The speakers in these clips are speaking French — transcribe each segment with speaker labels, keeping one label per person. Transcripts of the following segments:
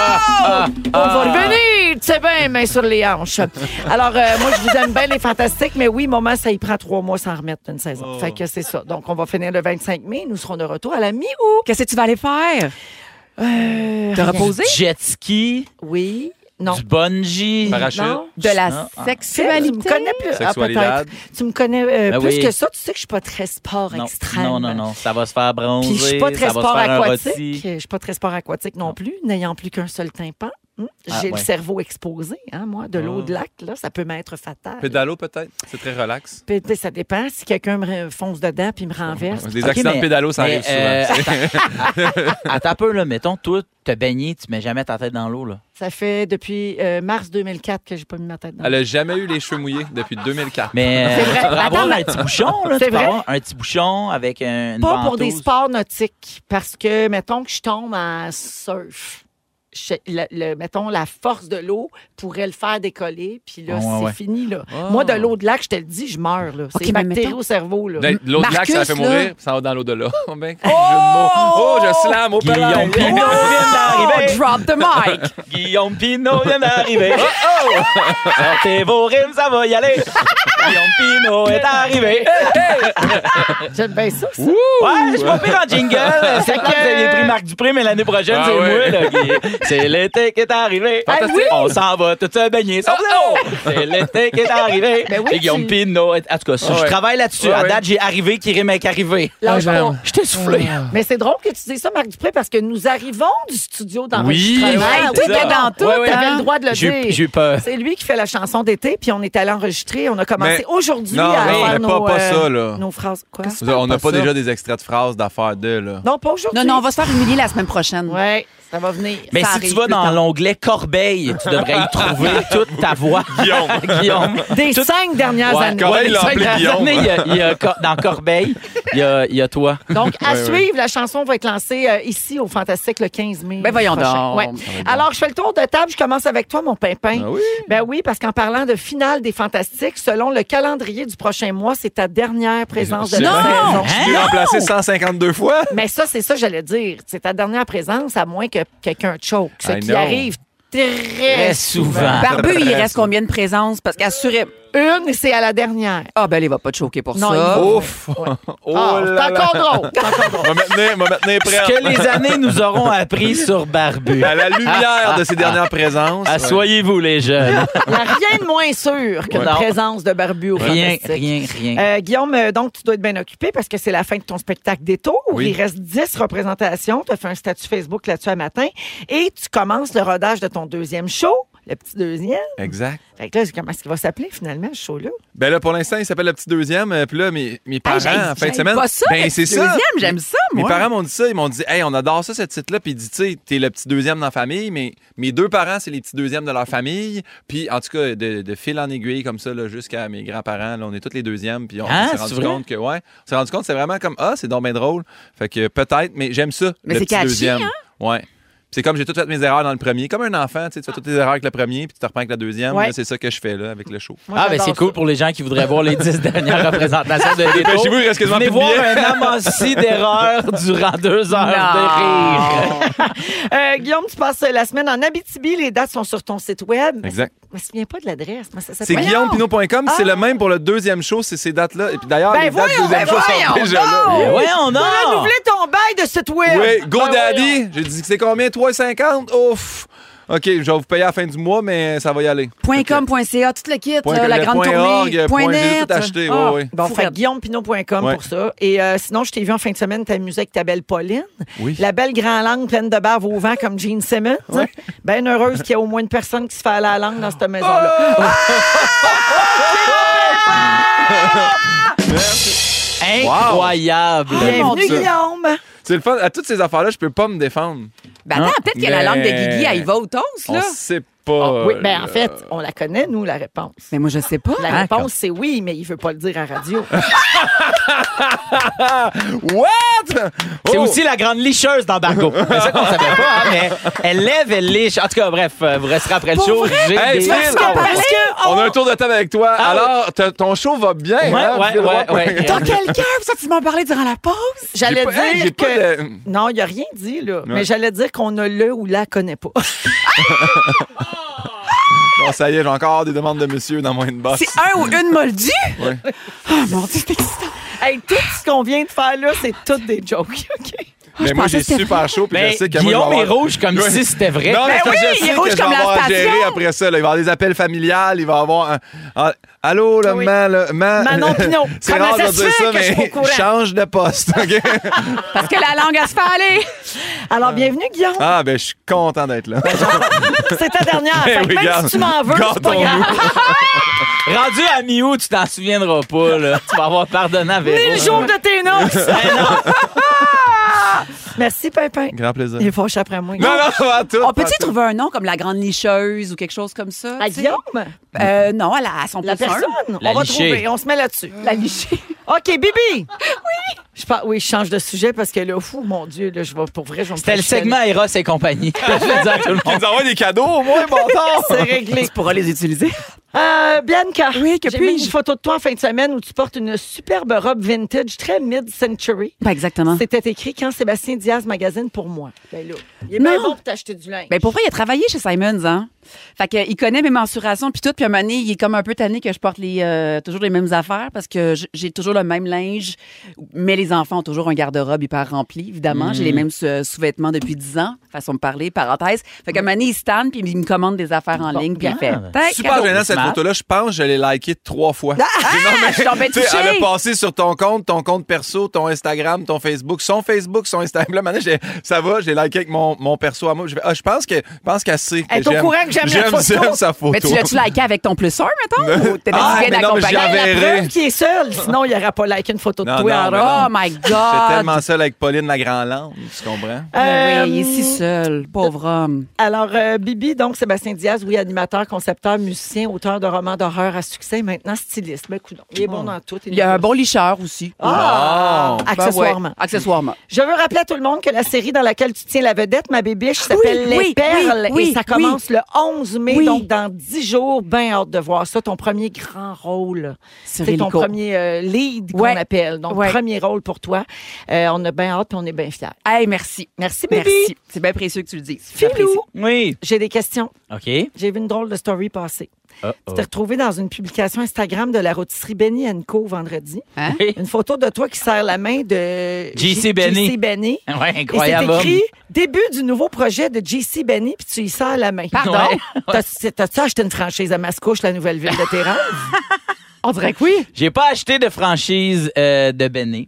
Speaker 1: Ah,
Speaker 2: On va revenir, tu sais bien, main sur les hanches. Alors, euh, moi, je vous aime bien, les Fantastiques, mais oui, moment, ça y prend trois mois sans remettre d'une saison.
Speaker 1: Oh.
Speaker 2: Fait que c'est ça. Donc, on va finir le 25 mai. Nous serons de retour à la mi-août. Euh,
Speaker 1: Qu'est-ce que tu vas aller faire? Te reposer?
Speaker 3: Jet ski,
Speaker 2: Oui. Non.
Speaker 3: du bungee.
Speaker 4: Parachute.
Speaker 2: Non.
Speaker 1: De
Speaker 4: Ah,
Speaker 1: la
Speaker 2: Tu me
Speaker 1: sexualité?
Speaker 2: connais plus. Ah,
Speaker 4: Sexualidad.
Speaker 2: peut-être. Tu me connais euh,
Speaker 3: Ben
Speaker 2: plus
Speaker 3: oui.
Speaker 2: que ça. Tu sais que je suis pas très sport
Speaker 3: Non,
Speaker 2: extrême.
Speaker 3: non, non, non, ça va se faire bronzer.
Speaker 2: Puis je suis pas très
Speaker 3: ça va
Speaker 2: sport
Speaker 3: se faire un
Speaker 2: aquatique.
Speaker 3: rôti.
Speaker 2: Je suis pas très sport aquatique non plus, n'ayant plus qu'un seul tympan. Hmm. J'ai
Speaker 3: Ah,
Speaker 2: le
Speaker 3: ouais. Ah.
Speaker 2: cerveau exposé, hein, moi, de l'eau de lac, là, ça peut m'être fatal.
Speaker 4: Pédalo, peut-être. C'est très relax.
Speaker 2: Puis, tu sais, Ça dépend si quelqu'un me re- fonce dedans puis me renverse.
Speaker 4: Des
Speaker 3: Ok,
Speaker 4: accidents de
Speaker 3: mais-
Speaker 4: pédalo, ça
Speaker 3: mais,
Speaker 4: arrive
Speaker 3: euh,
Speaker 4: souvent.
Speaker 3: attends, attends un peu, là. Mettons, toi, te baigner, tu mets jamais ta tête dans l'eau, là.
Speaker 2: Ça fait depuis euh, mars 2004 que j'ai pas mis ma tête dans
Speaker 4: Elle a jamais eu les cheveux mouillés depuis 2004.
Speaker 3: Mais euh,
Speaker 2: C'est vrai.
Speaker 3: tu peux avoir
Speaker 2: Attends,
Speaker 3: un petit bouchon, là.
Speaker 2: C'est
Speaker 3: Tu peux
Speaker 2: vrai.
Speaker 3: avoir un petit bouchon avec un- une
Speaker 2: Pas pour des
Speaker 3: ventouse.
Speaker 2: sports nautiques, parce que, mettons que je tombe en surf. Je- le- le- mettons, la force de l'eau pourrait le faire décoller, puis là,
Speaker 3: Ouais, ouais,
Speaker 2: c'est
Speaker 3: ouais.
Speaker 2: fini. Là. Moi, de l'eau de lac, je te le dis, je meurs. Là.
Speaker 1: Ok,
Speaker 2: c'est
Speaker 1: mais
Speaker 2: bactéries
Speaker 1: mettons-
Speaker 2: au cerveau. Là.
Speaker 4: Hey, L'autre lac, ça la fait
Speaker 1: Marcus, là.
Speaker 4: mourir, ça va dans l'au-delà. Oh, ben, quel jeu de mots. oh, je slam au
Speaker 3: Guillaume
Speaker 4: pédalo.
Speaker 3: Pinot vient
Speaker 2: Oh,
Speaker 3: d'arriver.
Speaker 1: drop the mic!
Speaker 3: Guillaume Pinot vient d'arriver. Sortez vos rimes, ça va y aller. Guillaume Pinot est arrivé.
Speaker 2: Ah, J'aime bien ça. ça.
Speaker 3: Ouais, je suis pas pire en jingle. C'est que vous aviez pris Marc Dupré, mais l'année prochaine,
Speaker 4: Ah
Speaker 3: c'est
Speaker 4: ouais.
Speaker 3: moi. Là, qui- C'est l'été qui est arrivé.
Speaker 4: Fantastique.
Speaker 3: On s'en va tout se baigner. sans eau. C'est l'été qui est arrivé.
Speaker 2: Ben oui,
Speaker 3: Et Guillaume
Speaker 2: tu-
Speaker 3: Pinot. est- En tout cas, ça,
Speaker 4: Ouais.
Speaker 3: je travaille là-dessus.
Speaker 4: Ouais,
Speaker 3: À
Speaker 4: ouais.
Speaker 3: date, j'ai arrivé qui rime avec arrivé.
Speaker 2: Lâche pas.
Speaker 3: Je t'ai soufflé.
Speaker 2: Mais c'est drôle que tu dises ça, Marc Dupré, parce que nous arrivons du studio
Speaker 3: Oui,
Speaker 2: d'enregistrement.
Speaker 3: ouais,
Speaker 2: tout
Speaker 3: c'est ça.
Speaker 2: est dans tout.
Speaker 3: Ouais, ouais.
Speaker 2: T'avais le droit de le
Speaker 3: J'ai
Speaker 2: dire.
Speaker 3: j'ai eu peur.
Speaker 2: C'est lui qui fait la chanson d'été, puis on est allé enregistrer. On a commencé
Speaker 4: Mais-
Speaker 2: aujourd'hui
Speaker 4: Non,
Speaker 2: à
Speaker 4: mais
Speaker 2: faire
Speaker 4: pas-
Speaker 2: nos,
Speaker 4: pas
Speaker 2: euh,
Speaker 4: ça, là.
Speaker 2: nos phrases. Quoi?
Speaker 4: On n'a pas
Speaker 1: Pas ça.
Speaker 4: déjà des extraits de phrases d'affaires d'eux, là.
Speaker 2: Non, pas aujourd'hui.
Speaker 1: Non, non, on va se faire humilier la semaine prochaine.
Speaker 2: Ouais, ça va venir.
Speaker 3: Mais
Speaker 2: Ça
Speaker 3: si
Speaker 2: arrive
Speaker 3: tu vas
Speaker 2: plus
Speaker 3: dans
Speaker 2: tard.
Speaker 3: l'onglet Corbeil, tu devrais y trouver toute ta voix. Guillaume. Guillaume.
Speaker 2: Des cinq dernières
Speaker 3: Ouais,
Speaker 2: années.
Speaker 4: Corbeil
Speaker 3: ouais, les
Speaker 4: l'a
Speaker 3: cinq
Speaker 4: appelé
Speaker 3: dernières
Speaker 4: Guillaume.
Speaker 3: années, il y a- il y a Cor- dans Corbeil, il y a, il y a toi.
Speaker 2: Donc, à
Speaker 4: Ouais,
Speaker 2: suivre, la chanson va être lancée euh, ici au Fantastique le 15 mai.
Speaker 1: Ben, voyons
Speaker 2: prochain.
Speaker 1: donc.
Speaker 2: Ouais. Alors, je fais le tour de table. Je commence avec toi, mon pimpin.
Speaker 4: Ah oui?
Speaker 2: Ben oui, parce qu'en parlant de finale des Fantastiques, selon le calendrier du prochain mois, c'est ta dernière présence de la
Speaker 1: Non!
Speaker 2: saison.
Speaker 4: Je l'ai
Speaker 3: Hein?
Speaker 4: remplacé 152 fois.
Speaker 2: Mais ça, c'est ça, que j'allais dire. C'est ta dernière présence, à moins que quelqu'un choke. Ce
Speaker 4: I
Speaker 2: qui
Speaker 4: know.
Speaker 2: arrive très
Speaker 3: Très souvent.
Speaker 1: Barbu, il reste combien de présences? Parce qu'assuré.
Speaker 2: Une, c'est à la dernière.
Speaker 1: Ah, ben, il va pas te choquer pour
Speaker 2: Non,
Speaker 1: ça.
Speaker 2: il va-
Speaker 4: Ouf. Oh
Speaker 2: Ah, c'est
Speaker 4: là là.
Speaker 2: encore drôle. C'est encore drôle.
Speaker 4: M'a maintenir- m'a maintenir
Speaker 3: Ce
Speaker 4: prêt.
Speaker 3: que les années nous auront appris sur Barbu.
Speaker 4: À la lumière de ces dernières présences.
Speaker 3: Assoyez-vous, les jeunes.
Speaker 2: Il n'y a rien de moins sûr que
Speaker 3: Ouais.
Speaker 2: la
Speaker 3: Non.
Speaker 2: présence de Barbu au
Speaker 3: Rien,
Speaker 2: Fantastique.
Speaker 3: rien, rien.
Speaker 2: Euh, Guillaume, euh, donc, tu dois être bien occupé parce que c'est la fin de ton spectacle d'étau.
Speaker 4: Oui.
Speaker 2: Il reste 10 représentations. Tu as fait un statut Facebook là-dessus à matin. Et tu commences le rodage de ton deuxième show, le petit deuxième.
Speaker 4: Exact.
Speaker 2: Fait que là, comment est-ce qu'il va s'appeler finalement, ce show-là?
Speaker 4: Ben là, pour l'instant, il s'appelle le petit deuxième. euh, Puis là, mes, mes parents,
Speaker 1: j'aime-
Speaker 4: en fin de
Speaker 1: j'aime
Speaker 4: semaine.
Speaker 1: pas ça,
Speaker 4: ben,
Speaker 1: le
Speaker 4: c'est
Speaker 1: petit
Speaker 4: ça.
Speaker 1: deuxième, j'aime ça,
Speaker 4: Mes
Speaker 1: moi.
Speaker 4: parents m'ont dit ça. Ils m'ont dit, hey, on adore ça, ce titre-là. Puis il dit, tu sais, t'es le petit deuxième dans la famille. Mais mes deux parents, c'est les petits deuxièmes de leur famille. Puis en tout cas, de, de fil en aiguille, comme ça, là, jusqu'à mes grands-parents, là, on est tous les deuxièmes. Puis on
Speaker 3: Ah,
Speaker 4: s'est
Speaker 3: c'est
Speaker 4: rendu
Speaker 3: vrai?
Speaker 4: compte que, ouais, on s'est rendu compte que c'est vraiment comme, ah, c'est donc bien drôle. Fait que peut-être, mais j'aime ça.
Speaker 1: Mais
Speaker 4: le
Speaker 1: c'est
Speaker 4: petit
Speaker 1: catchy,
Speaker 4: deuxième. Ouais. C'est comme j'ai toutes fait mes erreurs dans le premier. Comme un enfant, tu sais, tu fais toutes tes erreurs avec le premier, puis tu te reprends avec la deuxième.
Speaker 2: Ouais.
Speaker 4: Là, C'est ça que je fais là avec le show.
Speaker 2: Moi,
Speaker 3: Ah, ben
Speaker 2: j'adore
Speaker 3: c'est cool
Speaker 2: ça.
Speaker 3: pour les gens qui voudraient voir les 10 dernières représentations de Léo.
Speaker 4: Dépêchez-vous, il reste quasiment
Speaker 3: Venez
Speaker 4: plus de
Speaker 3: voir
Speaker 4: billets.
Speaker 3: un amassi d'erreurs durant deux heures de rire.
Speaker 2: Euh, Guillaume, tu passes la semaine en Abitibi. Les dates sont sur ton site web. Mais
Speaker 4: Exact.
Speaker 2: Je me souviens pas de l'adresse. Moi, ça
Speaker 4: C'est
Speaker 2: s'appelle- Ah!
Speaker 4: guillaumepinot.com. C'est le même pour le deuxième show. C'est ces dates-là. Et puis d'ailleurs,
Speaker 2: Ben
Speaker 4: les dates du
Speaker 2: voyons,
Speaker 4: deuxième
Speaker 2: ben
Speaker 4: show sont
Speaker 2: voyons
Speaker 4: déjà
Speaker 5: Eh,
Speaker 4: là.
Speaker 3: Ben voyons donc!
Speaker 2: T'as renouvelé ton bail de site
Speaker 4: Oui,
Speaker 2: web. Ben voyons.
Speaker 4: GoDaddy. J'ai dit que c'est combien? 3,50? Ouf! OK, je vais vous payer à la fin du mois, mais ça va y aller.
Speaker 1: Point .com, point .ca, tout le kit,
Speaker 4: Point
Speaker 1: euh, la
Speaker 4: le
Speaker 1: grande
Speaker 4: point
Speaker 1: tournée,
Speaker 4: org,
Speaker 1: point
Speaker 4: point- j'ai
Speaker 1: net.
Speaker 4: tout acheté,
Speaker 1: Ah,
Speaker 4: ouais, ouais.
Speaker 2: Bon, fait
Speaker 1: Fourette.
Speaker 2: guillaumepinot.com
Speaker 4: Ouais.
Speaker 2: pour ça. Et euh, sinon, je t'ai vu en fin de semaine t'amuser avec ta belle Pauline.
Speaker 4: Oui.
Speaker 2: La belle grand langue pleine de bave au vent comme Gene Simmons. Ben heureuse qu'il y a au moins une personne qui se fait à la langue dans cette maison-là.
Speaker 3: Incroyable!
Speaker 2: Oh,
Speaker 4: mon
Speaker 2: Bienvenue,
Speaker 4: Dieu.
Speaker 2: Guillaume.
Speaker 4: C'est le fun. À toutes ces affaires-là, je peux pas me défendre.
Speaker 1: Ben attends, peut-être que la
Speaker 4: Ah, Mais-
Speaker 1: langue de Guigui, elle y va au toast,
Speaker 4: On
Speaker 1: là.
Speaker 4: sait pas.
Speaker 2: oui, ben
Speaker 4: là.
Speaker 2: en fait, on la connaît, nous, la réponse.
Speaker 1: Mais moi, je sais pas.
Speaker 2: La
Speaker 4: Ah,
Speaker 1: Hein,
Speaker 2: réponse, c'est oui, mais il veut pas le dire à radio.
Speaker 4: What?
Speaker 5: C'est
Speaker 4: Oh!
Speaker 5: aussi la grande licheuse d'embargo. C'est ça qu'on savait pas, hein, mais elle lève, elle liche. En tout cas, bref, euh, vous resterez après le show. J'ai
Speaker 4: Hey,
Speaker 5: des-
Speaker 4: Phil, on a un tour de table avec toi.
Speaker 5: Ah oui.
Speaker 4: Alors, t- ton show va bien.
Speaker 5: Ouais,
Speaker 4: hein,
Speaker 5: ouais,
Speaker 4: Phil
Speaker 5: ouais,
Speaker 4: Roy?
Speaker 5: ouais.
Speaker 1: T'as quelqu'un, ça, tu m'en parlais durant la pause?
Speaker 4: J'ai
Speaker 2: J'allais
Speaker 4: pas- hey, j'ai
Speaker 2: dire
Speaker 4: pas
Speaker 2: que...
Speaker 4: de-
Speaker 2: Non, il n'y a rien dit, là. Mais
Speaker 4: Ouais.
Speaker 2: j'allais dire qu'on ne le ou la connaît pas.
Speaker 4: Bon, ça y est, j'ai encore des demandes de monsieur dans mon inbox.
Speaker 1: C'est un ou une moldue?
Speaker 4: Ah, Ouais.
Speaker 1: Oh mon Dieu, c'est excitant.
Speaker 2: hey, tout ce qu'on vient de faire, là, c'est toutes des jokes, OK?
Speaker 4: Mais
Speaker 1: je
Speaker 4: moi,
Speaker 1: pensais
Speaker 4: j'ai
Speaker 1: que c'était
Speaker 4: super chaud. Puis
Speaker 5: Ben,
Speaker 4: je sais que moi,
Speaker 5: Guillaume
Speaker 4: je vais
Speaker 5: est
Speaker 4: avoir-
Speaker 5: rouge comme
Speaker 4: Ouais.
Speaker 5: si c'était vrai.
Speaker 4: Non, mais
Speaker 1: Ben
Speaker 4: ça,
Speaker 1: oui,
Speaker 4: je
Speaker 1: il est
Speaker 4: sais
Speaker 1: rouge
Speaker 4: que je vais
Speaker 1: comme la
Speaker 4: avoir à
Speaker 1: station.
Speaker 4: gérer après ça. là. Il va y avoir des appels familiales. Il va y avoir un... un- Allô, le
Speaker 2: Oui.
Speaker 4: man... le man-
Speaker 2: Manon Pinot.
Speaker 4: C'est
Speaker 2: Comment
Speaker 4: rare
Speaker 2: ça
Speaker 4: de
Speaker 2: se
Speaker 4: dire
Speaker 2: fait
Speaker 4: ça,
Speaker 2: que je suis pas au
Speaker 4: mais
Speaker 2: courant?
Speaker 4: change de poste. OK?
Speaker 1: Parce que la langue, elle se fait aller.
Speaker 2: Alors, bienvenue, Guillaume.
Speaker 4: Ah, ben, je suis content d'être là.
Speaker 2: C'est ta dernière.
Speaker 4: Ben
Speaker 2: Fait que
Speaker 4: oui,
Speaker 2: même
Speaker 4: garde.
Speaker 2: si tu m'en veux, c'est pas
Speaker 4: Gardons-nous.
Speaker 2: grave.
Speaker 3: Rendu à mi-août, tu t'en souviendras pas, là. Tu vas avoir pardonné à Véro.
Speaker 2: Ni le jour de tes noces. Merci, Pimpin.
Speaker 4: Grand plaisir.
Speaker 2: Il est fâché après moi.
Speaker 4: Non, non, pas à tout.
Speaker 1: On
Speaker 4: pas à
Speaker 1: peut-tu
Speaker 4: tout.
Speaker 1: trouver un nom comme la grande licheuse ou quelque chose comme ça?
Speaker 2: À
Speaker 1: tu sais?
Speaker 2: Guillaume,
Speaker 1: Euh, non, à, la- à son
Speaker 2: la
Speaker 1: plus un.
Speaker 2: personne,
Speaker 3: La
Speaker 2: on va
Speaker 3: lichée.
Speaker 2: trouver. On se met là-dessus. La lichée. OK, Bibi. Oui. Je par- Oui, je change de sujet parce que là, fou, mon Dieu, là, je vais pour vrai, je vais me
Speaker 3: C'était le
Speaker 2: faire chialer.
Speaker 3: segment Eros et compagnie. Je le dis à tout le
Speaker 4: Ils
Speaker 3: monde.
Speaker 4: nous envoient des cadeaux, au moins, bâtard!
Speaker 2: C'est réglé.
Speaker 1: Tu pourras les utiliser.
Speaker 2: Euh, Bianca,
Speaker 1: Oui, que
Speaker 2: j'ai mis
Speaker 1: puis-je?
Speaker 2: une photo de toi en fin de semaine où tu portes une superbe robe vintage très mid-century.
Speaker 1: Pas Ben, exactement.
Speaker 2: C'était écrit quand Sébastien Diaz magazine pour moi. Ben là, il est
Speaker 1: Non.
Speaker 2: bien bon pour t'acheter du linge.
Speaker 1: Ben pour vrai, il a travaillé chez Simons, hein. Fait que il connaît mes mensurations puis tout, puis à un moment donné, il est comme un peu tanné que je porte les euh, toujours les mêmes affaires parce que j- j'ai toujours le même linge, mais les enfants ont toujours un garde-robe hyper rempli, évidemment.
Speaker 4: Mm.
Speaker 1: J'ai les mêmes euh, sous-vêtements depuis 10 ans, façon de parler, parenthèse. Fait qu'à un moment donné, il se tanne puis il me commande des affaires en ligne puis il fait. Tac,
Speaker 4: Super
Speaker 1: cadeau.
Speaker 4: gênant cette
Speaker 3: Smart.
Speaker 4: photo-là. Je pense que je l'ai likée trois fois.
Speaker 1: Ah, je suis tombée
Speaker 4: Tu sais, elle a
Speaker 1: touchée.
Speaker 4: passé sur ton compte, ton compte perso, ton Instagram, ton Facebook, son Facebook, son Instagram. Là, maintenant, j'ai- ça va, j'ai liké avec mon, mon perso à moi. Je fais, ah, je pense que, je pense qu'elle sait que
Speaker 2: Elle est au
Speaker 4: j'aime-
Speaker 2: courant que j'aime la
Speaker 4: J'aime,
Speaker 2: photo.
Speaker 4: j'aime sa photo.
Speaker 1: Mais tu l'as-tu liké avec ton plus un, mettons? ou t'étais
Speaker 4: Ah,
Speaker 1: bien
Speaker 4: mais non, mais
Speaker 1: accompagné?
Speaker 4: j'avais-
Speaker 2: la
Speaker 4: verrai.
Speaker 2: preuve qu'il est seul, sinon il n'y aura pas like une photo de
Speaker 4: Non,
Speaker 2: toi Euh,
Speaker 4: non,
Speaker 2: en
Speaker 4: mais
Speaker 2: robe.
Speaker 1: Oh my
Speaker 4: J'étais
Speaker 1: God!
Speaker 4: tellement seul avec Pauline la Grand Lande, tu comprends?
Speaker 1: Ah oui, il est
Speaker 2: Euh,
Speaker 1: si seul, pauvre homme.
Speaker 2: Alors, euh, Bibi, donc Sébastien Diaz, oui, animateur, concepteur, musicien, auteur de romans d'horreur à succès, maintenant styliste. Mais écoute, il est bon dans tout.
Speaker 1: Il y a un bon licheur aussi.
Speaker 2: Ah!
Speaker 4: Wow.
Speaker 2: Accessoirement.
Speaker 1: Ben ouais, accessoirement.
Speaker 2: Je veux rappeler à tout le monde que la série dans laquelle tu tiens la vedette, ma bébiche, s'appelle
Speaker 1: oui,
Speaker 2: Les Perles
Speaker 1: oui, oui,
Speaker 2: et ça commence le 11 mai,
Speaker 1: Oui.
Speaker 2: donc dans 10 jours. Ben hâte de voir ça, ton premier grand rôle. C'est ton
Speaker 1: Cyrilicaux.
Speaker 2: premier euh, lead
Speaker 1: Ouais.
Speaker 2: qu'on appelle, donc
Speaker 1: Ouais.
Speaker 2: premier rôle pour toi. Euh, on a bien hâte et on est bien fiers.
Speaker 1: Hey, merci.
Speaker 2: Merci, Bibi.
Speaker 1: Merci. C'est bien précieux que tu le dises.
Speaker 2: Filou,
Speaker 3: Oui.
Speaker 2: j'ai des questions.
Speaker 3: OK.
Speaker 2: J'ai vu une drôle de story passer. Tu
Speaker 3: Uh-oh.
Speaker 2: t'es retrouvé dans une publication Instagram de la rôtisserie Benny Co vendredi.
Speaker 1: Hein?
Speaker 3: Oui.
Speaker 2: Une photo de toi qui serre la main de
Speaker 3: J.C. Benny.
Speaker 2: J.C. Benny.
Speaker 3: Ouais,
Speaker 2: Et c'est
Speaker 3: incroyable.
Speaker 2: écrit début du nouveau projet de JC Benny, puis tu y sers la main.
Speaker 1: Pardon?
Speaker 2: T'as- T'as-tu acheté une franchise à Mascouche, la nouvelle ville de tes rêves? On dirait que oui.
Speaker 3: J'ai pas acheté de franchise euh, de Benet.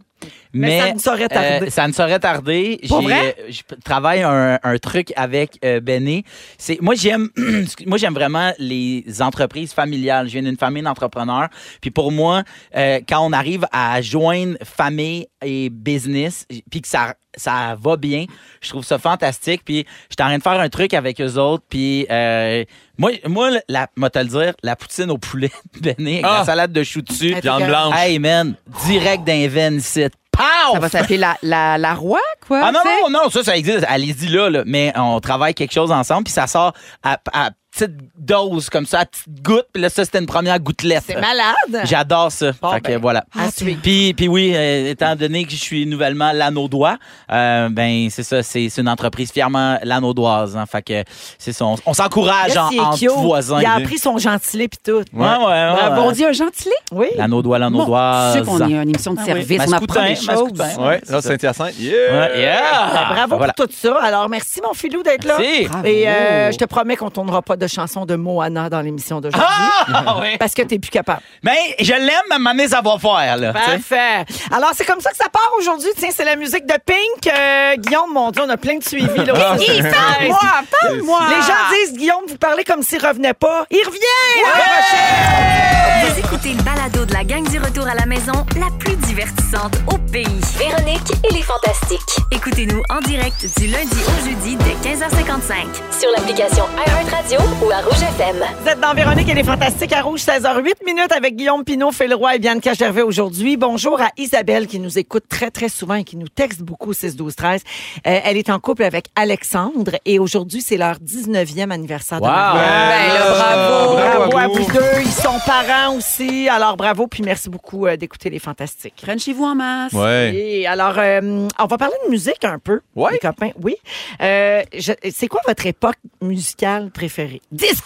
Speaker 2: Mais
Speaker 3: Mais, euh,
Speaker 2: ça ne saurait tarder.
Speaker 3: ça ne saurait tarder.
Speaker 2: Pas
Speaker 3: J'ai-
Speaker 2: vrai?
Speaker 3: euh, Je travaille un, un truc avec euh, Benet. C'est moi j'aime moi j'aime vraiment les entreprises familiales. Je viens d'une famille d'entrepreneurs. Puis pour moi, euh, quand on arrive à joindre famille et business, j- puis que ça ça va bien, je trouve ça fantastique. Puis j'étais en train de faire un truc avec eux autres. Puis euh, moi moi la, moi te le dire, la poutine au poulet de Benet avec
Speaker 4: Ah!
Speaker 3: la salade de chou dessus.
Speaker 2: Hey,
Speaker 4: Viande
Speaker 2: t'es
Speaker 4: blanche.
Speaker 3: Hey man, direct d'un veine site. Pow!
Speaker 1: Ça va s'appeler la, la, la roi, quoi.
Speaker 3: Ah non,
Speaker 1: tu sais?
Speaker 3: non, non, ça, ça existe. Allez-y là, là. Mais on travaille quelque chose ensemble, puis ça sort à, à petite dose, comme ça, à petite goutte. Puis là, ça, c'était une première gouttelette.
Speaker 2: C'est malade.
Speaker 3: J'adore ça.
Speaker 2: Bon,
Speaker 3: fait que
Speaker 2: ben,
Speaker 3: voilà.
Speaker 2: à suivre.
Speaker 3: Puis, puis oui, euh, étant donné que je suis nouvellement lanaudois, euh, ben c'est ça, c'est c'est une entreprise fièrement lanaudoise. hein. fait que c'est ça, on, on s'encourage
Speaker 2: Là,
Speaker 3: en,
Speaker 2: c'est
Speaker 3: entre
Speaker 2: cute.
Speaker 3: voisins.
Speaker 2: Il a appris son gentilé puis tout.
Speaker 3: Ouais, ouais, ouais,
Speaker 1: Bravo, on
Speaker 3: ouais.
Speaker 1: dit un gentilé.
Speaker 2: Oui.
Speaker 3: Lanaudois,
Speaker 1: Bon,
Speaker 3: lanaudoise.
Speaker 1: tu sais qu'on est une émission de
Speaker 3: Ah oui.
Speaker 1: service, on apprend
Speaker 3: Mascoutin,
Speaker 1: des choses.
Speaker 3: Mascoutin.
Speaker 4: Ouais,
Speaker 3: c'est
Speaker 4: là,
Speaker 3: ça.
Speaker 4: Saint-Hyacinthe. Yeah!
Speaker 3: Ouais, yeah!
Speaker 2: Ben, bravo
Speaker 3: Ah, Voilà.
Speaker 2: pour tout ça. Alors, merci, mon filou, d'être là.
Speaker 3: Merci.
Speaker 2: Et euh, je te promets qu'on tournera pas de chanson de Moana dans l'émission d'aujourd'hui.
Speaker 3: Ah, oui.
Speaker 2: Parce que t'es plus capable.
Speaker 3: Mais je l'aime, mais m'amener savoir faire, là. tu sais.
Speaker 2: Parfait. Alors, c'est comme ça que ça part aujourd'hui. Tiens, c'est la musique de Pink. Euh, Guillaume, mon Dieu, on a plein de suivis.
Speaker 3: Ah,
Speaker 2: Là,
Speaker 4: Guy,
Speaker 2: Ouais.
Speaker 4: parle-moi,
Speaker 2: Ah,
Speaker 4: parle-moi.
Speaker 2: Les gens disent, Guillaume, vous parlez comme s'il revenait pas. Il revient! la prochaine.
Speaker 6: Vous écoutez le balado de la gang du retour à la maison, la plus divertissante au pays.
Speaker 7: Véronique et les Fantastiques.
Speaker 6: Écoutez-nous en direct du lundi au jeudi dès 15h55.
Speaker 7: Sur l'application iHeartRadio ou à Rouge FM.
Speaker 2: Vous êtes dans Véronique et les Fantastiques à Rouge, 16h08 minutes avec Guillaume Pinot, Féleroy et Bianca Gervais aujourd'hui. Bonjour à Isabelle qui nous écoute très, très souvent et qui nous texte beaucoup au 6, 12, 13. Euh, elle est en couple avec Alexandre et aujourd'hui, c'est leur 19e anniversaire de
Speaker 3: Wow.
Speaker 2: mariage.
Speaker 1: Ben là, bravo.
Speaker 2: Bravo à
Speaker 4: Euh, vous.
Speaker 2: vous deux. Ils sont parents aussi. Alors, bravo. Puis merci beaucoup euh, d'écouter les Fantastiques.
Speaker 1: Crunchez-vous en masse.
Speaker 4: Ouais.
Speaker 2: Et alors, euh, on va parler de musique un peu,
Speaker 4: Ouais.
Speaker 2: les copains. Oui. Euh, je- c'est quoi votre époque musicale préférée?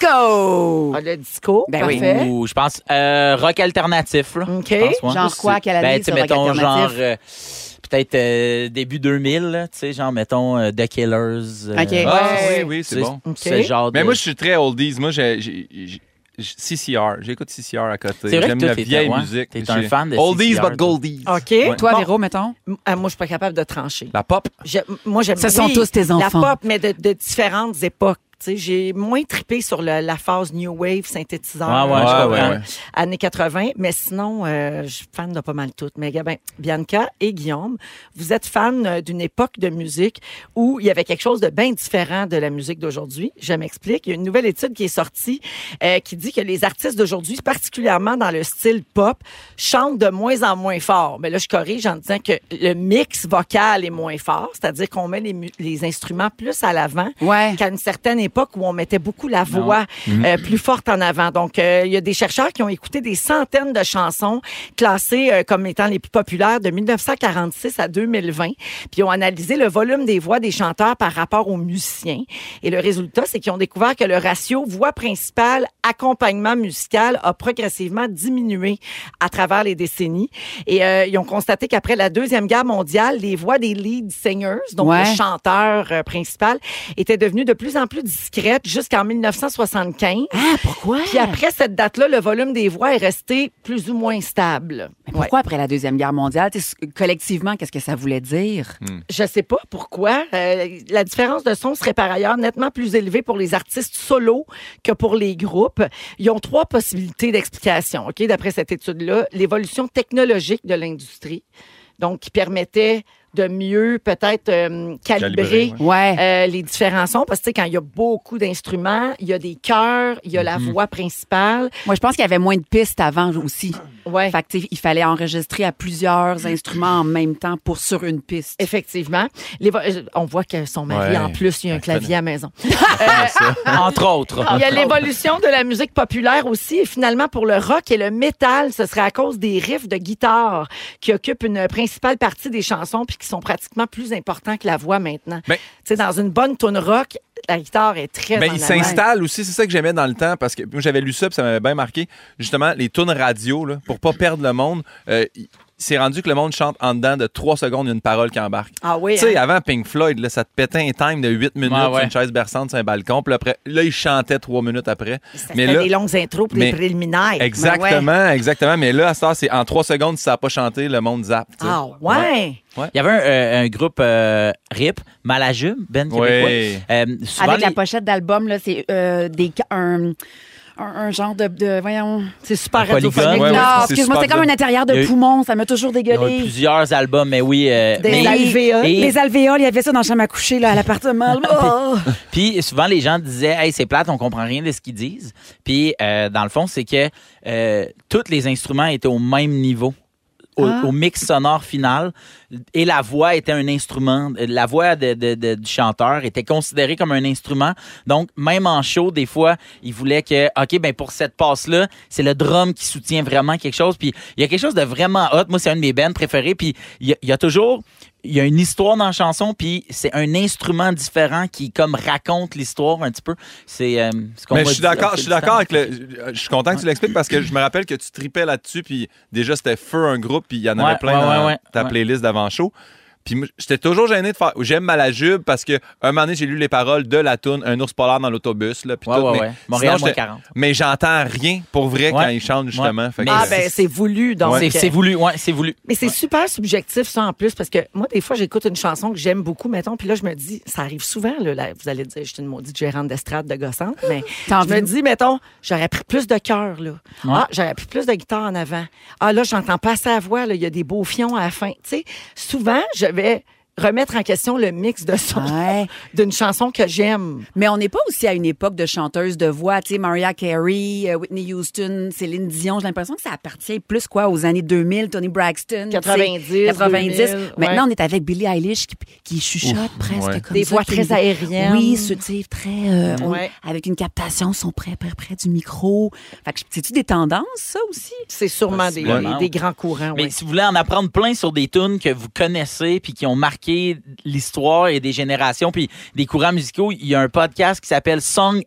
Speaker 1: Disco!
Speaker 2: Ah, le disco.
Speaker 1: Ben oui.
Speaker 2: parfait.
Speaker 3: Ou je pense euh, rock alternatif. Là,
Speaker 2: OK.
Speaker 3: Je pense, ouais.
Speaker 1: Genre quoi, quelle année,
Speaker 3: Ben, tu sais,
Speaker 1: ce rock
Speaker 3: mettons, genre,
Speaker 1: alternatif?
Speaker 3: euh, peut-être euh, début 2000, là, tu sais, genre, mettons, euh, The Killers. euh,
Speaker 1: OK.
Speaker 3: tu
Speaker 4: Ah,
Speaker 2: Ouais.
Speaker 4: oui, oui, c'est
Speaker 3: sais,
Speaker 4: bon.
Speaker 2: Ok.
Speaker 3: Ce genre de...
Speaker 4: Mais moi, je suis très oldies. Moi, j'ai. j'ai- j'ai- j'ai- CCR, j'écoute CCR à côté.
Speaker 3: C'est vrai que
Speaker 4: J'aime
Speaker 3: toi,
Speaker 4: la
Speaker 3: t'es-
Speaker 4: vieille
Speaker 3: ouais,
Speaker 4: musique.
Speaker 3: t'es un
Speaker 4: J'ai-
Speaker 3: fan de
Speaker 4: Oldies
Speaker 3: CCR,
Speaker 4: but
Speaker 3: toi.
Speaker 4: goldies.
Speaker 2: OK.
Speaker 1: Toi,
Speaker 2: Bon,
Speaker 1: Véro, mettons.
Speaker 2: m- ah, moi, je suis pas capable de trancher.
Speaker 4: La pop.
Speaker 2: Je- moi, j'aime
Speaker 1: Bah. Ce sont
Speaker 2: oui,
Speaker 1: tous tes enfants.
Speaker 2: La pop, mais de, de différentes époques. Tu sais, J'ai moins trippé sur le- la phase New Wave, synthétiseur,
Speaker 3: Ah Ouais, ouais,
Speaker 4: je
Speaker 2: euh,
Speaker 4: comprends. Ouais, ouais.
Speaker 2: années 80, mais sinon, euh, je suis fan de pas mal toutes. Mais ben, Bianca et Guillaume, vous êtes fan euh, d'une époque de musique où il y avait quelque chose de bien différent de la musique d'aujourd'hui. Je m'explique. Il y a une nouvelle étude qui est sortie euh, qui dit que les artistes d'aujourd'hui, particulièrement dans le style pop, chantent de moins en moins fort. Mais là, je corrige en disant que le mix vocal est moins fort, c'est-à-dire qu'on met les, mu- les instruments plus à l'avant
Speaker 1: Ouais.
Speaker 2: qu'à une certaine époque où on mettait beaucoup la voix euh, plus forte en avant. Donc, euh, il y a des chercheurs qui ont écouté des centaines de chansons classées euh, comme étant les plus populaires de 1946 à 2020, puis ont analysé le volume des voix des chanteurs par rapport aux musiciens. Et le résultat, c'est qu'ils ont découvert que le ratio voix principale accompagnement musical a progressivement diminué à travers les décennies. Et euh, ils ont constaté qu'après la deuxième guerre mondiale, les voix des lead singers, donc
Speaker 1: Ouais.
Speaker 2: le chanteur euh, principal, était devenu de plus en plus discrète jusqu'en 1975.
Speaker 1: Ah, pourquoi?
Speaker 2: Puis après cette date-là, le volume des voix est resté plus ou moins stable.
Speaker 1: Mais pourquoi après la Deuxième Guerre mondiale? Tu sais, collectivement, qu'est-ce que ça voulait dire?
Speaker 2: Je sais pas pourquoi. Euh, la différence de son serait par ailleurs nettement plus élevée pour les artistes solos que pour les groupes. Ils ont trois possibilités d'explication, OK, d'après cette étude-là. L'évolution technologique de l'industrie, donc qui permettait de mieux peut-être euh, calibrer,
Speaker 4: Calibrer, ouais.
Speaker 1: Ouais.
Speaker 2: euh, les différents sons, parce que tu sais, quand il y a beaucoup d'instruments, il y a des chœurs, il y a la
Speaker 4: Mhm.
Speaker 2: voix principale.
Speaker 1: Moi, je pense qu'il y avait moins de pistes avant aussi.
Speaker 2: Ouais.
Speaker 1: Fait que, tu sais, il fallait enregistrer à plusieurs instruments en même temps pour sur une piste.
Speaker 2: Effectivement. Les vo- euh, on voit que son mari,
Speaker 4: Ouais.
Speaker 2: en plus, il y a un
Speaker 4: Elle
Speaker 2: clavier
Speaker 4: connaît.
Speaker 2: à la maison.
Speaker 3: Entre autres.
Speaker 4: Ah,
Speaker 2: Il y a l'évolution de la musique populaire aussi. Et finalement, pour le rock et le métal, ce serait à cause des riffs de guitare qui occupent une principale partie des chansons puis qui sont pratiquement plus importants que la voix maintenant.
Speaker 4: Ben-
Speaker 2: tu sais, dans une bonne tune rock, la guitare est très
Speaker 4: Mais
Speaker 2: en
Speaker 4: il
Speaker 2: avant.
Speaker 4: s'installe aussi, c'est ça que j'aimais dans le temps, parce que moi, j'avais lu ça, puis ça m'avait bien marqué. Justement, les tunes radio, là, pour pas perdre le monde, euh, il- c'est rendu que le monde chante en dedans de 3 secondes, il y a une parole qui embarque.
Speaker 2: Ah oui,
Speaker 4: Tu sais,
Speaker 2: hein?
Speaker 4: avant Pink Floyd, là, ça te pétait un time de 8 minutes
Speaker 3: Ah Ouais, ouais.
Speaker 4: sur une chaise berçante sur un balcon, puis après, là, ils chantaient 3 minutes après.
Speaker 2: Ça
Speaker 4: Mais
Speaker 2: fait
Speaker 4: là,
Speaker 2: des longues intros pour les
Speaker 4: mais-
Speaker 2: préliminaires.
Speaker 4: exactement, exactement. Mais là, à ça, c'est en 3 secondes, si ça n'a pas chanté, le monde zappe. tu sais.
Speaker 2: Ah ouais.
Speaker 3: Il y avait un, euh, un groupe euh, RIP, Malajube, Ben Québécois.
Speaker 4: Ouais.
Speaker 3: Euh, souvent,
Speaker 1: Avec la
Speaker 3: les-
Speaker 1: pochette d'album, là, c'est euh, des ca- un, un- un genre de, de- voyons.
Speaker 2: C'est super
Speaker 3: Un polygone.
Speaker 2: radiophonique.
Speaker 4: Ouais, ouais.
Speaker 1: non,
Speaker 4: c'est
Speaker 1: excuse-moi, c'est
Speaker 4: super
Speaker 1: comme un
Speaker 4: bien.
Speaker 1: intérieur
Speaker 3: Il y a
Speaker 1: de
Speaker 3: eu-
Speaker 1: poumon, ça m'a toujours
Speaker 3: Il y a eu
Speaker 1: dégueulé.
Speaker 3: plusieurs albums, mais oui. euh,
Speaker 2: Des
Speaker 3: mais-
Speaker 2: alvéoles.
Speaker 3: et-
Speaker 1: Les alvéoles, il y avait ça dans la chambre à coucher, là, à l'appartement. là. Oh!
Speaker 3: Puis souvent, les gens disaient, hey, c'est plate, on comprend rien de ce qu'ils disent. Puis euh, dans le fond, c'est que euh, tous les instruments étaient au même niveau. Au,
Speaker 1: Ah.
Speaker 3: au mix sonore final, et la voix était un instrument. La voix de- de- de- du chanteur était considérée comme un instrument. Donc, même en show, des fois, il voulait que, OK, ben pour cette passe-là, c'est le drum qui soutient vraiment quelque chose. Puis, il y a quelque chose de vraiment hot. Moi, c'est un de mes bands préférés. Puis, il y a- il y a toujours il y a une histoire dans la chanson, puis c'est un instrument différent qui comme raconte l'histoire un petit peu. C'est euh, ce qu'on
Speaker 4: Mais
Speaker 3: va
Speaker 4: je suis
Speaker 3: dire,
Speaker 2: ah,
Speaker 4: d'accord,
Speaker 3: c'est
Speaker 4: je suis
Speaker 3: le
Speaker 4: d'accord
Speaker 3: temps.
Speaker 4: avec le. Je suis content que tu l'expliques parce que je me rappelle que tu tripais là-dessus, puis déjà c'était feu un groupe, puis il y en
Speaker 3: Ouais,
Speaker 4: avait plein
Speaker 3: ouais,
Speaker 4: dans
Speaker 3: ouais, ouais,
Speaker 4: ta
Speaker 3: ouais.
Speaker 4: playlist d'avant-show. Puis moi, j'étais toujours gêné de faire. J'aime ma la jupe parce que un moment donné, j'ai lu les paroles de la tune Un ours polaire dans l'autobus. Là, puis
Speaker 3: Ouais,
Speaker 4: tout,
Speaker 3: ouais,
Speaker 4: mais
Speaker 3: ouais. Montréal,
Speaker 4: sinon,
Speaker 3: moins
Speaker 4: j'étais-
Speaker 3: 40.
Speaker 4: Mais j'entends rien pour vrai quand
Speaker 3: Ouais.
Speaker 4: ils chantent justement.
Speaker 3: Ouais.
Speaker 4: Fait que-
Speaker 2: Ah, ben, c'est voulu. Donc,
Speaker 3: C'est- C'est voulu, ouais, c'est voulu.
Speaker 2: Mais c'est super subjectif, ça, en plus, parce que moi, des fois, j'écoute une chanson que j'aime beaucoup, mettons, puis là, je me dis, ça arrive souvent, là, là, vous allez dire, je suis une maudite gérante d'estrade de gossante, mais
Speaker 1: T'as
Speaker 2: je me
Speaker 1: envie-
Speaker 2: dis, mettons, j'aurais pris plus de cœur, là. Ah, j'aurais pris plus de guitare en avant. Ah, là, j'entends pas assez la voix, là, il y a des beaux fions à la fin. Tu sais, souvent, je vais remettre en question le mix de son
Speaker 1: Ouais.
Speaker 2: d'une chanson que j'aime.
Speaker 1: Mais on n'est pas aussi à une époque de chanteuses de voix, tu sais, Mariah Carey, euh, Whitney Houston, Céline Dion. J'ai l'impression que ça appartient plus quoi aux années 2000, Tony Braxton, tu sais,
Speaker 2: 90,
Speaker 1: 90.
Speaker 2: 2000,
Speaker 1: Maintenant, on est avec Billie Eilish qui, qui chuchote presque
Speaker 4: ouais.
Speaker 1: comme
Speaker 2: Des
Speaker 1: ça,
Speaker 2: voix
Speaker 1: qui-
Speaker 2: très aériennes.
Speaker 1: Oui, ce type très euh, on-
Speaker 2: Ouais.
Speaker 1: avec une captation son près près près du micro. Fait que c'est tu des tendances ça aussi.
Speaker 2: C'est sûrement des,
Speaker 3: Possiblement.
Speaker 2: des- des grands courants.
Speaker 1: Hein,
Speaker 3: Mais
Speaker 2: oui.
Speaker 3: si vous voulez en apprendre plein sur des tunes que vous connaissez puis qui ont marqué l'histoire et des générations puis des courants musicaux, il y a un podcast qui s'appelle Song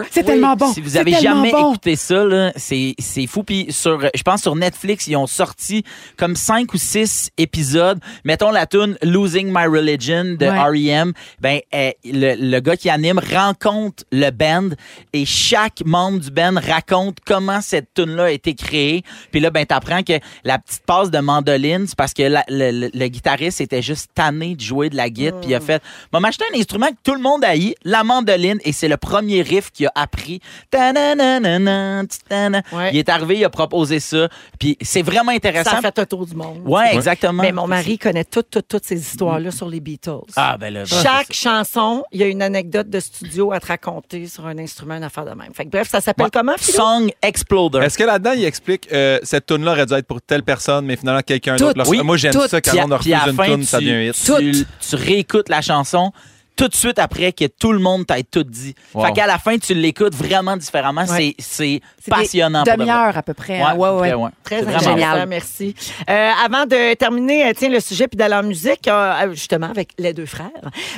Speaker 1: Oh, c'est tellement bon.
Speaker 3: Si vous
Speaker 1: C'est
Speaker 3: avez
Speaker 1: tellement
Speaker 3: jamais
Speaker 1: bon.
Speaker 3: écouté ça, là, c'est c'est fou. Puis sur, je pense sur Netflix, ils ont sorti comme cinq ou six épisodes. Mettons la tune Losing My Religion de
Speaker 1: Ouais.
Speaker 3: R.E.M. Ben euh, le, le gars qui anime rencontre le band et chaque membre du band raconte comment cette tune là a été créée. Puis là, ben t'apprends que la petite passe de mandoline, c'est parce que la- le, le- le guitariste était juste tanné de jouer de la guitare. Puis il
Speaker 2: Mm.
Speaker 3: a fait, m'a acheté un instrument que tout le monde haït, la mandoline, et c'est le premier riff qu'il a appris. Ta-na-na-na-na, ti-ta-na.
Speaker 2: Ouais.
Speaker 3: Il est arrivé, il a proposé ça. Puis c'est vraiment intéressant.
Speaker 2: Ça a fait un tour du monde.
Speaker 3: Ouais, exactement.
Speaker 2: Mais mon mari connaît toutes, toutes, toutes ces histoires-là sur les Beatles.
Speaker 3: Ah, ben là,
Speaker 2: Chaque chanson, il y a une anecdote de studio à te raconter sur un instrument, une affaire de même. Fait que bref, ça s'appelle
Speaker 3: Ouais.
Speaker 2: comment, Philo?
Speaker 3: Song Exploder.
Speaker 4: Est-ce que là-dedans, il explique euh, cette tune-là aurait dû être pour telle personne, mais finalement quelqu'un
Speaker 1: Toutes.
Speaker 4: d'autre. leur-
Speaker 1: Oui,
Speaker 4: Moi, j'aime
Speaker 1: toutes.
Speaker 4: ça quand
Speaker 3: Puis à-
Speaker 4: on
Speaker 3: puis à
Speaker 4: refuse
Speaker 3: la
Speaker 4: une
Speaker 3: fin,
Speaker 4: tune, ça
Speaker 3: tu-
Speaker 4: devient un hit.
Speaker 3: Tu, tu réécoutes la chanson tout de suite après que tout le monde t'ait tout dit.
Speaker 4: Wow.
Speaker 3: Fait qu'à la fin, tu l'écoutes vraiment différemment.
Speaker 2: Ouais.
Speaker 3: C'est, c'est
Speaker 1: C'est des
Speaker 3: passionnant. pour de vrai.
Speaker 1: Demi-heure à peu près.
Speaker 3: Ouais,
Speaker 1: hein. Ouais, ouais.
Speaker 3: ouais, ouais.
Speaker 2: euh, Très
Speaker 3: C'est vraiment
Speaker 2: intéressant,
Speaker 1: génial.
Speaker 2: merci. Euh, avant de terminer, euh, tiens, le sujet, puis d'aller en musique, euh, euh, justement, avec les deux frères.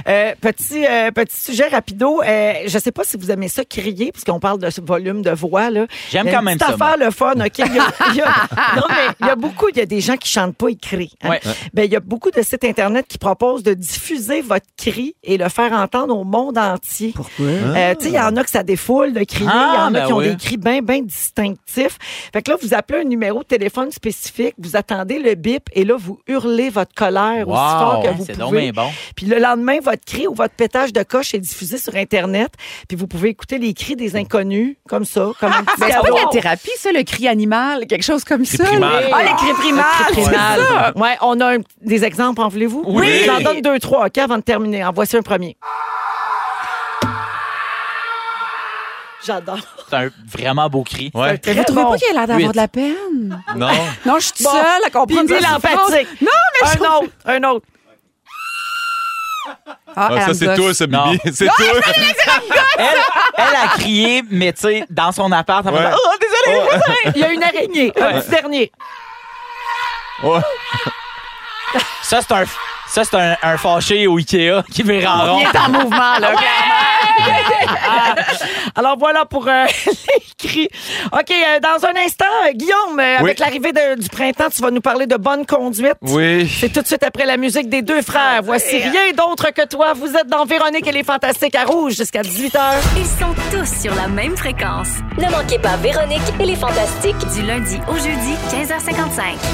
Speaker 2: Euh, petit, euh, petit sujet rapido. Euh, je sais pas si vous aimez ça, crier, puisqu'on parle de ce volume de voix. là.
Speaker 3: J'aime
Speaker 2: Il y a
Speaker 3: quand
Speaker 2: une
Speaker 3: même
Speaker 2: petite
Speaker 3: ça,
Speaker 2: affaire, le fun, OK? Il y a- il y a- non, mais il y a beaucoup, il y a des gens qui chantent pas, ils crient. hein.
Speaker 3: Ouais.
Speaker 2: Ben, il y a beaucoup de sites Internet qui proposent de diffuser votre cri et le faire entendre au monde entier. Pourquoi? Euh, tu sais, il y en a que ça défoule de crier. Il y
Speaker 3: Hein? Ah,
Speaker 2: en a
Speaker 3: ben
Speaker 2: qui ont
Speaker 3: oui.
Speaker 2: des cris bien, bien distinctifs. Fait que là, vous appelez un numéro de téléphone spécifique, vous attendez le bip et là, vous hurlez votre colère aussi fort que
Speaker 3: Wow, hein,
Speaker 2: vous
Speaker 3: c'est donc
Speaker 2: pouvez.
Speaker 3: bien bon.
Speaker 2: Puis le lendemain, votre cri ou votre pétage de coche est diffusé sur Internet. Puis vous pouvez écouter les cris des inconnus, comme ça, comme un petit
Speaker 1: Ben, c'est pas
Speaker 2: cadeau.
Speaker 1: de la thérapie, ça, le cri animal, quelque chose comme ça.
Speaker 4: primal.
Speaker 1: Ah, le cri primal.
Speaker 2: Primal. Ouais, on a un- des exemples, en voulez-vous?
Speaker 4: Oui.
Speaker 2: J'en donne deux, trois, OK, avant de terminer. En voici un premier. J'adore.
Speaker 3: C'est un vraiment beau cri.
Speaker 4: Ouais.
Speaker 2: Très
Speaker 1: Vous trouvez
Speaker 2: bon.
Speaker 1: pas qu'il a l'air d'avoir
Speaker 3: Huit.
Speaker 1: de la peine?
Speaker 4: Non.
Speaker 1: Non, je suis
Speaker 2: Bon.
Speaker 1: seule à comprendre
Speaker 2: Puis il est
Speaker 1: sa souffrance.
Speaker 2: empathique.
Speaker 1: Non, mais je
Speaker 2: Un autre, un autre.
Speaker 1: Ah,
Speaker 4: Ah, ça,
Speaker 1: Adam
Speaker 4: c'est
Speaker 1: Goss.
Speaker 4: toi, ça,
Speaker 3: Non.
Speaker 4: Bibi. C'est toi.
Speaker 3: Elle, elle a crié, mais tu sais, dans son appart, en
Speaker 4: Ouais.
Speaker 3: faisant, Oh, désolé!
Speaker 2: Il y a une araignée. Un petit dernier.
Speaker 4: Ouais. Oh.
Speaker 3: Ça, c'est un, ça, c'est un, un fâché au Ikea qui vire en rond.
Speaker 2: Il est en mouvement, là. Alors voilà pour euh, les cris. OK, euh, dans un instant, euh, Guillaume, euh,
Speaker 4: Oui.
Speaker 2: avec l'arrivée de- du printemps, tu vas nous parler de bonne conduite.
Speaker 4: Oui.
Speaker 2: C'est tout de suite après la musique des deux frères. Voici rien d'autre que toi. Vous êtes dans Véronique et les Fantastiques à Rouge jusqu'à 18h.
Speaker 6: Ils sont tous sur la même fréquence.
Speaker 7: Ne manquez pas Véronique et les Fantastiques.
Speaker 6: Du lundi au jeudi, 15h55.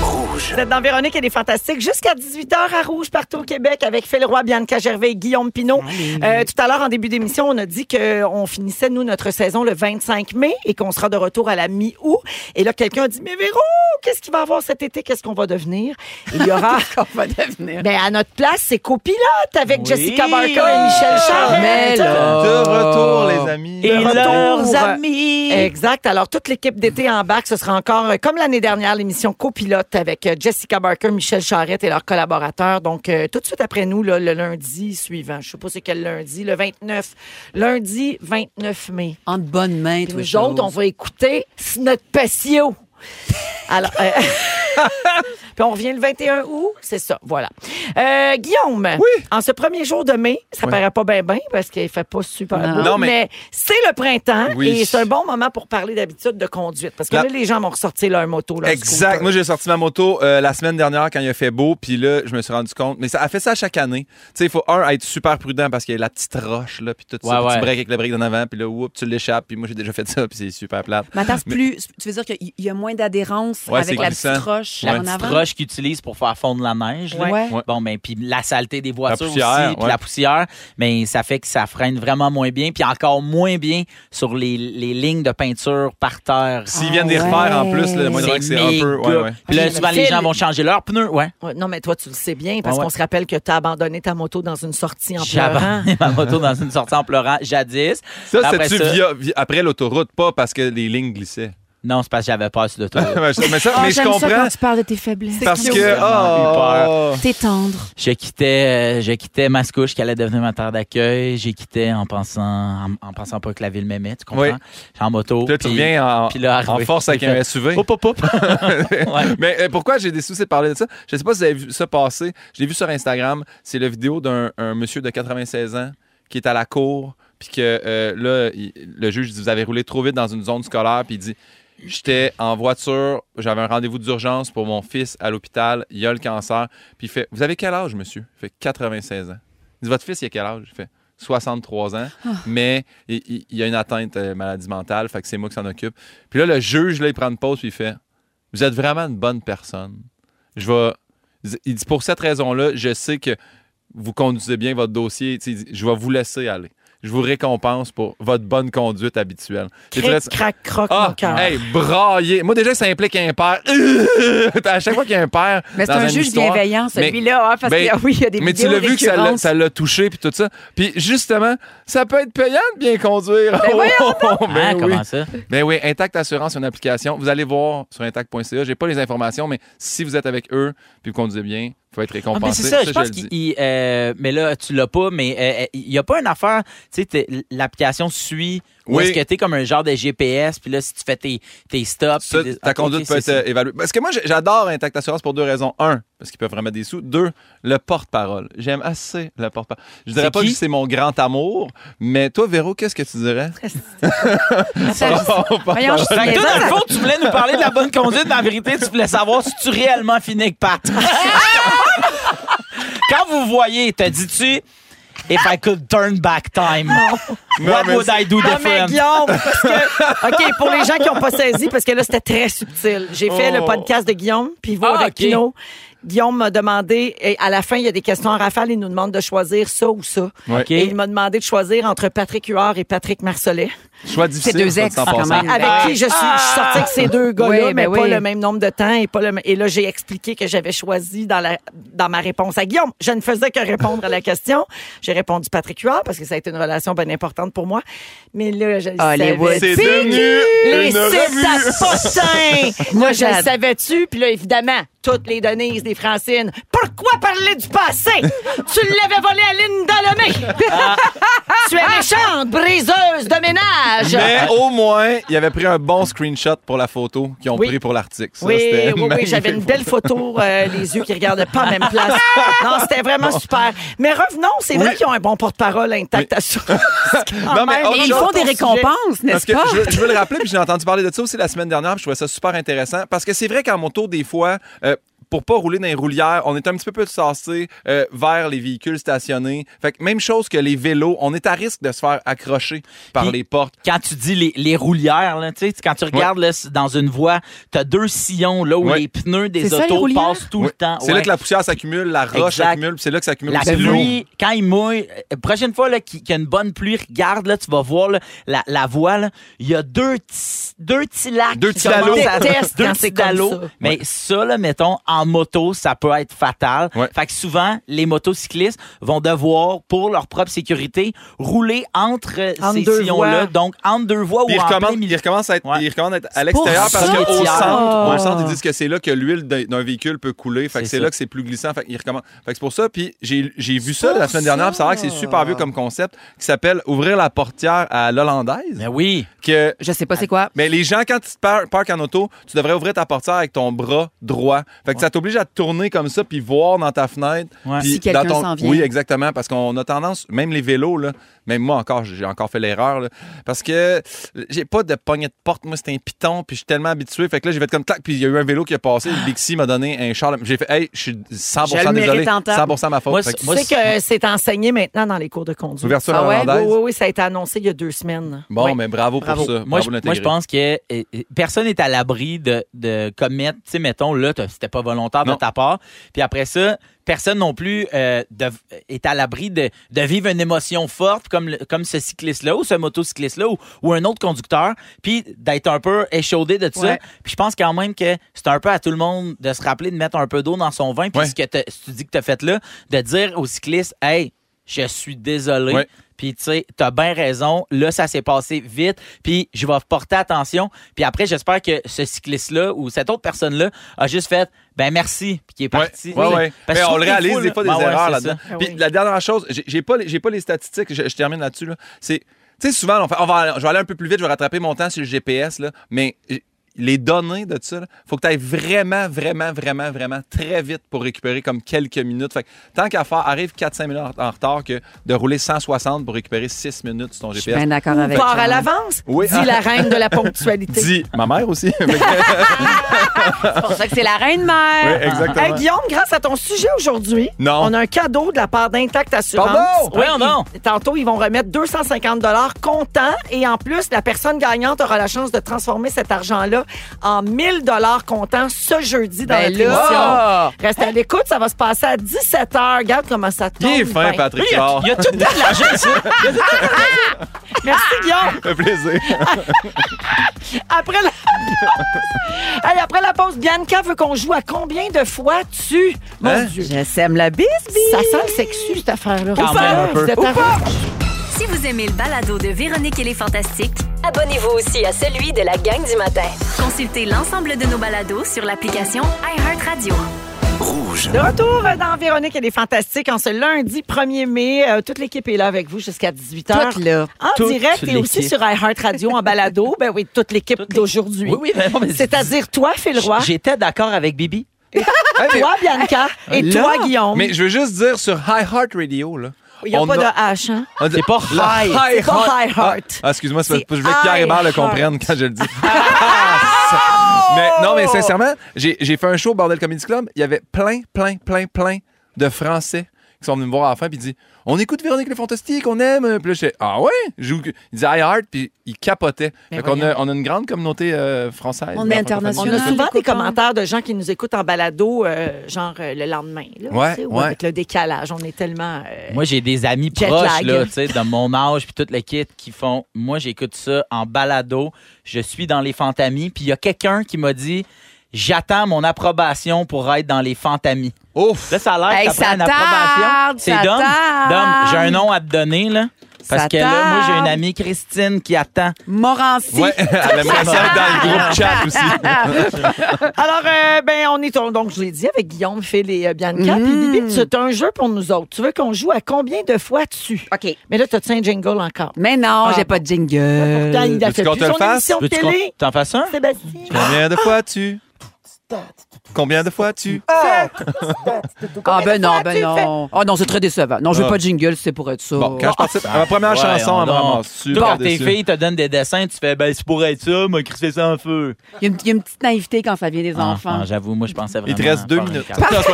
Speaker 2: Vous êtes dans Véronique et les Fantastiques jusqu'à 18h à Rouge partout au Québec avec Phil Roy, Bianca Gervais et Guillaume Pinot. Euh, tout à l'heure, en début d'émission, on a dit qu'on finissait, nous, notre saison le 25 mai et qu'on sera de retour à la mi-août. Et là, quelqu'un a dit, mais Véro, qu'est-ce qu'il va avoir cet été? Qu'est-ce qu'on va devenir? Il y aura...
Speaker 1: va devenir.
Speaker 2: Ben, à notre place, c'est copilote avec Jessica Barker et Michel Charette.
Speaker 1: Ah, Mais là.
Speaker 4: De retour, les amis.
Speaker 5: Et
Speaker 2: retour.
Speaker 5: leurs amis.
Speaker 2: Exact. Alors, toute l'équipe d'été embarque. Ce sera encore, euh, comme l'année dernière, l'émission copilote avec euh, Jessica Barker, Michel Charette et leurs collaborateurs. Donc, euh, tout de suite après nous, là, le lundi suivant. Je sais pas c'est quel lundi, le 29. Lundi 29 mai.
Speaker 1: En bonne main,
Speaker 2: Puis
Speaker 1: toi,
Speaker 2: nous autres, on
Speaker 1: chose.
Speaker 2: va écouter C'est notre patio. Alors, euh, puis on revient le 21 août, c'est ça, voilà. Euh, Guillaume, en ce premier jour de mai, ça paraît pas bien bien parce qu'il fait pas super
Speaker 1: Non.
Speaker 2: beau,
Speaker 4: Non,
Speaker 2: mais,
Speaker 4: mais-
Speaker 2: c'est le printemps
Speaker 4: Oui.
Speaker 2: et c'est un bon moment pour parler d'habitude de conduite parce que
Speaker 4: La-
Speaker 2: là, les gens vont ressortir leur moto. Leur
Speaker 4: Exact. Moi, j'ai sorti ma moto euh, la semaine dernière quand il a fait beau, puis là, je me suis rendu compte. Mais ça a fait ça chaque année. Tu sais, il faut, un, être super prudent parce qu'il y a la petite roche, là, puis tout
Speaker 5: Ouais,
Speaker 4: ça. puis
Speaker 5: ouais.
Speaker 4: tu breaks avec le break d'en avant, puis là, oups, tu l'échappes. Puis moi, j'ai déjà fait ça, puis c'est super plate.
Speaker 1: Mais attends, c'est
Speaker 4: Mais-
Speaker 1: plus. Tu veux dire qu'il y a moins d'adhérence
Speaker 4: Ouais, c'est
Speaker 1: avec la petite
Speaker 4: glissant.
Speaker 1: roche
Speaker 3: La
Speaker 1: en
Speaker 3: petite
Speaker 1: avant?
Speaker 3: roche qu'ils utilisent pour faire fondre la neige. là.
Speaker 2: Ouais.
Speaker 4: Ouais.
Speaker 3: Bon, ben, puis la saleté des voitures
Speaker 4: poussière,
Speaker 3: aussi, puis
Speaker 4: ouais.
Speaker 3: la poussière, mais ça fait que ça freine vraiment moins bien, puis encore moins bien sur les, les lignes de peinture par terre. Ah.
Speaker 4: S'ils viennent des repères en plus, là, le moindre que c'est un peu.
Speaker 3: méga.
Speaker 4: Ouais, ouais.
Speaker 3: Puis là,
Speaker 2: Puis
Speaker 3: souvent,
Speaker 2: le
Speaker 3: les
Speaker 2: fil-
Speaker 3: gens vont changer leurs pneus, ouais.
Speaker 2: Ouais, Non, mais toi, tu le sais bien parce
Speaker 3: Ah ouais.
Speaker 2: qu'on se rappelle que tu as abandonné ta moto dans une sortie en
Speaker 3: J'ai
Speaker 2: pleurant.
Speaker 3: abandonné ma moto dans une sortie en pleurant jadis.
Speaker 4: Ça,
Speaker 3: Après
Speaker 4: c'est-tu
Speaker 3: ça-
Speaker 4: via- via- après l'autoroute, pas parce que les lignes glissaient.
Speaker 3: Non, c'est parce que j'avais peur sur l'autoroute.
Speaker 4: mais ça, mais
Speaker 8: Ah,
Speaker 4: je
Speaker 8: j'aime ça
Speaker 4: comprends.
Speaker 8: quand tu parles de tes faiblesses.
Speaker 4: Parce
Speaker 3: cute.
Speaker 4: que.
Speaker 3: Vraiment
Speaker 4: Oh,
Speaker 8: T'es tendre.
Speaker 3: Je quittais, euh, je quittais Mascouche qui allait devenir ma terre d'accueil. J'ai quitté en pensant, en, en pensant pas que la ville m'aimait, tu comprends?
Speaker 4: Oui.
Speaker 3: J'étais en moto.
Speaker 4: Puis là, tu
Speaker 3: puis-
Speaker 4: reviens en,
Speaker 3: puis là,
Speaker 4: Ah, en
Speaker 3: arrivé,
Speaker 4: force avec
Speaker 3: j'ai fait,
Speaker 4: un SUV.
Speaker 3: Hop, hop, Ah, hop. Ouais.
Speaker 4: Mais euh, pourquoi j'ai des soucis de parler de ça? Je sais pas si vous avez vu ça passer. Je l'ai vu sur Instagram. C'est la vidéo d'un un monsieur de 96 ans qui est à la cour. Puis que euh, là, il- le juge dit Vous avez roulé trop vite dans une zone scolaire. Puis il dit J'étais en voiture, j'avais un rendez-vous d'urgence pour mon fils à l'hôpital. Il a le cancer. Puis il fait Vous avez quel âge, monsieur Il fait 96 ans. Il dit Votre fils, il a quel âge Il fait 63 ans, mais il, il- il a une atteinte euh, maladie mentale, fait que c'est moi qui s'en occupe. Puis là, le juge, là, il prend une pause, puis il fait vous êtes vraiment une bonne personne. Je vais. Il dit pour cette raison-là, je sais que vous conduisez bien votre dossier. Tu sais, il dit, Je vais vous laisser aller. Je vous récompense pour votre bonne conduite habituelle. J'ai trouvé
Speaker 2: Cric,
Speaker 4: ça-
Speaker 2: crac, croc, mon
Speaker 4: Ah,
Speaker 2: cœur.
Speaker 4: hey, brailler. Moi, déjà, ça implique un père. à chaque fois qu'il y a un père.
Speaker 1: Mais c'est
Speaker 4: dans
Speaker 1: un
Speaker 4: une
Speaker 1: juge
Speaker 4: histoire-
Speaker 1: bienveillant,
Speaker 4: Mais-
Speaker 1: celui-là, hein, parce
Speaker 4: mais-
Speaker 1: que ah oui, il y a des
Speaker 4: mais tu
Speaker 1: vidéos
Speaker 4: l'as vu que ça l'a-
Speaker 1: récurrentes.
Speaker 4: ça l'a touché, puis tout ça. Puis justement, ça peut être payant de bien conduire.
Speaker 3: Hein,
Speaker 4: Ben oui.
Speaker 3: comment ça?
Speaker 4: Ben oui, Intact Assurance, une application. Vous allez voir sur intact.ca. J'ai pas les informations, mais si vous êtes avec eux puis vous conduisez bien, vous pouvez être
Speaker 3: Ah,
Speaker 4: récompensé.
Speaker 3: mais c'est ça, je pense
Speaker 4: le dis.
Speaker 3: qu'il. euh, mais là, tu l'as pas, mais euh, euh, il n'y a pas une affaire. Tu sais, t'es- l'application suit. Ou
Speaker 4: Oui.
Speaker 3: est-ce que t'es comme un genre de GPS, puis là, si tu fais tes, tes stops.
Speaker 4: Ça,
Speaker 3: puis des-
Speaker 4: ta
Speaker 3: ok,
Speaker 4: conduite
Speaker 3: ok,
Speaker 4: peut être
Speaker 3: c'est ça.
Speaker 4: euh, évaluée. Parce que moi, j'ai- j'adore Intact Assurance pour deux raisons. Un, parce qu'ils peuvent remettre des sous. Deux, le porte-parole. J'aime assez le porte-parole. Je dirais
Speaker 3: C'est
Speaker 4: pas
Speaker 3: qui?
Speaker 4: que c'est mon grand amour, mais toi, Véro, qu'est-ce que tu dirais?
Speaker 1: Ah, Voyons, je suis
Speaker 3: Fait que
Speaker 1: niaiseuse.
Speaker 3: toi, dans le fond, tu voulais nous parler de la bonne conduite, mais en vérité, tu voulais savoir si tu réellement finis avec Pat. Quand vous voyez, te dis-tu, if I could turn back time, what
Speaker 4: mais-
Speaker 3: would I do
Speaker 2: Non, mais
Speaker 3: different?
Speaker 2: Guillaume, parce que, OK, pour les gens qui n'ont pas saisi, parce que là, c'était très subtil. J'ai fait
Speaker 4: Oh.
Speaker 2: le podcast de Guillaume, puis vous
Speaker 3: Ah,
Speaker 2: avec
Speaker 3: OK.
Speaker 2: Kino. Guillaume m'a demandé, et à la fin, il y a des questions en rafale, il nous demande de choisir ça ou ça.
Speaker 4: Ouais.
Speaker 3: OK.
Speaker 2: Et il m'a demandé de choisir entre Patrick Huard et Patrick Marcellet,
Speaker 4: Choix difficile.
Speaker 1: deux
Speaker 4: soit dit en
Speaker 1: ex, quand
Speaker 4: passant.
Speaker 1: même.
Speaker 2: avec qui je suis, je suis sortie avec ces deux gars-là,
Speaker 1: Oui,
Speaker 2: mais
Speaker 1: ben
Speaker 2: pas
Speaker 1: oui.
Speaker 2: le même nombre de temps et pas le m- Et là, j'ai expliqué que j'avais choisi dans, la, dans ma réponse à Guillaume. Je ne faisais que répondre à la question. J'ai répondu Patrick Huard parce que ça a été une relation bien importante pour moi. Mais là, je le
Speaker 1: Hollywood.
Speaker 2: savais.
Speaker 4: C'est
Speaker 1: Piggy!
Speaker 4: devenu
Speaker 2: Les
Speaker 4: une
Speaker 2: sites
Speaker 4: revue.
Speaker 2: à potins! Moi, je le
Speaker 1: j'ad-
Speaker 2: savais-tu? Puis là, évidemment, toutes les Denise, les Francines. Pourquoi parler du passé? tu l'avais volé à Linda Lemay! tu es méchante, briseuse de ménage!
Speaker 4: Mais
Speaker 3: euh,
Speaker 4: au moins, il avait pris un bon screenshot pour la photo qu'ils ont
Speaker 2: Oui.
Speaker 4: pris pour l'article. Ça,
Speaker 2: oui,
Speaker 4: c'était
Speaker 2: oui, oui,
Speaker 4: magnifique.
Speaker 2: j'avais une belle photo, euh, les yeux qui regardaient pas en même place. Non, c'était vraiment super. Mais revenons, c'est vrai
Speaker 4: Oui.
Speaker 2: qu'ils ont un bon porte-parole intact à ça.
Speaker 4: Non, mais autre
Speaker 1: Mais ils
Speaker 4: chose-
Speaker 1: font des récompenses,
Speaker 4: Parce
Speaker 1: n'est-ce
Speaker 4: que
Speaker 1: pas?
Speaker 4: je, veux- je veux le rappeler, puis j'ai entendu parler de ça aussi la semaine dernière, puis je trouvais ça super intéressant. Parce que c'est vrai qu'en moto, des fois, euh, pour pas rouler dans les roulières, on est un petit peu plus sassé euh, vers les véhicules stationnés. Fait que même chose que les vélos, on est à risque de se faire accrocher par
Speaker 3: Puis-
Speaker 4: les portes.
Speaker 3: Quand tu dis les, les roulières, là, tu sais, quand tu regardes là, c- dans une voie, tu as deux sillons là, où
Speaker 4: Ouais.
Speaker 3: les pneus des
Speaker 1: C'est ça, les
Speaker 3: autos
Speaker 1: roulières?
Speaker 3: passent tout
Speaker 4: Oui.
Speaker 3: le temps.
Speaker 4: C'est là
Speaker 3: Ouais.
Speaker 4: que la poussière s'accumule, la roche
Speaker 3: Exact.
Speaker 4: s'accumule, puis c'est là que ça accumule.
Speaker 3: La
Speaker 4: aussi le
Speaker 3: pluie, quand il mouille, euh, prochaine fois là, qu'il qu'il y a une bonne pluie, regarde, là, tu vas voir là, la, la voie. là, Il y a deux petits deux petits lacs.
Speaker 4: Deux
Speaker 3: qui
Speaker 4: petits dalots.
Speaker 3: commencent à-
Speaker 2: Déteste
Speaker 3: deux
Speaker 2: quand
Speaker 3: petits
Speaker 2: c'est comme
Speaker 3: dalots.
Speaker 2: ça.
Speaker 3: Mais ça, là, mettons, en moto, ça peut être fatal.
Speaker 4: Ouais.
Speaker 3: Fait que souvent, les motocyclistes vont devoir, pour leur propre sécurité, rouler entre, euh,
Speaker 2: Entre
Speaker 3: ces
Speaker 2: deux
Speaker 3: sillons-là.
Speaker 2: voies.
Speaker 3: Donc, entre deux voies
Speaker 4: Puis
Speaker 3: ou
Speaker 4: ils
Speaker 3: en plein
Speaker 4: recommandent,
Speaker 3: milieu.
Speaker 4: ils recommandent à être,
Speaker 3: Ouais.
Speaker 4: ils recommandent d'être à
Speaker 2: C'est
Speaker 4: l'extérieur
Speaker 2: pour
Speaker 4: parce
Speaker 2: ça
Speaker 4: qu'au
Speaker 2: qu'il y a-
Speaker 4: centre,
Speaker 2: Ah.
Speaker 4: au centre, ils disent que c'est là que l'huile d'un d'un véhicule peut couler. Fait que
Speaker 3: C'est
Speaker 4: c'est
Speaker 3: ça.
Speaker 4: là que c'est plus glissant. Fait qu'ils recommandent. Fait que c'est pour ça. Puis j'ai j'ai vu ça
Speaker 2: pour
Speaker 4: la semaine dernière. puis c'est vrai que
Speaker 2: ça.
Speaker 4: c'est super vieux comme concept qui s'appelle ouvrir la portière à l'hollandaise.
Speaker 3: Ben oui.
Speaker 4: Que
Speaker 1: Je sais pas c'est quoi.
Speaker 4: mais les gens, quand tu te par- parques en auto, tu devrais ouvrir ta portière avec ton bras droit. Fait que ça t'oblige à te tourner comme ça puis voir dans ta fenêtre.
Speaker 3: Ouais.
Speaker 4: puis
Speaker 1: Si quelqu'un
Speaker 4: dans ton-
Speaker 1: s'en vient.
Speaker 4: Oui, exactement. Parce qu'on a tendance, même les vélos, là, même moi encore, j'ai encore fait l'erreur. là, Parce que j'ai pas de poignée de porte. Moi, c'est un piton puis je suis tellement habitué. Fait que là, j'ai fait comme clac puis il y a eu un vélo qui est passé. Le Bixi m'a donné un char. J'ai fait, hey, je suis 100%
Speaker 2: Je le
Speaker 4: désolé.
Speaker 2: mérite en temps.
Speaker 4: 100% ma faute.
Speaker 3: Moi,
Speaker 4: Fait
Speaker 3: c'est-
Speaker 4: que
Speaker 2: Tu sais que c'est enseigné maintenant dans les cours de conduite.
Speaker 4: Ouverture
Speaker 2: ah ouais?
Speaker 4: hollandaise.
Speaker 2: Oui, oui, oui, ça a été annoncé il y a deux semaines.
Speaker 4: Bon,
Speaker 2: Oui.
Speaker 4: mais bravo,
Speaker 2: Bravo.
Speaker 4: pour ça. Bravo
Speaker 3: Moi, je,
Speaker 4: de
Speaker 3: moi, je
Speaker 4: l'intégrer.
Speaker 3: pense que euh, euh, personne n'est à l'abri de, de commettre, tu sais, mettons, là, t'as- c'était pas volontaire de
Speaker 4: Non.
Speaker 3: ta part. Puis après ça, personne non plus euh, de- est à l'abri de, de vivre une émotion forte comme, le- comme ce cycliste-là ou ce motocycliste-là ou, ou un autre conducteur, puis d'être un peu échaudé de tout ça.
Speaker 2: Ouais.
Speaker 3: Puis je pense quand même que c'est un peu à tout le monde de se rappeler de mettre un peu d'eau dans son vin. Puis
Speaker 4: Ouais.
Speaker 3: ce que t'as- ce que tu dis que tu as fait là, de dire au cycliste, hey, je suis désolé.
Speaker 4: Ouais.
Speaker 3: Puis, tu sais, t'as bien raison. Là, ça s'est passé vite. Puis, je vais porter attention. Puis après, j'espère que ce cycliste-là ou cette autre personne-là a juste fait, ben merci, puis qui est
Speaker 4: Ouais,
Speaker 3: parti.
Speaker 4: ouais,
Speaker 3: Oui.
Speaker 4: ouais. Mais
Speaker 3: Parce que je
Speaker 4: on
Speaker 3: trouve
Speaker 4: le
Speaker 3: qu'il
Speaker 4: réalise
Speaker 3: faut,
Speaker 4: des fois des
Speaker 3: ben ouais,
Speaker 4: erreurs
Speaker 3: c'est
Speaker 4: là-dedans.
Speaker 3: ça.
Speaker 2: Ah
Speaker 4: Puis
Speaker 2: oui.
Speaker 4: la dernière chose, j'ai j'ai pas, les- j'ai pas les statistiques, je, je termine là-dessus. Là. C'est, tu sais, souvent, on fait, on va, aller- je vais aller un peu plus vite, je vais rattraper mon temps sur le GPS, là, mais j- les données de ça, là, faut que tu ailles vraiment, vraiment, vraiment, vraiment très vite pour récupérer comme quelques minutes. Fait que, tant qu'à faire, arrive 4-5 minutes en, en retard que de rouler 160 pour récupérer 6 minutes sur ton
Speaker 1: Je suis
Speaker 4: GPS.
Speaker 1: bien Ben, d'accord
Speaker 2: Ou
Speaker 1: avec
Speaker 2: part
Speaker 1: toi.
Speaker 2: à l'avance,
Speaker 4: Oui.
Speaker 2: dit la reine de la ponctualité.
Speaker 4: Dis, ma mère aussi. Fait que-
Speaker 1: C'est pour ça que c'est la reine
Speaker 4: Oui,
Speaker 1: mère.
Speaker 2: Hey,
Speaker 4: exactement.
Speaker 2: Ah, Guillaume, grâce à ton sujet aujourd'hui,
Speaker 4: Non.
Speaker 2: on a un cadeau de la part d'Intact Assurance.
Speaker 4: Pardon?
Speaker 2: Ouais,
Speaker 3: Voyons donc.
Speaker 2: ils- Tantôt, ils vont remettre 250 comptant et en plus, la personne gagnante aura la chance de transformer cet argent-là en 1000 comptant ce jeudi dans
Speaker 1: Ben
Speaker 2: notre
Speaker 4: Ah!
Speaker 1: là.
Speaker 2: émission. Reste à l'écoute, ça va se passer à 17h. Regarde comment ça tombe.
Speaker 4: Il est fin,
Speaker 2: bien.
Speaker 4: Patrick
Speaker 3: Il y a-
Speaker 4: Huard.
Speaker 3: il y a tout le temps de l'argent ici.
Speaker 2: Merci, Guillaume.
Speaker 4: Un plaisir.
Speaker 2: Après la pause, Hey, après la pause Bianca veut qu'on joue à combien de fois tu... Mon
Speaker 4: Hein?
Speaker 2: Dieu.
Speaker 1: Je sème la bisbille.
Speaker 2: Ça sent le sexu, cette affaire-là.
Speaker 3: Quand même un peu.
Speaker 2: Vous êtes à rouge.
Speaker 6: Si vous aimez le balado de Véronique et les Fantastiques,
Speaker 7: Abonnez-vous aussi à celui de la gang du matin.
Speaker 6: consultez l'ensemble de nos balados sur l'application iHeartRadio.
Speaker 2: De retour dans Véronique, elle est fantastique. En ce lundi 1er mai, euh, toute l'équipe est là avec vous jusqu'à 18h.
Speaker 1: Toute là.
Speaker 2: En
Speaker 3: Toute
Speaker 2: direct et
Speaker 3: l'équipe.
Speaker 2: aussi sur iHeartRadio en balado. Ben oui, toute l'équipe d'aujourd'hui.
Speaker 3: Oui, oui, ben non, mais
Speaker 2: C'est-à-dire toi, Phil Roy,
Speaker 3: J'étais d'accord avec Bibi.
Speaker 4: Hey,
Speaker 2: Ah, toi, Bianca, et
Speaker 1: Là.
Speaker 2: toi, Guillaume.
Speaker 4: mais je veux juste dire sur iHeartRadio, là.
Speaker 2: Il n'y a
Speaker 4: on
Speaker 2: pas
Speaker 4: a-
Speaker 2: de H, hein?
Speaker 4: On dit-
Speaker 3: C'est pas
Speaker 4: Le
Speaker 3: high.
Speaker 2: C'est pas
Speaker 4: heart.
Speaker 2: high heart.
Speaker 4: Ah, excuse-moi, c'est
Speaker 2: C'est
Speaker 4: parce que je veux que Pierre
Speaker 2: high
Speaker 4: Hébert le
Speaker 2: heart.
Speaker 4: comprenne quand je le dis. Ah, ça- mais non, mais sincèrement, j'ai j'ai fait un show au Bordel Comedy Club. Il y avait plein, plein, plein, plein de Français qui sont venus me voir à la fin puis dit on écoute Véronique le Fantastique on aime puis là j'étais ah ouais Je vous- ils disaient I heart puis ils capotaient fait qu'on a, on a une grande communauté euh, française
Speaker 1: On est
Speaker 4: Dans la
Speaker 1: international.
Speaker 4: francophonie.
Speaker 2: On a
Speaker 3: ah,
Speaker 1: National
Speaker 2: souvent
Speaker 1: des
Speaker 2: des
Speaker 1: copains.
Speaker 2: commentaires de gens qui nous écoutent en balado, euh, genre euh, le lendemain. Là,
Speaker 4: Ouais,
Speaker 2: tu sais, ou
Speaker 4: ouais.
Speaker 2: Avec le décalage, on est tellement... euh,
Speaker 3: Moi, j'ai des amis
Speaker 2: Jet
Speaker 3: proches
Speaker 2: lag.
Speaker 3: là, tu sais, de mon âge puis tout le kit qui font. Moi, j'écoute ça en balado. Je suis dans les fantamis. Puis il y a quelqu'un qui m'a dit. J'attends mon approbation pour être dans les fantamis.
Speaker 4: ouf
Speaker 3: Là, ça a l'air
Speaker 1: Hey,
Speaker 3: que ça
Speaker 1: ça
Speaker 3: prend une approbation.
Speaker 1: tarde,
Speaker 3: C'est
Speaker 1: ça
Speaker 3: Dom.
Speaker 1: tarde.
Speaker 3: Dom, j'ai un nom à te donner, là. Parce
Speaker 1: Ça
Speaker 3: que là, moi, j'ai
Speaker 1: tarde.
Speaker 3: une amie, Christine, qui attend.
Speaker 1: Morancy.
Speaker 4: ouais elle aimerait ça être dans le groupe chat aussi
Speaker 2: Alors, euh, ben, on est au- donc, je l'ai dit, avec Guillaume, Phil et euh, Bianca.
Speaker 1: Mm.
Speaker 2: Puis, Bibi, c'est un jeu pour nous autres. Tu veux qu'on joue à combien de fois tu?
Speaker 1: OK.
Speaker 2: Mais là, t'as-tu un jingle encore?
Speaker 1: Mais non,
Speaker 2: Ah,
Speaker 1: j'ai
Speaker 2: bon.
Speaker 1: pas de jingle.
Speaker 2: Pourtant, il a
Speaker 4: Euh, veux-tu
Speaker 2: fait
Speaker 4: qu'on
Speaker 2: plus
Speaker 4: te le
Speaker 2: son
Speaker 4: fasse?
Speaker 2: émission de
Speaker 3: Veux-tu qu'on
Speaker 2: télé.
Speaker 3: t'en fasses un?
Speaker 2: Sébastien.
Speaker 4: combien de fois tu combien de fois tu
Speaker 2: Fais
Speaker 1: Ah ben non, ben non. Ah non, c'est très décevant. Non, je veux pas de jingle, c'est pour être ça.
Speaker 4: Bon, quand je participe à ma première
Speaker 3: Ouais,
Speaker 4: chanson,
Speaker 3: on
Speaker 4: elle me
Speaker 3: donc.
Speaker 4: ramasse super
Speaker 3: Toi, quand tes
Speaker 4: déçu.
Speaker 3: filles te donnent des dessins, tu fais, ben, c'est pour être ça, moi, crissé ça en feu.
Speaker 1: Il y, a une, il y a une petite naïveté quand ça vient des
Speaker 3: Ah,
Speaker 1: enfants.
Speaker 3: ah, J'avoue, moi, je pensais vraiment.
Speaker 4: Il te reste deux
Speaker 3: faire une
Speaker 4: minutes.
Speaker 3: carte.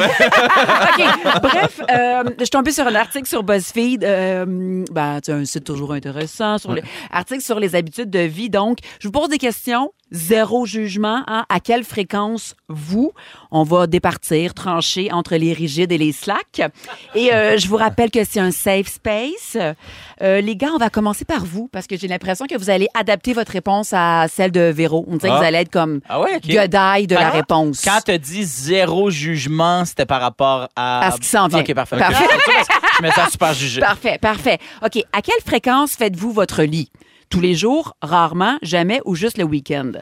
Speaker 1: OK. Bref, euh, je suis tombée sur un article sur BuzzFeed. Euh, ben, tu sais, un site toujours intéressant. Sur les... Article sur les habitudes de vie. Donc, je vous pose des questions. Zéro jugement. hein. À quelle fréquence, vous, on va départir, trancher entre les rigides et les slacks. Et euh, je vous rappelle que c'est un safe space. Euh, les gars, on va commencer par vous parce que j'ai l'impression que vous allez adapter votre réponse à celle de Véro. On dirait que
Speaker 3: Ah.
Speaker 1: vous allez être comme
Speaker 3: Ah ouais, ok.
Speaker 1: godaille de la
Speaker 3: Ah.
Speaker 1: réponse.
Speaker 3: Quand tu dit zéro jugement, c'était par rapport à.
Speaker 1: À ce qui s'en vient.
Speaker 3: Ok, parfait.
Speaker 1: Parfait.
Speaker 3: je me sens super jugé.
Speaker 1: Parfait, parfait. OK. À quelle fréquence faites-vous votre lit? Tous les jours, rarement, jamais ou juste le week-end?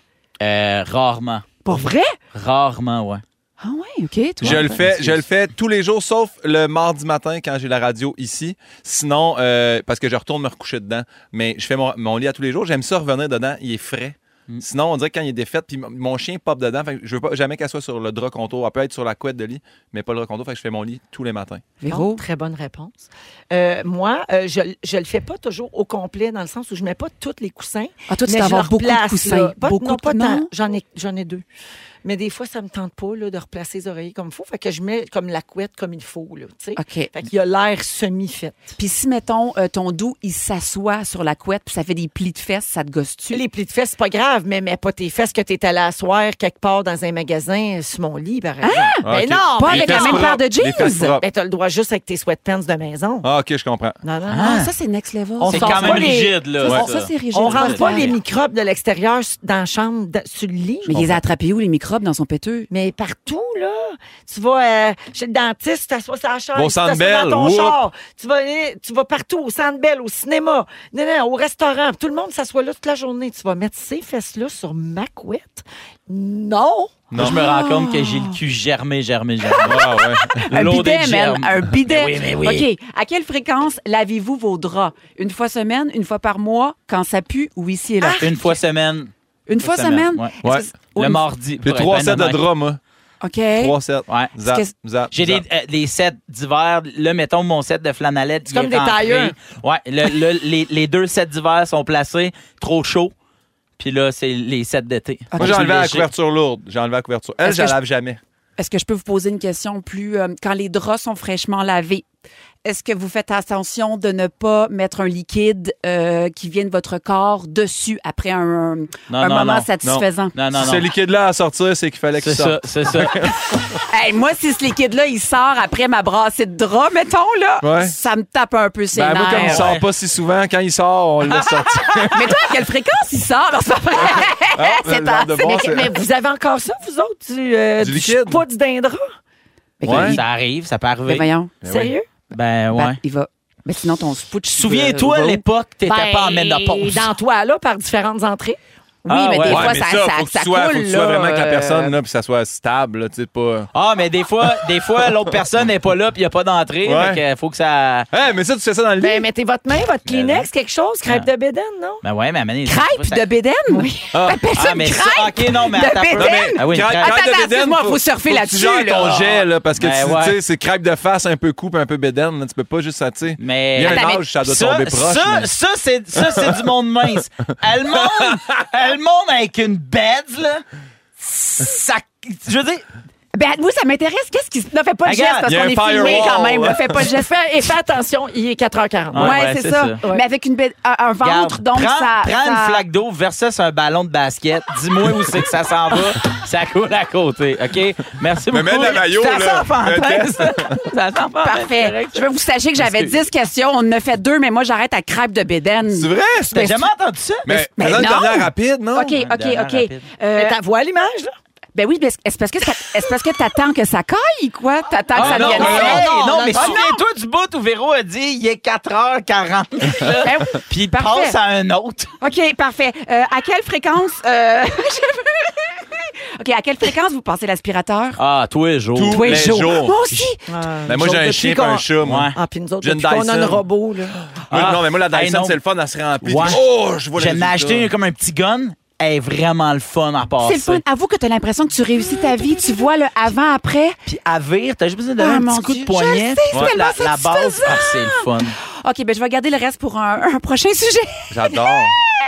Speaker 3: Euh, rarement.
Speaker 1: Pour vrai?
Speaker 3: Rarement, ouais.
Speaker 1: Ah ouais, OK. Toi?
Speaker 4: Je le fais, je le fais tous les jours, sauf le mardi matin quand j'ai la radio ici. Sinon, euh, parce que je retourne me recoucher dedans. Mais je fais mon, mon lit à tous les jours. J'aime ça revenir dedans. Il est frais. Sinon, on dirait que quand il est défait, puis m- mon chien pop dedans. Fait que je veux pas jamais qu'elle soit sur le drap contour. Elle peut être sur la couette de lit, mais pas le drap contour. Fait que je fais mon lit tous les matins.
Speaker 1: Véro?
Speaker 2: Très bonne réponse. Euh, moi, euh, je ne le fais pas toujours au complet, dans le sens où je mets pas tous les coussins.
Speaker 1: Ah, toi, tu
Speaker 2: mais je
Speaker 1: t'en vas
Speaker 2: le
Speaker 1: beaucoup de
Speaker 2: replace,
Speaker 1: coussins.
Speaker 2: là. Pas,
Speaker 1: beaucoup
Speaker 2: non, pas
Speaker 1: de...
Speaker 2: tant. J'en ai, j'en ai deux. Mais des fois, ça me tente pas là, de replacer les oreillers comme il faut. Fait que je mets comme la couette comme il faut. Là, tu sais.
Speaker 1: OK.
Speaker 2: Fait qu'il y a l'air semi-fait.
Speaker 1: Puis si, mettons, euh, ton dos, il s'assoit sur la couette puis ça fait des plis de fesses, ça te gosse-tu?
Speaker 2: Les plis de fesses, c'est pas grave, mais mets pas tes fesses que t'es allé asseoir quelque part dans un magasin euh, sur mon lit, par exemple.
Speaker 4: Ah,
Speaker 2: Mais
Speaker 4: ok.
Speaker 2: non,
Speaker 1: Pas
Speaker 2: mais
Speaker 1: avec
Speaker 4: Les
Speaker 1: la
Speaker 2: non.
Speaker 4: fesses
Speaker 1: même paire de
Speaker 4: propres, les fesses
Speaker 1: jeans?
Speaker 4: propres.
Speaker 2: Ben, t'as le droit juste avec tes sweatpants de maison.
Speaker 4: Ah, OK, je comprends.
Speaker 2: Non, non, non.
Speaker 1: Ah, ça, c'est next level.
Speaker 2: On
Speaker 3: C'est
Speaker 2: sort
Speaker 3: quand même
Speaker 2: pas les-
Speaker 3: rigide, là.
Speaker 1: Ça,
Speaker 3: ouais,
Speaker 1: ça,
Speaker 3: ça.
Speaker 1: c'est rigide.
Speaker 2: On
Speaker 1: je
Speaker 2: rentre
Speaker 1: pense.
Speaker 2: pas les microbes de l'extérieur s- dans la chambre, dans- sur le lit.
Speaker 1: Mais il les a attrapés où, les microbes, dans son péteux?
Speaker 2: Mais partout, là. Tu vas euh, chez le dentiste, tu t'assois sur la chaise,
Speaker 4: Bon,
Speaker 2: tu t'assois
Speaker 4: Sandbell,
Speaker 2: dans ton
Speaker 4: whoop.
Speaker 2: char. Tu vas, aller- tu vas partout, au centre Bell, au cinéma, non, non, au restaurant. Tout le monde s'assoit là toute la journée. Tu vas mettre ces fesses-là sur ma couette. Non!
Speaker 3: Moi, je me rends compte que j'ai le cul germé, germé, germé.
Speaker 4: Ah, ouais.
Speaker 1: Un
Speaker 3: Lourd
Speaker 1: bidet,
Speaker 3: et
Speaker 1: man.
Speaker 3: germe.
Speaker 1: Un bidet.
Speaker 3: Ah, Mais oui, mais oui.
Speaker 1: OK. À quelle fréquence lavez-vous vos draps? Une fois semaine, une fois par mois, quand ça pue ou ici et là?
Speaker 3: Une fois semaine.
Speaker 1: une fois semaine?
Speaker 3: ouais.
Speaker 1: Est-ce que
Speaker 4: Ouais.
Speaker 1: c'est-
Speaker 3: Le
Speaker 1: une-
Speaker 3: mardi.
Speaker 4: J'ai
Speaker 3: pour être
Speaker 4: trois
Speaker 3: bien
Speaker 4: sets de
Speaker 3: honnête.
Speaker 4: draps, moi.
Speaker 1: OK.
Speaker 4: Trois sets.
Speaker 3: Ouais.
Speaker 4: Zap,
Speaker 1: Est-ce
Speaker 4: zap,
Speaker 3: J'ai des,
Speaker 4: zap.
Speaker 3: euh, des sets d'hiver. Là, mettons mon set de flanellette.
Speaker 2: C'est comme des tailleurs.
Speaker 3: Ouais. le- le- les, les deux sets d'hiver sont placés trop chaud. Puis là, c'est les sets d'été.
Speaker 4: Moi, j'ai enlevé la couverture lourde. J'ai enlevé la couverture. Elle,
Speaker 1: Est-ce
Speaker 4: je
Speaker 1: que
Speaker 4: la
Speaker 1: je-
Speaker 4: lave jamais.
Speaker 1: Est-ce que je peux vous poser une question plus... euh, quand les draps sont fraîchement lavés, est-ce que vous faites attention de ne pas mettre un liquide euh, qui vient de votre corps dessus après un,
Speaker 3: Non,
Speaker 1: un
Speaker 3: non,
Speaker 1: moment
Speaker 3: non.
Speaker 1: satisfaisant?
Speaker 3: Non, Ah, non,
Speaker 4: Si ce
Speaker 3: non.
Speaker 4: liquide-là à sortir, c'est qu'il fallait que
Speaker 3: C'est ça, c'est ça.
Speaker 1: Hey, moi, si ce liquide-là, il sort après ma brassée de draps, mettons, là,
Speaker 4: Ouais.
Speaker 1: ça me tape un peu ses
Speaker 4: Ben, moi, comme il
Speaker 1: nerfs.
Speaker 4: sort pas si souvent, quand il sort, on le laisse sortir.
Speaker 1: Mais toi, à quelle fréquence il sort? Non, c'est pas vrai.
Speaker 4: Ah,
Speaker 1: C'est
Speaker 4: le
Speaker 1: pas-
Speaker 4: genre de bon,
Speaker 2: mais,
Speaker 4: c'est-
Speaker 2: mais vous avez encore ça, vous autres, du, euh,
Speaker 4: Du
Speaker 2: du
Speaker 4: liquide?
Speaker 2: pas du dindra?
Speaker 4: Ouais.
Speaker 3: Ça arrive, ça peut
Speaker 1: Mais
Speaker 3: arriver.
Speaker 1: Ben, voyons,
Speaker 2: Sérieux?
Speaker 3: Ben
Speaker 1: Pat,
Speaker 3: ouais.
Speaker 1: il va. Mais sinon, ton spouch.
Speaker 3: Souviens-toi,
Speaker 1: euh,
Speaker 3: à l'époque, t'étais pas en ménopause.
Speaker 2: ben, Dans toi, là, par différentes entrées.
Speaker 1: Oui, mais
Speaker 3: Ah,
Speaker 1: des
Speaker 3: ouais.
Speaker 1: fois,
Speaker 4: mais
Speaker 1: ça,
Speaker 4: ça,
Speaker 1: ça,
Speaker 4: faut que
Speaker 1: ça
Speaker 4: tu sois,
Speaker 1: coule.
Speaker 4: faut que tu sois
Speaker 1: là,
Speaker 4: vraiment avec la
Speaker 1: euh,
Speaker 4: personne, là, puis ça soit stable, là, tu sais, pas.
Speaker 3: Ah, mais des fois, des fois, l'autre personne n'est pas là, puis il n'y a pas d'entrée.
Speaker 4: Ouais.
Speaker 3: Fait que faut que ça.
Speaker 4: Hé, mais ça, tu fais ça dans le lit.
Speaker 2: Ben, mettez votre main, votre Kleenex, quelque chose, crêpe de bédaine, non?
Speaker 3: Ben ouais, mais amenez.
Speaker 1: Crêpe de Béden? Oui.
Speaker 3: Ah,
Speaker 1: Ben, personne
Speaker 3: mais ça-
Speaker 1: craque
Speaker 3: ok, non, mais
Speaker 1: de
Speaker 3: attends un peu.
Speaker 1: bédaine?
Speaker 3: Non, mais- Ah oui, une
Speaker 4: craque-
Speaker 3: craque.
Speaker 4: craque
Speaker 1: Attends,
Speaker 4: de
Speaker 1: attends,
Speaker 4: bédaine,
Speaker 1: excuse-moi, faut surfer
Speaker 4: que
Speaker 1: là-dessus,
Speaker 4: Tu gères ton
Speaker 1: là.
Speaker 4: jet, là, parce que
Speaker 3: Ben
Speaker 4: tu
Speaker 3: ouais.
Speaker 4: tu sais, c'est crêpe de face, un peu coupe, un peu bédaine, là, tu peux pas juste ça, tu sais.
Speaker 3: Mais.
Speaker 4: Il y a
Speaker 3: Attends,
Speaker 4: un
Speaker 3: mais
Speaker 4: âge, ça doit
Speaker 3: ça,
Speaker 4: tomber proche.
Speaker 3: Ça,
Speaker 4: mais-
Speaker 3: ça, c'est, ça, c'est du monde mince. Elle monte, elle monte avec une beds, là. Ça, je veux dire,
Speaker 1: Ben, moi, ça m'intéresse. Qu'est-ce qui. se- Non, fais pas de
Speaker 3: Regarde,
Speaker 1: geste parce
Speaker 4: il y a
Speaker 1: qu'on
Speaker 4: un
Speaker 1: est filmé
Speaker 4: firewall,
Speaker 1: quand même.
Speaker 4: là.
Speaker 1: là. Fais pas de
Speaker 2: Je
Speaker 1: geste.
Speaker 2: fais, et fais attention, il est 4h40.
Speaker 1: Ouais,
Speaker 3: Ouais, ouais,
Speaker 1: c'est
Speaker 3: c'est
Speaker 1: ça.
Speaker 3: ça.
Speaker 1: Mais avec une bé- un, un
Speaker 3: regarde,
Speaker 1: ventre, donc
Speaker 3: prends,
Speaker 1: ça.
Speaker 3: prends
Speaker 1: ça-
Speaker 3: une flaque d'eau versus un ballon de basket. Dis-moi où c'est que ça s'en va. Ça coule à côté, OK? Merci
Speaker 4: Mais
Speaker 3: beaucoup.
Speaker 4: mets de la maillot,
Speaker 3: ça
Speaker 4: là.
Speaker 3: s'en fantaise. ça s'en fantaise.
Speaker 1: Parfait. Je veux que vous sachiez que j'avais 10 questions. On en a fait deux, mais moi, j'arrête à crêpe de Béden.
Speaker 4: C'est vrai?
Speaker 3: T'as jamais entendu ça?
Speaker 4: Mais,
Speaker 1: Ben, Mais
Speaker 4: mais une
Speaker 1: non.
Speaker 4: dernière rapide, non?
Speaker 1: OK, OK,
Speaker 3: dernière
Speaker 1: OK.
Speaker 3: rapide.
Speaker 1: Euh,
Speaker 2: Mais ta voix à l'image, là?
Speaker 1: Ben oui, mais est-ce parce que ça- est-ce parce que t'attends que ça caille, quoi? T'attends que ça
Speaker 3: Ah, non, non,
Speaker 1: devienne
Speaker 3: non,
Speaker 1: sec?
Speaker 3: non,
Speaker 2: non,
Speaker 3: mais
Speaker 1: Ah,
Speaker 2: non.
Speaker 3: souviens-toi du bout où Véro a dit il est 4h40. là.
Speaker 1: Ben oui.
Speaker 3: Puis il
Speaker 1: Parfait.
Speaker 3: passe à un autre.
Speaker 1: OK, parfait. Euh, à quelle fréquence... euh, je- OK, à quelle fréquence vous passez l'aspirateur?
Speaker 3: Ah, tous les jours.
Speaker 4: Tous
Speaker 1: Tous les
Speaker 4: les
Speaker 1: jours. Moi
Speaker 4: jours.
Speaker 1: aussi!
Speaker 4: Ben, moi, j'ai un
Speaker 2: Depuis
Speaker 4: chien,
Speaker 2: qu'on-
Speaker 4: pas un chat, moi.
Speaker 3: Ouais.
Speaker 2: Ah, puis nous autres,
Speaker 4: J'ai une
Speaker 2: depuis qu'on a un
Speaker 4: Dyson.
Speaker 2: robot, là.
Speaker 4: Moi,
Speaker 3: Ah.
Speaker 4: Non, mais moi, la
Speaker 3: Hey,
Speaker 4: Dyson,
Speaker 3: non.
Speaker 4: c'est le fun, elle se remplit.
Speaker 3: Ouais.
Speaker 4: Oh, je vois le
Speaker 3: J'en ai
Speaker 4: résultat.
Speaker 3: acheté comme un petit gun. est vraiment le fun à passer.
Speaker 1: C'est le fun. Avoue que t'as l'impression que tu réussis ta vie. Tu vois le avant-après.
Speaker 3: Puis à vire, t'as juste besoin de donner
Speaker 1: Ah,
Speaker 3: un
Speaker 1: mon
Speaker 3: petit coup
Speaker 1: Dieu.
Speaker 3: de poignet.
Speaker 1: Je sais, c'est
Speaker 3: Ouais.
Speaker 1: tellement
Speaker 3: la, la base,
Speaker 1: satisfaisant.
Speaker 3: ah, c'est le fun.
Speaker 1: OK, ben je vais garder le reste pour un, un prochain sujet.
Speaker 4: J'adore.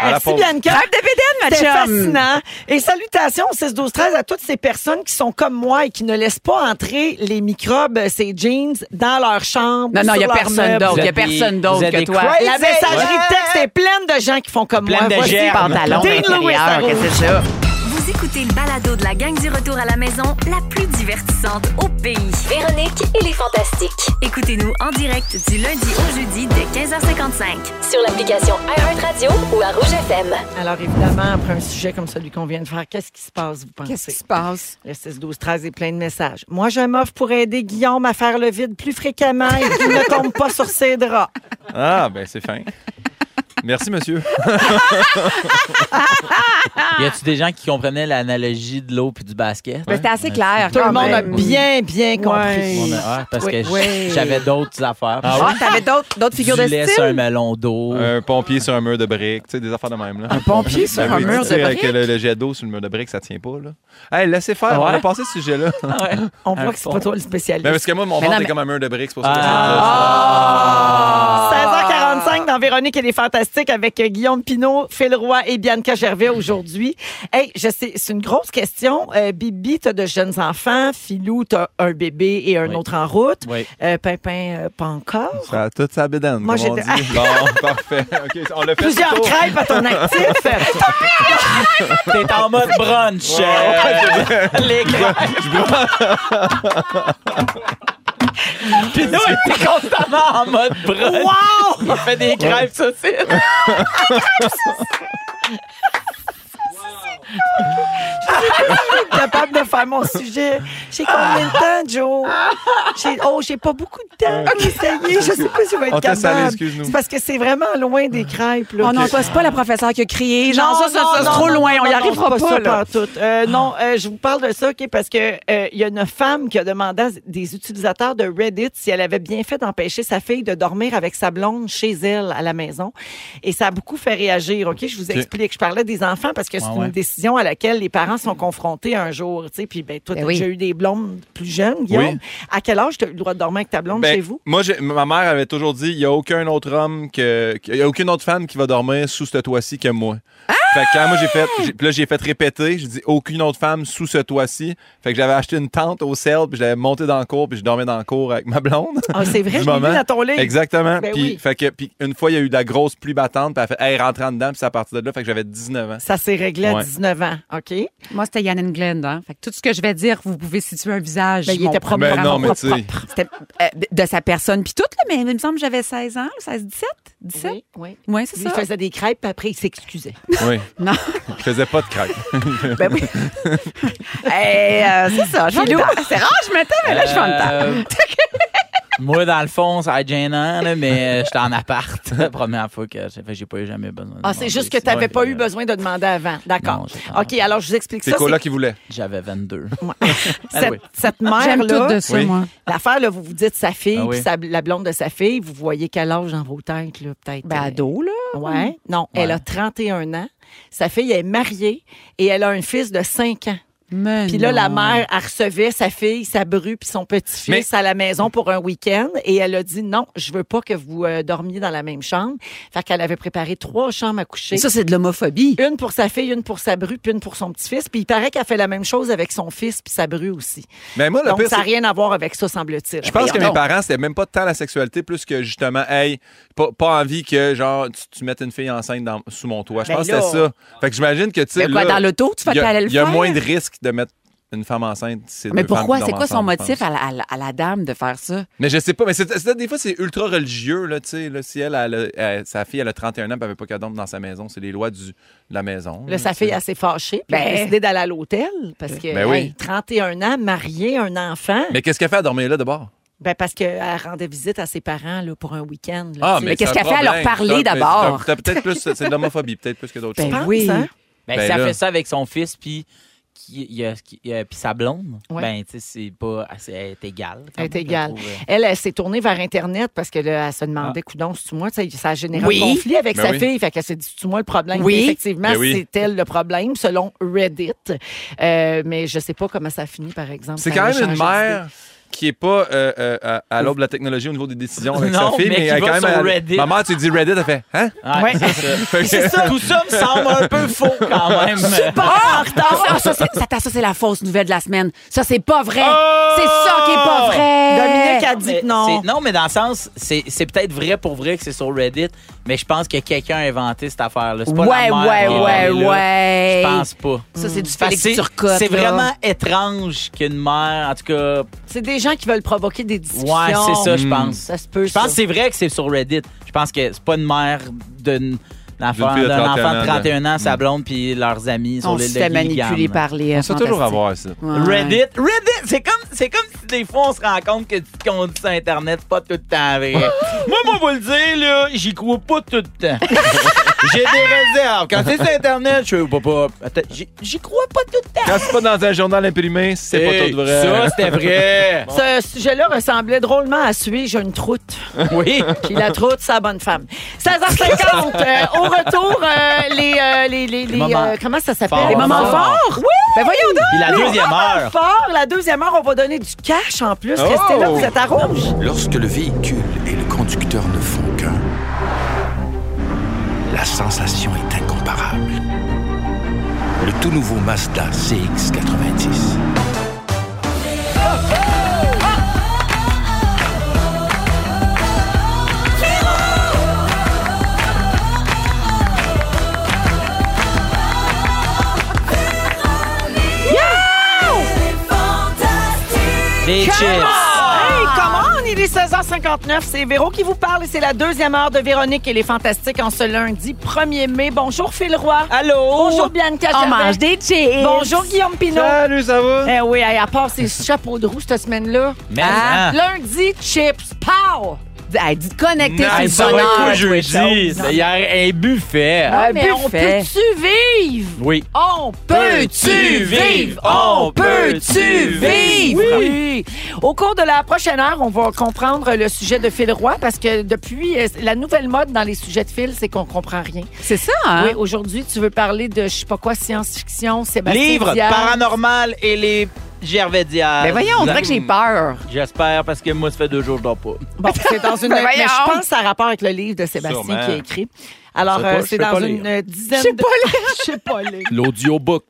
Speaker 4: À la
Speaker 2: Merci
Speaker 4: pause.
Speaker 2: Bianca.
Speaker 1: Rêve de bédaine, ma
Speaker 2: C'était
Speaker 1: chum.
Speaker 2: fascinant. Et salutations au 6 12 13 à toutes ces personnes qui sont comme moi et qui ne laissent pas entrer les microbes, ces jeans, dans leur chambre.
Speaker 1: Non, non,
Speaker 2: sur
Speaker 1: il n'y a
Speaker 2: leur
Speaker 1: personne
Speaker 2: meuble.
Speaker 1: d'autre. Il
Speaker 3: Vous
Speaker 1: n'y a
Speaker 3: êtes des-
Speaker 1: personne
Speaker 3: vous
Speaker 1: d'autre
Speaker 3: êtes
Speaker 1: que
Speaker 3: des
Speaker 1: toi.
Speaker 3: crazy.
Speaker 2: La messagerie
Speaker 3: Ah, Ouais.
Speaker 2: texte est pleine de gens qui font comme
Speaker 3: Pleine
Speaker 2: moi.
Speaker 3: de
Speaker 2: Voici
Speaker 3: germes.
Speaker 9: Pantalon
Speaker 2: Dean Lewis à
Speaker 9: intérieur,
Speaker 2: rouge.
Speaker 9: qu'est-ce que c'est ça?
Speaker 6: Vous écoutez le balado de la gang du retour à la maison, la plus divertissante au pays.
Speaker 7: Véronique et les Fantastiques.
Speaker 6: Écoutez-nous en direct du lundi au jeudi dès 15h55.
Speaker 7: Sur l'application iHeartRadio ou à Rouge FM.
Speaker 2: Alors évidemment, après un sujet comme celui qu'on vient de faire, qu'est-ce qui se passe, vous
Speaker 1: Qu'est-ce qui
Speaker 2: pensez?
Speaker 1: se passe?
Speaker 2: Le 6 12 13 est plein de messages. Moi, je m'offre pour aider Guillaume à faire le vide plus fréquemment et qu'il ne tombe pas sur ses draps.
Speaker 4: Ah, ben c'est fin. Merci, monsieur.
Speaker 3: Y a-tu des gens qui comprenaient l'analogie de l'eau puis du basket?
Speaker 1: Ben, C'était assez clair. ben,
Speaker 2: Tout
Speaker 1: quand
Speaker 3: Ah,
Speaker 2: le monde a
Speaker 1: même.
Speaker 2: bien, bien compris.
Speaker 3: ben On a- ah, parce que
Speaker 2: Oui.
Speaker 3: j'avais d'autres affaires.
Speaker 4: Ah
Speaker 1: Ah, t'avais d'autres d'autres figures
Speaker 3: du
Speaker 1: de
Speaker 3: lait
Speaker 1: style?
Speaker 3: sur un melon d'eau.
Speaker 4: Un pompier sur un mur de briques, tu sais, des affaires de même. Là. Un
Speaker 1: pompier
Speaker 4: Ben
Speaker 1: sur un mur de
Speaker 4: Avec
Speaker 1: briques?
Speaker 4: le, le jet d'eau sur le mur de briques, ça tient pas. Là. Hey, laissez faire, on
Speaker 3: Ouais.
Speaker 4: a passé ce sujet-là.
Speaker 2: On voit que c'est pas toi le spécialiste.
Speaker 4: Ben, parce que moi, mon
Speaker 1: Mais non,
Speaker 4: ventre est
Speaker 1: mais- Ah.
Speaker 4: comme un mur de briques, c'est pour ça que
Speaker 3: Ah!
Speaker 2: 16h45 dans Véronique et les Fantastiques avec Guillaume Pinault, Phil Roy et Bianca Gervais aujourd'hui. Hey, je sais, c'est une grosse question. Euh, Bibi, t'as de jeunes enfants. Philou, t'as un bébé et un
Speaker 3: Oui.
Speaker 2: autre en route.
Speaker 3: Oui.
Speaker 2: Euh, Pimpin, euh, pas encore.
Speaker 4: Ça a toute sa bédaine,
Speaker 2: Moi,
Speaker 4: comme on
Speaker 2: j'ai de-
Speaker 4: dit. Bon, parfait. OK, on l'a fait
Speaker 2: Plusieurs
Speaker 4: le tour.
Speaker 2: crêpes à ton actif.
Speaker 3: T'es en mode brunch. euh, les gars. Puis nous, il était constamment en mode brunch.
Speaker 2: wow!
Speaker 3: Il fait des crêpes saucisses.
Speaker 2: capable de faire mon sujet. J'ai combien de temps, Joe? J'ai- Oh, j'ai pas beaucoup de temps. Essayez, je sais pas si je vais être
Speaker 4: On t'a
Speaker 2: capable.
Speaker 4: salé, excuse-nous.
Speaker 2: C'est parce que c'est vraiment loin des crêpes. Là.
Speaker 1: Oh non, toi, c'est pas la professeure qui a crié. Genre, ça, ça, ça, c'est trop loin. on y arrivera pas, là.
Speaker 2: tout. non, euh, je vous parle de ça, OK, parce que euh, il y a une femme qui a demandé à des utilisateurs de Reddit si elle avait bien fait d'empêcher sa fille de dormir avec sa blonde chez elle à la maison. Et ça a beaucoup fait réagir, OK? Je vous explique. Je parlais des enfants parce que c'est
Speaker 3: Ouais,
Speaker 2: une
Speaker 3: ouais.
Speaker 2: décision à laquelle les parents sont confrontés un jour, tu sais. Puis, ben, toi,
Speaker 1: Ben
Speaker 2: t'as
Speaker 1: oui.
Speaker 2: déjà eu des blondes plus jeunes, Guillaume.
Speaker 4: Oui.
Speaker 2: À quel âge t'as eu le droit de dormir avec ta blonde
Speaker 4: Ben,
Speaker 2: chez vous?
Speaker 4: Moi, j'ai- ma mère avait toujours dit il n'y a aucun autre homme que. Il n'y a aucune autre femme qui va dormir sous ce toit-ci que moi. Fait que quand moi j'ai fait, j'ai- puis là j'ai fait répéter, j'ai dit aucune autre femme sous ce toit-ci. Fait que j'avais acheté une tente au sel, puis je l'avais montée dans le cours, puis je dormais dans le cours avec ma blonde.
Speaker 2: Ah, c'est
Speaker 4: Du
Speaker 2: vrai, je l'ai vu
Speaker 4: moment.
Speaker 2: dans ton livre.
Speaker 4: Exactement.
Speaker 2: Ben
Speaker 4: puis,
Speaker 2: oui.
Speaker 4: fait que, puis une fois, il y a eu de la grosse pluie battante, puis elle a fait Hey, rentre en dedans, puis c'est à partir de là, fait que j'avais 19 ans.
Speaker 2: Ça s'est réglé à
Speaker 4: Ouais.
Speaker 2: 19 ans, OK?
Speaker 10: Moi, c'était Yann Glenn. Hein? Fait que tout ce que je vais dire, vous pouvez situer un visage.
Speaker 1: Ben, il
Speaker 10: mon
Speaker 1: était
Speaker 10: propre-
Speaker 4: Ben
Speaker 10: vraiment
Speaker 4: non, mais
Speaker 10: propre.
Speaker 4: tu sais.
Speaker 1: C'était euh, de sa personne, puis tout, là, mais il me semble que j'avais 16 ans, 16, 17, 17.
Speaker 2: Oui, oui.
Speaker 1: Oui, c'est ça.
Speaker 2: Il faisait des crêpes, puis après, il s'excusait.
Speaker 4: Oui.
Speaker 1: Non.
Speaker 4: Je faisais pas de craque.
Speaker 1: Ben oui. Hey, euh, c'est ça, je vais le temps. C'est rare, je me tais, mais là, je vais le temps.
Speaker 3: Euh, Moi, dans le fond, ça va être gênant, là, mais euh, j'étais en appart. La première fois que j'ai fait, que j'ai pas eu jamais besoin. de
Speaker 2: Ah, c'est
Speaker 3: demander
Speaker 2: juste que
Speaker 3: ici.
Speaker 2: tu n'avais
Speaker 3: Ouais,
Speaker 2: pas
Speaker 3: puis,
Speaker 2: eu
Speaker 3: euh,
Speaker 2: besoin de demander avant. D'accord.
Speaker 3: Non, j'ai pas-
Speaker 2: OK, alors je vous explique
Speaker 4: C'est
Speaker 2: ça.
Speaker 4: quoi là qui voulait?
Speaker 3: J'avais 22.
Speaker 2: c'est-
Speaker 3: Ah oui.
Speaker 2: Cette, cette
Speaker 10: J'aime tout de
Speaker 2: mère-là,
Speaker 10: ça,
Speaker 4: Oui.
Speaker 10: moi.
Speaker 2: l'affaire, là, vous vous dites sa fille,
Speaker 3: Ah oui.
Speaker 2: puis sa- la blonde de sa fille, vous voyez quel âge dans vos têtes, là, peut-être?
Speaker 1: Ben,
Speaker 2: euh,
Speaker 1: ado, là.
Speaker 2: Ouais. Non, elle a 31 ans. Sa fille est mariée et elle a un fils de 5 ans.
Speaker 10: Mais
Speaker 2: Puis là,
Speaker 10: non.
Speaker 2: la mère, elle recevait sa fille, sa bru, puis son petit-fils à la maison pour un week-end. Et elle a dit non, je veux pas que vous euh, dormiez dans la même chambre. Fait qu'elle avait préparé trois chambres à coucher.
Speaker 1: Ça, c'est de l'homophobie.
Speaker 2: Une pour sa fille, une pour sa bru, puis une pour son petit-fils. Puis il paraît qu'elle fait la même chose avec son fils puis sa bru aussi.
Speaker 4: Mais moi, le
Speaker 2: Donc,
Speaker 4: pire,
Speaker 2: ça n'a
Speaker 4: c'est-
Speaker 2: rien à voir avec ça, semble-t-il.
Speaker 4: Je pense que mes
Speaker 2: Voyons.
Speaker 4: parents, c'était même pas tant la sexualité, plus que justement, hey, pas, pas envie que, genre, tu, tu mettes une fille enceinte dans, sous mon toit. Je
Speaker 2: Ben
Speaker 4: pense
Speaker 2: là-
Speaker 4: que c'était ça. Fait que j'imagine que, tu sais,
Speaker 1: Mais quoi,
Speaker 4: là,
Speaker 1: dans l'auto, tu vas
Speaker 4: il y a-
Speaker 1: t'aller le
Speaker 4: Il y a
Speaker 1: faire?
Speaker 4: moins de risque de mettre une femme enceinte. si c'est
Speaker 1: Mais
Speaker 4: deux femmes
Speaker 1: pourquoi?
Speaker 4: qui
Speaker 1: C'est
Speaker 4: dorment
Speaker 1: quoi son
Speaker 4: ensemble, je
Speaker 1: motif
Speaker 4: pense.
Speaker 1: à la, à la- à la dame de faire ça?
Speaker 4: Mais je sais pas, mais c'est, c'est- des fois, c'est ultra religieux, là, tu sais. là, si elle, elle, a- elle- sa fille, elle a 31 ans, puis elle veut pas qu'elle dorme dans sa maison. C'est les lois du, de la maison.
Speaker 2: Là,
Speaker 4: là,
Speaker 2: sa
Speaker 4: tu sais.
Speaker 2: fille est assez fâchée, puis elle a
Speaker 1: Ben.
Speaker 2: décidé d'aller à l'hôtel parce que
Speaker 4: Ben oui.
Speaker 2: hey, 31 ans, mariée, un enfant.
Speaker 4: Mais qu'est-ce qu'elle fait à dormir là, d'abord?
Speaker 2: Ben parce qu'elle rendait visite à ses parents là, pour un week-end. là, tu sais.
Speaker 1: mais qu'est-ce
Speaker 4: Ah, c'est un
Speaker 1: qu'elle fait à leur
Speaker 4: problème.
Speaker 1: parler
Speaker 4: T'as- mais
Speaker 1: d'abord?
Speaker 4: t'as- t'as peut-être plus, c'est de l'homophobie, peut-être plus que d'autres
Speaker 1: Ben
Speaker 4: choses.
Speaker 2: penses,
Speaker 1: oui.
Speaker 2: hein?
Speaker 3: Ben,
Speaker 4: Ben
Speaker 3: si elle
Speaker 4: là.
Speaker 3: fait ça avec son fils, puis qui, il y a, qui- euh, puis sa blonde,
Speaker 2: Ouais.
Speaker 3: ben, tu sais, c'est pas. Elle est égale.
Speaker 2: Elle est
Speaker 3: Je
Speaker 2: égale.
Speaker 3: trouve, euh,
Speaker 2: Elle, elle s'est tournée vers Internet parce qu'elle se demandait, coudon, c'est-tu moi? Tu sais, Ça a généré
Speaker 1: Oui.
Speaker 2: un conflit avec
Speaker 4: Ben
Speaker 2: sa
Speaker 4: oui.
Speaker 2: fille. Fait qu'elle s'est dit, c'est-tu moi le problème?
Speaker 1: Oui.
Speaker 2: Puis Effectivement,
Speaker 4: Ben oui.
Speaker 2: c'est elle le problème, selon Reddit. Euh, mais je sais pas comment ça finit, par exemple.
Speaker 4: C'est
Speaker 1: Ben,
Speaker 2: Ça
Speaker 4: quand
Speaker 2: a
Speaker 4: même une
Speaker 2: changé
Speaker 4: mère qui est pas euh, euh, à, à l'aube de la technologie au niveau des décisions avec
Speaker 3: Non,
Speaker 4: sa fille,
Speaker 3: mais
Speaker 4: mais,
Speaker 3: qui
Speaker 4: elle est
Speaker 3: va
Speaker 4: quand même.
Speaker 3: sur
Speaker 4: à-
Speaker 3: Reddit.
Speaker 4: Ma mère, tu dis Reddit, elle fait Hein?
Speaker 3: ouais, c'est ça. Tout ça me semble un peu faux quand même.
Speaker 1: Ah, en retard! Ah, ça, c'est, ça, attends, ça, c'est la fausse nouvelle de la semaine. Ça, c'est pas vrai.
Speaker 4: Ah!
Speaker 1: C'est ça qui est pas vrai.
Speaker 8: Dominique a dit
Speaker 3: Mais
Speaker 8: que non.
Speaker 3: c'est- Non, mais dans le sens, c'est c'est peut-être vrai pour vrai que c'est sur Reddit, mais je pense que quelqu'un a inventé cette affaire-là. C'est pas
Speaker 1: ouais,
Speaker 3: la mère qui est
Speaker 1: ouais, ouais,
Speaker 3: allée là.
Speaker 1: ouais.
Speaker 3: Je pense pas.
Speaker 1: Ça, c'est du
Speaker 3: Parce que
Speaker 1: Félix
Speaker 3: C'est
Speaker 1: Turcotte.
Speaker 3: c'est
Speaker 1: là.
Speaker 3: vraiment étrange qu'une mère, en tout cas,
Speaker 2: C'est des gens qui veulent provoquer des discussions.
Speaker 3: ouais, c'est ça, je
Speaker 4: Mm.
Speaker 3: pense.
Speaker 2: Ça se peut,
Speaker 3: Je pense
Speaker 2: ça.
Speaker 3: que c'est vrai que c'est sur Reddit. Je pense que c'est pas une mère d'une d'un enfant
Speaker 4: D'une fille
Speaker 3: de
Speaker 4: de Mm. 31
Speaker 3: 31,
Speaker 4: ans,
Speaker 3: ans, sa blonde, puis leurs amis sur
Speaker 1: On
Speaker 3: l'île
Speaker 1: se
Speaker 3: de
Speaker 1: fait manipuler
Speaker 3: Gilligan.
Speaker 1: par les. euh,
Speaker 4: Ça toujours avoir ça.
Speaker 3: Reddit, Reddit, c'est comme, c'est comme si des fois on se rend compte que ce qu'on dit sur Internet, c'est pas tout le temps vrai. moi, moi, vous le dire, là, j'y crois pas tout le temps. J'ai des réserves. Quand c'est sur Internet, je sais pas, pas. attends, j'y- J'y crois pas tout le temps.
Speaker 4: Quand c'est pas dans un journal imprimé, c'est pas
Speaker 3: Hey,
Speaker 4: tout vrai.
Speaker 1: Ben,
Speaker 3: Ça, c'était vrai.
Speaker 2: Ce sujet-là ressemblait drôlement à celui J'ai une troute.
Speaker 3: oui.
Speaker 2: Puis la troute, c'est la bonne femme. 16h50, euh, au retour, euh, les, euh, les, les, les,
Speaker 3: moments
Speaker 2: euh, Comment ça s'appelle?
Speaker 3: forts.
Speaker 2: Les
Speaker 1: Ah.
Speaker 2: moments
Speaker 3: Forts.
Speaker 2: forts? Oui! Ben voyons donc!
Speaker 3: Puis la
Speaker 2: Les
Speaker 3: deuxième
Speaker 2: moments
Speaker 3: heure. Oh!
Speaker 2: forts. La deuxième heure, on va donner du cash en plus. Restez là, vous êtes à rouge.
Speaker 11: Lorsque le véhicule et le conducteur ne font qu'un, la sensation est incomparable. Le tout nouveau Mazda CX90.
Speaker 3: Des chips.
Speaker 2: Hey, comment on? Il est 16h59. C'est Véro qui vous parle et c'est la deuxième heure de Véronique et les Fantastiques en ce lundi 1er mai. Bonjour, Phil Roy.
Speaker 3: Allô?
Speaker 2: Bonjour, Bianca
Speaker 1: On
Speaker 2: Gervais.
Speaker 1: Oh, mange des chips.
Speaker 2: Bonjour, Guillaume Pinot.
Speaker 4: Salut, ça va?
Speaker 2: Eh oui, hey, à part ces chapeaux de roue cette semaine-là.
Speaker 3: Mais, hein.
Speaker 2: Lundi, chips, pow!
Speaker 1: Hey, dis de connecter
Speaker 3: Hey,
Speaker 1: sur
Speaker 3: ça
Speaker 1: le
Speaker 3: va être
Speaker 1: bonheur.
Speaker 3: quoi jeudi? Ça y a un buffet.
Speaker 1: Ah,
Speaker 2: Ah, mais
Speaker 1: mais
Speaker 2: on
Speaker 1: fait.
Speaker 2: peut-tu vivre?
Speaker 3: Oui.
Speaker 2: On peut-tu vivre? On peut-tu vivre? Oui. Au cours de la prochaine heure, on va comprendre le sujet de Phil Roy parce que depuis euh, la nouvelle mode dans les sujets de Phil, c'est qu'on comprend rien.
Speaker 1: C'est ça, hein?
Speaker 2: Oui, aujourd'hui, tu veux parler de je sais pas quoi, science-fiction, Sébastien
Speaker 3: Livre
Speaker 2: Diaz.
Speaker 3: paranormal et les Gervais Diaz.
Speaker 1: Ben voyons, on dirait que j'ai peur.
Speaker 3: J'espère parce que moi, ça fait deux jours que je dors pas.
Speaker 2: Bon, c'est dans une.
Speaker 1: Ben
Speaker 2: mais je
Speaker 1: voyons.
Speaker 2: pense que ça a rapport avec le livre de Sébastien
Speaker 4: Sûrement.
Speaker 2: qui a écrit. Alors,
Speaker 3: Je sais pas,
Speaker 2: euh,
Speaker 3: je
Speaker 2: c'est
Speaker 3: peux
Speaker 2: dans
Speaker 3: pas
Speaker 2: une
Speaker 3: lire.
Speaker 2: euh, dizaine. Je sais pas Je sais pas lire.
Speaker 3: L'audiobook.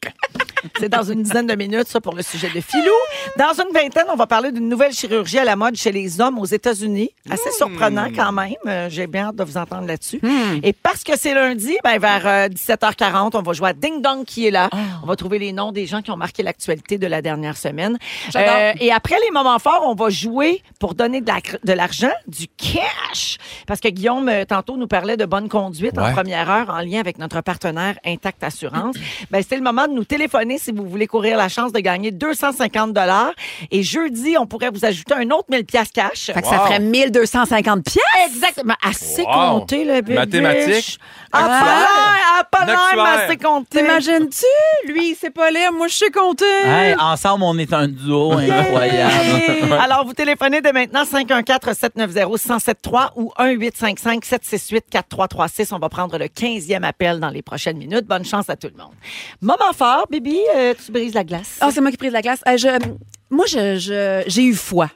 Speaker 2: C'est dans une dizaine de minutes, ça, pour le sujet de Philou. Dans une vingtaine, on va parler d'une nouvelle chirurgie à la mode chez les hommes aux États-Unis. Assez surprenant quand même. Euh, J'ai bien hâte de vous entendre là-dessus. Et parce que c'est lundi, ben, vers euh, 17h40, on va jouer à Ding Dong qui est là. On va trouver les noms des gens qui ont marqué l'actualité de la dernière semaine. Euh,
Speaker 1: J'adore.
Speaker 2: et après les moments forts, on va jouer pour donner de la- de l'argent, du cash. Parce que Guillaume, euh, tantôt, nous parlait de bonne conduite en
Speaker 4: Ouais.
Speaker 2: première heure en lien avec notre partenaire Intact Assurance. ben, c'est le moment de nous téléphoner si vous voulez courir la chance de gagner 250 dollars. Et jeudi, on pourrait vous ajouter un autre 1000 pièces cash.
Speaker 1: Fait que ça
Speaker 4: Wow.
Speaker 1: ferait 1250 pièces.
Speaker 2: Exactement. Assez
Speaker 4: Wow.
Speaker 2: compté, le bébé.
Speaker 4: Mathématiques.
Speaker 2: Ah, pas l'air, ah, pas
Speaker 4: Noctuaire.
Speaker 2: l'air, mais assez compté.
Speaker 1: T'imagines-tu? Lui, il sait pas lire. Moi, je sais compter.
Speaker 3: ensemble, on est un duo incroyable.
Speaker 2: Alors, vous téléphonez dès maintenant 514-790-1073 ou 1-855-768-4336. On va prendre le 15e appel dans les prochaines minutes. Bonne chance à tout le monde. Moment fort, Bibi, euh, tu brises la glace.
Speaker 1: Ah, c'est moi qui ai pris de la glace. Euh, je- moi, je- je- j'ai eu foi.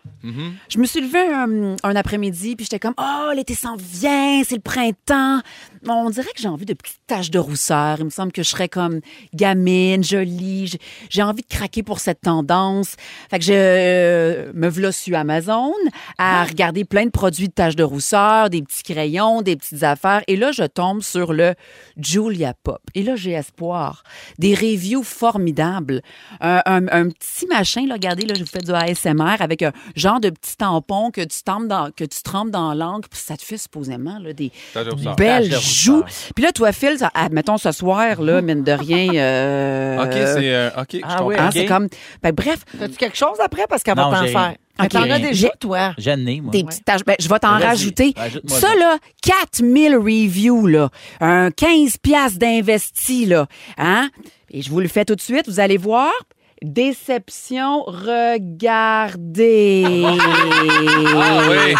Speaker 1: Je me suis levée un, un après-midi, puis j'étais comme, oh, l'été s'en vient, c'est le printemps. Bon, on dirait que j'ai envie de petites taches de rousseur. Il me semble que je serais comme gamine, jolie. J'ai- J'ai envie de craquer pour cette tendance. Fait que je euh, me v'là sur Amazon à regarder plein de produits de taches de rousseur, des petits crayons, des petites affaires. Et là, je tombe sur le Julia Pop. Et là, j'ai espoir. Des reviews formidables. Un, un- un petit machin, là, regardez, là, je vous fais du ASMR avec un genre de petit tampon que tu trempes dans, que tu trempes dans l'encre, puis ça te fait supposément là, des belles
Speaker 3: Taches de
Speaker 1: joues.
Speaker 3: rousseur.
Speaker 1: Puis là, toi, Phil, ça- ah, mettons ce soir, là, mine de rien. euh,
Speaker 4: Ok, c'est. euh, ok, je comprends.
Speaker 3: oui.
Speaker 1: hein,
Speaker 3: ok.
Speaker 1: c'est comme. ben, bref,
Speaker 2: T'as-tu quelque chose après? Parce qu'elle va
Speaker 3: Non,
Speaker 2: t'en
Speaker 3: j'ai-
Speaker 2: faire. Mais
Speaker 1: Ok.
Speaker 2: T'en as déjà,
Speaker 1: J'ai-
Speaker 2: toi.
Speaker 3: J'en ai, moi.
Speaker 1: des petites taches. Ben, je vais t'en
Speaker 3: Vas-y,
Speaker 1: rajouter.
Speaker 3: rajoute-moi
Speaker 1: Ça,
Speaker 3: ça.
Speaker 1: là, 4000 reviews, là. Un 15 piastres d'investi, là. Hein? Et je vous le fais tout de suite, vous allez voir. Déception, regardez.
Speaker 4: Ah oui.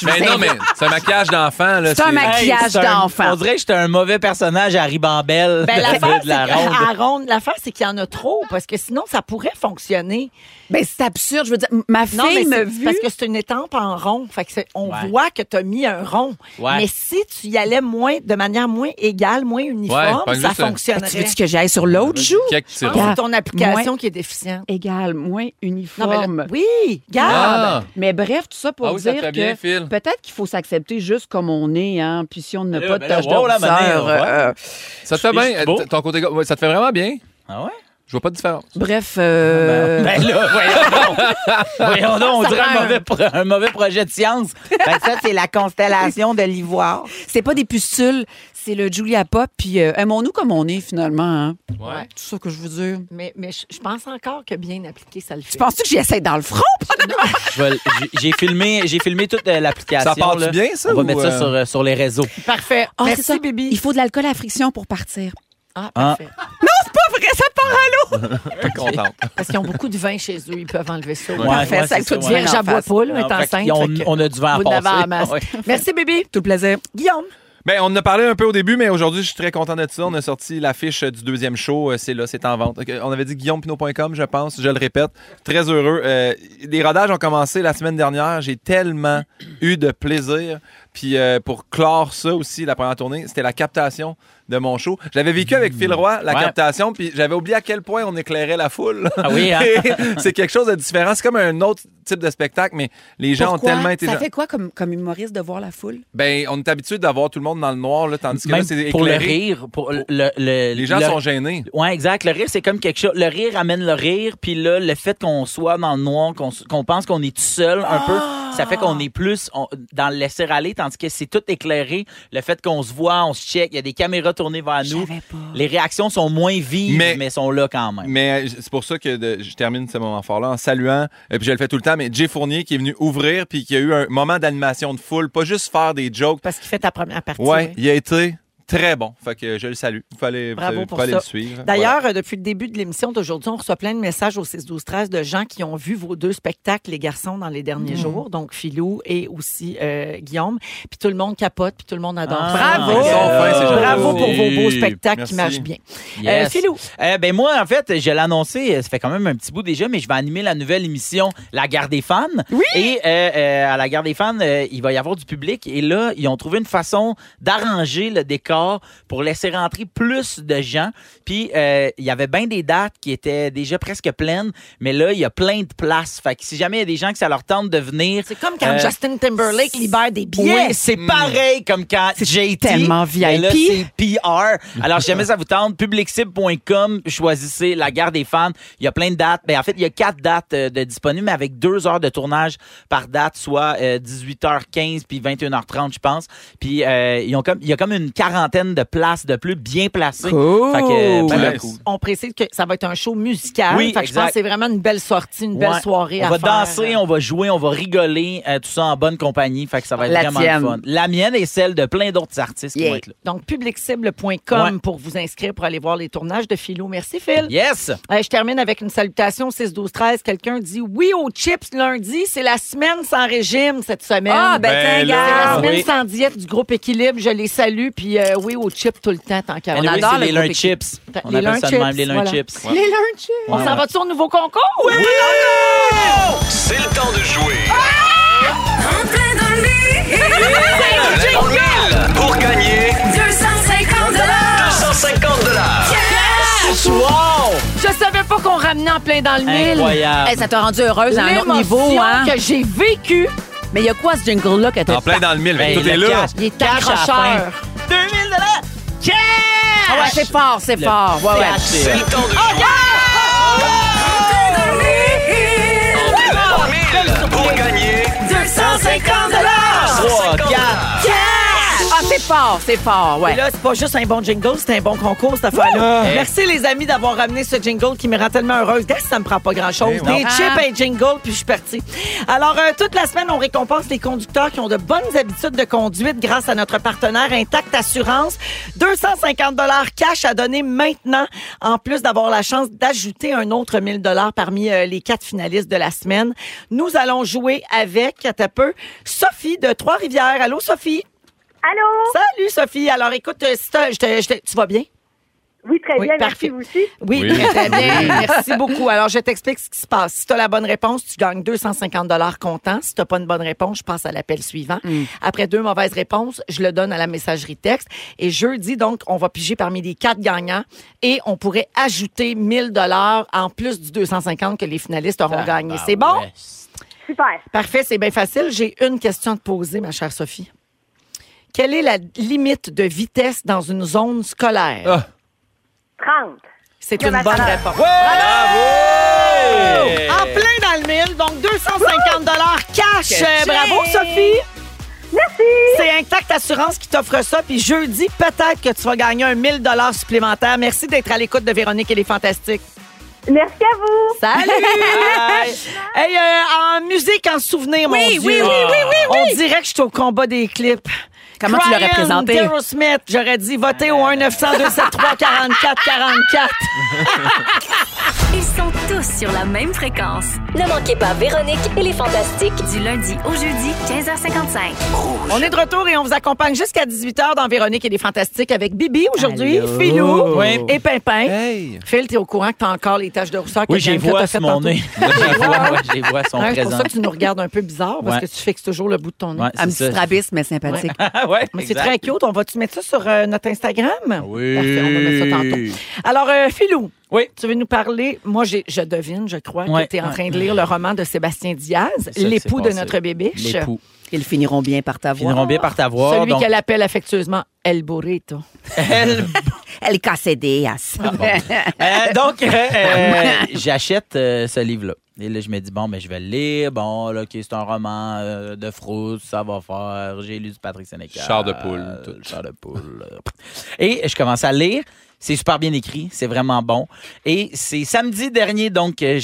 Speaker 1: Je
Speaker 4: Mais
Speaker 1: vous
Speaker 4: non, mais
Speaker 1: invite.
Speaker 4: c'est un maquillage d'enfant. là,
Speaker 1: C'est un maquillage
Speaker 3: c'est un-
Speaker 1: d'enfant.
Speaker 3: On dirait que j'étais un mauvais personnage à Ribambelle
Speaker 2: Ben,
Speaker 3: de-
Speaker 2: l'affaire,
Speaker 3: de
Speaker 2: c'est
Speaker 3: la
Speaker 2: que-
Speaker 3: ronde.
Speaker 2: à ronde, l'affaire, c'est qu'il y en a trop, parce que sinon, ça pourrait fonctionner.
Speaker 1: Ben, c'est absurde. Je veux dire, m- ma fille
Speaker 2: Non, mais
Speaker 1: me
Speaker 2: c'est
Speaker 1: vue.
Speaker 2: parce que c'est une étampe en rond. Fait que c'est- on
Speaker 3: Ouais.
Speaker 2: voit que tu as mis un rond.
Speaker 3: Ouais.
Speaker 2: Mais si tu y allais moins, de manière moins égale, moins uniforme,
Speaker 4: pas
Speaker 2: ça
Speaker 4: juste un-
Speaker 2: fonctionnerait.
Speaker 1: Ben, Tu veux que j'aille sur l'autre joue?
Speaker 4: Quelques
Speaker 2: Je
Speaker 4: petits
Speaker 2: pense que
Speaker 4: ronds.
Speaker 1: Ah.
Speaker 2: C'est ton application
Speaker 1: Moins-
Speaker 2: qui est déficiente.
Speaker 1: Égal, moins
Speaker 2: Non, mais là-
Speaker 1: uniforme.
Speaker 2: oui,
Speaker 4: Ah.
Speaker 2: garde.
Speaker 1: Mais bref, tout ça pour
Speaker 4: Ah oui, ça
Speaker 1: dire
Speaker 4: te fait bien,
Speaker 1: que
Speaker 4: Phil.
Speaker 1: peut-être qu'il faut s'accepter juste comme on est, hein. Puis si on n'a
Speaker 3: Là,
Speaker 1: pas de
Speaker 3: ben là,
Speaker 1: tâche
Speaker 3: wow, là, maintenant,
Speaker 1: d'ordinateur,
Speaker 3: ouais.
Speaker 1: euh,
Speaker 4: Ça te fait
Speaker 3: C'est
Speaker 4: bien. euh,
Speaker 3: beau.
Speaker 4: t- Ton côté gauche, ouais, ça te fait vraiment bien.
Speaker 3: Ah ouais?
Speaker 4: Je vois pas de différence.
Speaker 1: bref, euh,
Speaker 3: Ben là, voyons donc. voyons donc, on
Speaker 1: Ça
Speaker 3: dirait
Speaker 1: fait
Speaker 3: un
Speaker 1: un-
Speaker 3: mauvais, pro- un mauvais projet de science. Ben, ça, c'est la constellation de l'ivoire.
Speaker 2: ben,
Speaker 1: c'est pas des pustules, c'est le Julia Pop. Puis euh, aimons-nous comme on est finalement, hein.
Speaker 4: Ouais.
Speaker 1: Tout ça que je veux dire.
Speaker 2: Mais, mais je je pense encore que bien appliqué, ça le fait.
Speaker 1: Tu penses-tu que j'y essaie dans le front?
Speaker 3: Je vais l- j'ai- J'ai filmé, j'ai filmé toute euh, l'application.
Speaker 4: Ça part
Speaker 3: là.
Speaker 4: bien, ça?
Speaker 3: On va
Speaker 4: ou,
Speaker 3: mettre ça
Speaker 4: euh,
Speaker 3: sur, euh, sur les réseaux.
Speaker 2: Parfait.
Speaker 1: Ah, c'est
Speaker 2: Merci,
Speaker 1: ça.
Speaker 2: bébé.
Speaker 1: Il faut de l'alcool à friction pour partir.
Speaker 2: Ah,
Speaker 3: Ah.
Speaker 2: parfait.
Speaker 4: contente.
Speaker 2: Parce qu'ils ont beaucoup de vin chez eux, ils peuvent enlever ça.
Speaker 3: Ouais,
Speaker 1: Parfait,
Speaker 3: ouais,
Speaker 1: ça,
Speaker 3: c'est
Speaker 1: tout
Speaker 3: ça,
Speaker 1: de
Speaker 3: ouais.
Speaker 2: Vierge à bois pas, là, est
Speaker 3: Non, fait
Speaker 2: enceinte.
Speaker 3: qu'ils ont-
Speaker 2: fait que-
Speaker 3: on a du vent à
Speaker 2: vous en avez en
Speaker 3: passer.
Speaker 2: masse.
Speaker 3: Ouais.
Speaker 2: Merci, bébé.
Speaker 1: Tout le plaisir.
Speaker 2: Guillaume.
Speaker 4: Ben, on en a parlé un peu au début, mais aujourd'hui, je suis très content de ça. On a sorti l'affiche du deuxième show. Euh, C'est là, c'est en vente. Ok, On avait dit guillaumepinot.com, je pense. Je le répète. Très heureux. Euh, les rodages ont commencé la semaine dernière. J'ai tellement eu de plaisir. Puis euh, pour clore ça aussi, la première tournée, c'était la captation de mon show. J'avais vécu avec Phil Roy la
Speaker 3: Ouais.
Speaker 4: captation, puis j'avais oublié à quel point on éclairait la foule.
Speaker 3: Ah oui, hein?
Speaker 4: c'est quelque chose de différent. C'est comme un autre type de spectacle, mais les gens
Speaker 1: Pourquoi?
Speaker 4: ont tellement été...
Speaker 1: Ça fait quoi comme, comme humoriste de voir la foule?
Speaker 4: Ben, on est habitué d'avoir tout le monde dans le noir, là, tandis que là,
Speaker 3: Même
Speaker 4: c'est éclairé.
Speaker 3: pour le rire, pour le, le- le-
Speaker 4: Les gens
Speaker 3: le-
Speaker 4: sont gênés.
Speaker 3: Ouais, exact. Le rire, c'est comme quelque chose. Le rire amène le rire, puis là, le fait qu'on soit dans le noir, qu'on s- qu'on pense qu'on est tout seul un peu, ça fait qu'on est plus on- dans le laisser aller, tandis que c'est tout éclairé. Le fait qu'on se voit, on se check, il y a des caméras tournées vers nous. Les réactions sont moins vives, mais,
Speaker 4: Mais-
Speaker 3: sont là quand même.
Speaker 4: Mais euh, c'est pour ça que de- je termine ce moment fort-là en saluant, et puis je le fais tout le temps, mais Jay Fournier qui est venu ouvrir puis qui a eu un moment d'animation de foule, pas juste faire des jokes.
Speaker 2: Parce qu'il fait ta première partie.
Speaker 4: Ouais,
Speaker 2: oui.
Speaker 4: il a été très bon. Fait que je le salue. Vous fallait,
Speaker 2: Bravo
Speaker 4: vous
Speaker 2: pour
Speaker 4: fallait
Speaker 2: ça.
Speaker 4: le suivre.
Speaker 2: D'ailleurs, euh, depuis le début de l'émission d'aujourd'hui, on reçoit plein de messages au 6 12 13 de gens qui ont vu vos deux spectacles, les garçons, dans les
Speaker 3: Mm.
Speaker 2: derniers jours, donc Philou et aussi euh, Guillaume. Puis tout le monde capote, puis tout le monde adore.
Speaker 3: Ah,
Speaker 2: ça.
Speaker 3: bravo! Ils sont fins, ces gens-là.
Speaker 2: Bravo pour vos beaux
Speaker 4: Merci.
Speaker 2: spectacles qui
Speaker 4: Merci.
Speaker 2: marchent bien.
Speaker 3: Yes.
Speaker 2: Euh, Philou,
Speaker 3: Euh, ben moi, en fait, je l'ai annoncé, euh, ça fait quand même un petit bout déjà, mais je vais animer la nouvelle émission La Gare des fans. Et euh, euh, à La Gare des fans, euh, il va y avoir du public. Et là, ils ont trouvé une façon d'arranger le décor pour laisser rentrer plus de gens. Puis, euh, il y avait bien des dates qui étaient déjà presque pleines, mais là, il y a plein de places. Fait que si jamais il y a des gens que ça leur tente de venir...
Speaker 2: c'est comme quand
Speaker 3: Euh,
Speaker 2: Justin Timberlake libère des billets.
Speaker 3: Oui, c'est pareil comme quand j'ai
Speaker 1: tellement
Speaker 3: Mais là,
Speaker 1: VIP.
Speaker 3: c'est PR. Alors, si jamais ça vous tente, publiccible.com, choisissez la gare des fans. Il y a plein de dates. Ben, en fait, il y a quatre dates euh, de disponibles, mais avec deux heures de tournage par date, soit euh, 18h15 puis 21h30, je pense. Puis, euh, ils ont comme, il y a comme une quarantaine de places de plus bien placées.
Speaker 1: Oh!
Speaker 3: Fait que, euh,
Speaker 4: Cool.
Speaker 3: ben,
Speaker 4: Nice.
Speaker 3: cool.
Speaker 2: On précise que ça va être un show musical.
Speaker 3: Oui,
Speaker 2: Fait que je
Speaker 3: exact.
Speaker 2: pense que c'est vraiment une belle sortie, une
Speaker 3: Ouais.
Speaker 2: belle soirée
Speaker 3: On
Speaker 2: à
Speaker 3: va
Speaker 2: faire.
Speaker 3: danser, on va jouer, on va rigoler, euh, tout ça en bonne compagnie. Fait que ça va être
Speaker 1: La
Speaker 3: vraiment
Speaker 1: tienne.
Speaker 3: le fun. La mienne et celle de plein d'autres artistes qui
Speaker 1: Yeah.
Speaker 3: vont être là.
Speaker 2: Donc, publiccible.com
Speaker 3: Ouais.
Speaker 2: pour vous inscrire, pour aller voir les tournages de Philou. Merci, Phil.
Speaker 3: Yes!
Speaker 2: Euh, je termine avec une salutation 6-12-13. Quelqu'un dit oui aux chips lundi. C'est la semaine sans régime cette semaine.
Speaker 1: Ah, ben,
Speaker 4: Ben
Speaker 1: tiens,
Speaker 2: C'est la
Speaker 4: là.
Speaker 1: gars!
Speaker 2: semaine
Speaker 3: oui.
Speaker 2: sans diète du groupe Équilibre. Je les salue. Puis euh, oui aux chips tout le temps, tant qu'à
Speaker 3: On
Speaker 2: moi.
Speaker 3: adore les lunch chips.
Speaker 2: Ta-
Speaker 3: On
Speaker 2: les
Speaker 3: appelle ça
Speaker 2: lunch
Speaker 3: de même,
Speaker 2: chips,
Speaker 3: les lunch
Speaker 2: voilà.
Speaker 3: chips.
Speaker 4: Ouais.
Speaker 2: On s'en va-tu au nouveau concours? Oui!
Speaker 11: C'est le temps de jouer.
Speaker 6: En plein dans
Speaker 11: Pour gagner
Speaker 6: 250
Speaker 11: 250
Speaker 2: Je savais pas qu'on ramenait en plein dans le mille.
Speaker 1: Hey,
Speaker 3: Incroyable.
Speaker 1: ça t'a rendu heureuse à un autre
Speaker 2: L'émotion
Speaker 1: niveau, hein?
Speaker 2: que j'ai vécu.
Speaker 1: Mais il y a quoi ce jingle-là que t'as
Speaker 4: En plein dans le mille,
Speaker 3: Hey,
Speaker 4: tout
Speaker 3: Ben, le
Speaker 4: est là.
Speaker 3: cash.
Speaker 1: Il est
Speaker 3: Cash à la fin.
Speaker 1: accrocheur.
Speaker 3: 2000
Speaker 1: Ah ouais, c'est fort, c'est
Speaker 3: Le-
Speaker 1: fort.
Speaker 3: Ouais, ouais,
Speaker 1: Cash.
Speaker 3: c'est-
Speaker 11: Pour gagner
Speaker 6: 250
Speaker 3: 3, 4.
Speaker 1: Ah, c'est
Speaker 2: C'est fort, c'est fort, ouais. Et là, c'est pas juste un bon jingle, c'est un bon concours, cette affaire-là. Merci, les amis, d'avoir ramené ce jingle qui me rend tellement heureuse. Gars, ça me prend pas grand-chose.
Speaker 4: Eh non.
Speaker 2: Des chips, un jingle, puis je suis partie. Alors, euh, toute la semaine, on récompense les conducteurs qui ont de bonnes habitudes de conduite grâce à notre partenaire Intact Assurance. 250 cash à donner maintenant, en plus d'avoir la chance d'ajouter un autre 1000 parmi euh, les quatre finalistes de la semaine. Nous allons jouer avec, à peu, Sophie de Trois-Rivières. Allô, Sophie?
Speaker 12: Allô?
Speaker 2: Salut Sophie. Alors écoute, euh, si t'as- je te- je te- tu vas bien?
Speaker 12: Oui, très bien. Merci
Speaker 2: parfait.
Speaker 12: vous aussi.
Speaker 2: Oui,
Speaker 12: Oui.
Speaker 2: très, très
Speaker 12: Oui.
Speaker 2: bien. Merci beaucoup. Alors, je t'explique ce qui se passe. Si tu as la bonne réponse, tu gagnes 250 comptant. Si tu n'as pas une bonne réponse, je passe à l'appel suivant.
Speaker 12: Mm.
Speaker 2: Après deux mauvaises réponses, je le donne à la messagerie texte. Et jeudi, donc, on va piger parmi les quatre gagnants et on pourrait ajouter 1000 en plus du 250 que les finalistes
Speaker 12: Ah,
Speaker 2: auront
Speaker 12: bah
Speaker 2: gagné. C'est bon?
Speaker 12: Super.
Speaker 2: Parfait, c'est bien facile. J'ai une question à te poser, ma chère Sophie. Quelle est la limite de vitesse dans une zone scolaire?
Speaker 12: 30.
Speaker 2: C'est
Speaker 12: Que
Speaker 2: une
Speaker 12: ma
Speaker 2: bonne
Speaker 12: sœur.
Speaker 2: réponse.
Speaker 12: Ouais!
Speaker 2: Bravo!
Speaker 12: Ouais!
Speaker 2: En plein dans le mille, donc 250 cash.
Speaker 12: Caché!
Speaker 2: Euh, Bravo, Sophie! Merci! C'est Intact Assurance qui t'offre ça. Puis jeudi, peut-être que tu vas gagner un 1000 supplémentaire. Merci d'être à l'écoute de Véronique et les Fantastiques.
Speaker 12: Merci à vous.
Speaker 2: Salut!
Speaker 12: Bye.
Speaker 2: hey, euh, en musique, en souvenir, mon
Speaker 12: Oui,
Speaker 2: Dieu.
Speaker 12: oui, oui, oui, oui, oui.
Speaker 2: On dirait que je suis au combat des clips.
Speaker 1: Comment tu l'aurais
Speaker 2: Brian
Speaker 1: présenté?
Speaker 2: Aerosmith, j'aurais dit voter au 1 900 273 44 44
Speaker 6: Ils sont tous sur la même fréquence. Ne manquez pas Véronique et les Fantastiques du lundi au jeudi 15h55.
Speaker 2: On est de retour et on vous accompagne jusqu'à 18h dans Véronique et les Fantastiques avec Bibi aujourd'hui, Philou
Speaker 3: Oui.
Speaker 2: et Pimpin. Phil, t'es au courant que t'as encore les taches de rousseur
Speaker 3: Oui,
Speaker 2: que
Speaker 3: j'ai
Speaker 2: Bianca
Speaker 3: vois
Speaker 2: t'a faites
Speaker 3: sur mon
Speaker 2: tantôt.
Speaker 3: nez. J'ai vois, ouais, j'ai vois, sont
Speaker 2: Hein, c'est pour
Speaker 3: présents.
Speaker 2: ça que tu nous regardes un peu bizarre parce
Speaker 3: Ouais.
Speaker 2: que tu fixes toujours le bout de ton nez.
Speaker 3: Ouais, c'est Un petit ça. strabisme,
Speaker 2: mais
Speaker 3: sympathique.
Speaker 2: mais c'est
Speaker 3: exact.
Speaker 2: très cute. On va-tu mettre ça sur euh, notre Instagram?
Speaker 3: Oui.
Speaker 2: Parfait, on va mettre ça tantôt. Alors, euh, Philou, tu veux nous parler, moi j'ai- je devine, je crois,
Speaker 1: Ouais,
Speaker 2: que tu es en
Speaker 1: ouais.
Speaker 2: train de lire le roman de Sébastien Diaz,
Speaker 3: C'est ça qui
Speaker 2: L'époux
Speaker 3: s'est
Speaker 2: de
Speaker 3: passé.
Speaker 2: notre bébiche.
Speaker 3: L'époux.
Speaker 1: Ils finiront bien par t'avoir.
Speaker 3: Finiront bien par t'avoir.
Speaker 2: Celui
Speaker 3: donc-
Speaker 2: qu'elle appelle affectueusement El Burrito.
Speaker 3: Elle-
Speaker 1: Elle casse
Speaker 3: Ah, bon. Euh, donc, euh, euh, j'achète euh, ce livre-là. Et là, je me dis, bon, ben, je vais le lire. Bon, là, OK, c'est un roman euh, de fraude, ça va faire. J'ai lu du Patrick Sénécal.
Speaker 4: Char de poule, tout.
Speaker 3: Char de poule. Et je commence à lire. C'est super bien écrit, c'est vraiment bon. Et c'est samedi dernier, donc euh, je,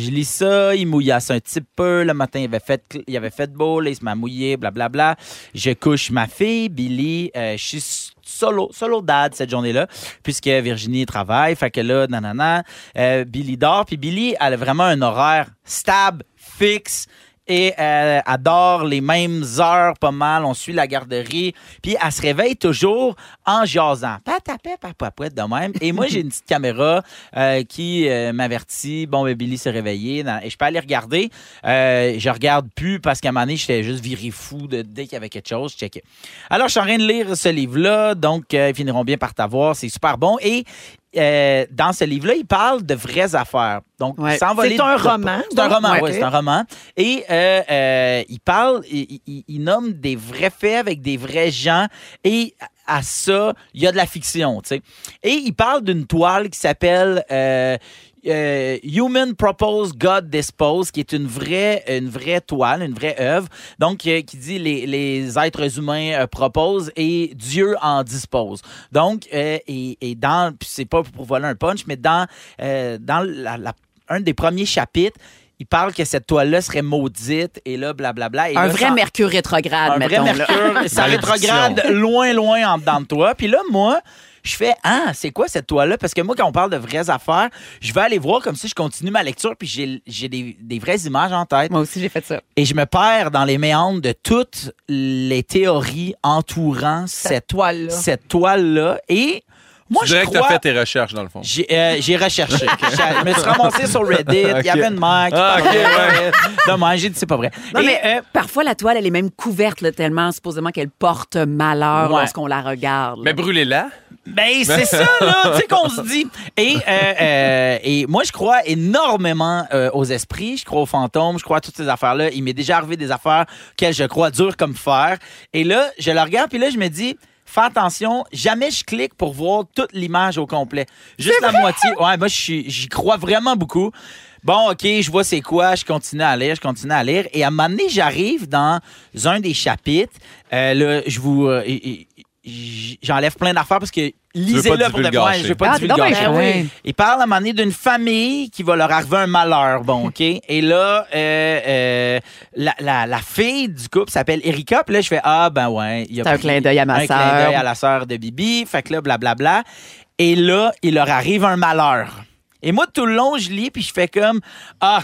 Speaker 3: je lis ça, il mouillasse un petit peu. Le matin, il avait fait, il avait fait beau, là, il se m'a mouillé, blablabla. Je couche ma fille, Billy. euh, je suis solo, solo dad cette journée-là, puisque Virginie travaille. Fait que là, nanana, euh, Billy dort. Puis Billy, elle a vraiment un horaire stable, fixe et euh, elle dort les mêmes heures pas mal. On suit la garderie. Puis elle se réveille toujours en jasant. Patapé, papapouette de même. Et moi, j'ai une petite caméra euh, qui euh, m'avertit. Bon, ben, Billy s'est réveillé. nan- Et je peux aller regarder. Euh, je regarde plus parce qu'à un moment donné, j'étais juste viré fou de, dès qu'il y avait quelque chose. Je checkais. Alors, je suis en train de lire ce livre-là. Donc, euh, ils finiront bien par t'avoir. C'est super bon. Et euh, dans ce livre-là, il parle de vraies affaires. Donc,
Speaker 2: Ouais.
Speaker 3: s'envoler-
Speaker 2: C'est un roman,
Speaker 3: C'est un
Speaker 2: donc?
Speaker 3: roman,
Speaker 2: Ouais.
Speaker 3: oui. C'est un roman. Et euh, euh, il parle, il, il- il nomme des vrais faits avec des vrais gens. Et à ça, il y a de la fiction, tu sais. Et il parle d'une toile qui s'appelle... euh, euh, Human Propose, God Dispose, qui est une vraie, une vraie toile, une vraie œuvre, donc euh, qui dit les, les êtres humains euh, proposent et Dieu en dispose. Donc, euh, et, et dans, puis c'est pas pour voler un punch, mais dans, euh, dans la- la- un des premiers chapitres, il parle que cette toile-là serait maudite et là, blablabla. et
Speaker 1: Un
Speaker 3: là,
Speaker 1: vrai
Speaker 3: ça-
Speaker 1: Mercure rétrograde,
Speaker 3: un
Speaker 1: mettons.
Speaker 3: vrai mercure,
Speaker 1: là.
Speaker 3: ça rétrograde loin, loin en dedans de toi. Puis là, moi, je fais Ah, c'est quoi cette toile-là? Parce que moi, quand on parle de vraies affaires, je vais aller voir comme si je continue ma lecture, puis j'ai- j'ai des, des vraies images en tête. Moi
Speaker 1: aussi, j'ai fait ça.
Speaker 3: Et je me perds dans les méandres de toutes les théories entourant cette
Speaker 2: toile-là.
Speaker 3: Cette toile-là. Et moi,
Speaker 4: tu
Speaker 3: je
Speaker 4: dirais
Speaker 3: crois...
Speaker 4: que t'as fait tes recherches, dans le fond.
Speaker 3: J'ai euh, j'ai recherché. Je me suis ramassé sur Reddit. Il
Speaker 4: Ok.
Speaker 3: y avait une mère qui
Speaker 4: Ah, ok,
Speaker 3: parlait,
Speaker 4: ouais.
Speaker 3: Dommage, j'ai dit, c'est pas vrai.
Speaker 1: Non,
Speaker 3: Et- euh,
Speaker 1: mais parfois, la toile, elle est même couverte, là, tellement supposément qu'elle porte malheur
Speaker 3: Ouais.
Speaker 1: lorsqu'on la regarde. là.
Speaker 4: Mais brûlez-la.
Speaker 3: Ben, c'est ça, là, tu sais, qu'on se dit. Et, euh, euh, et moi, je crois énormément euh, aux esprits, je crois aux fantômes, je crois à toutes ces affaires-là. Il m'est déjà arrivé des affaires que je crois dures comme fer. Et là, je le regarde, puis là, je me dis, fais attention, jamais je clique pour voir toute l'image au complet. Juste la moitié. Ouais, moi, je suis- j'y crois vraiment beaucoup. Bon, OK, je vois c'est quoi, je continue à lire, je continue à lire. Et à un moment donné, j'arrive dans un des chapitres. Euh, là, je vous. euh, et- et- j- J'enlève plein d'affaires parce que
Speaker 13: veux pas
Speaker 3: lisez-le pour de
Speaker 13: divulgacher.
Speaker 3: vrai. Je veux pas
Speaker 13: Ah, t'es donc
Speaker 3: divulgacher.
Speaker 13: bien fin.
Speaker 3: Oui. Il parle à un moment donné d'une famille qui va leur arriver un malheur. Bon, OK. Et là, euh, euh, la, la- la fille du couple s'appelle Erika. Puis là, je fais Ah, ben ouais. il a
Speaker 1: C'est un
Speaker 3: pris-
Speaker 1: clin d'œil à ma
Speaker 3: un clin
Speaker 1: sœur.
Speaker 3: d'œil à la sœur de Bibi. Fait que là, blablabla. Et là, il leur arrive un malheur. Et moi, tout le long, je lis, puis je fais comme Ah,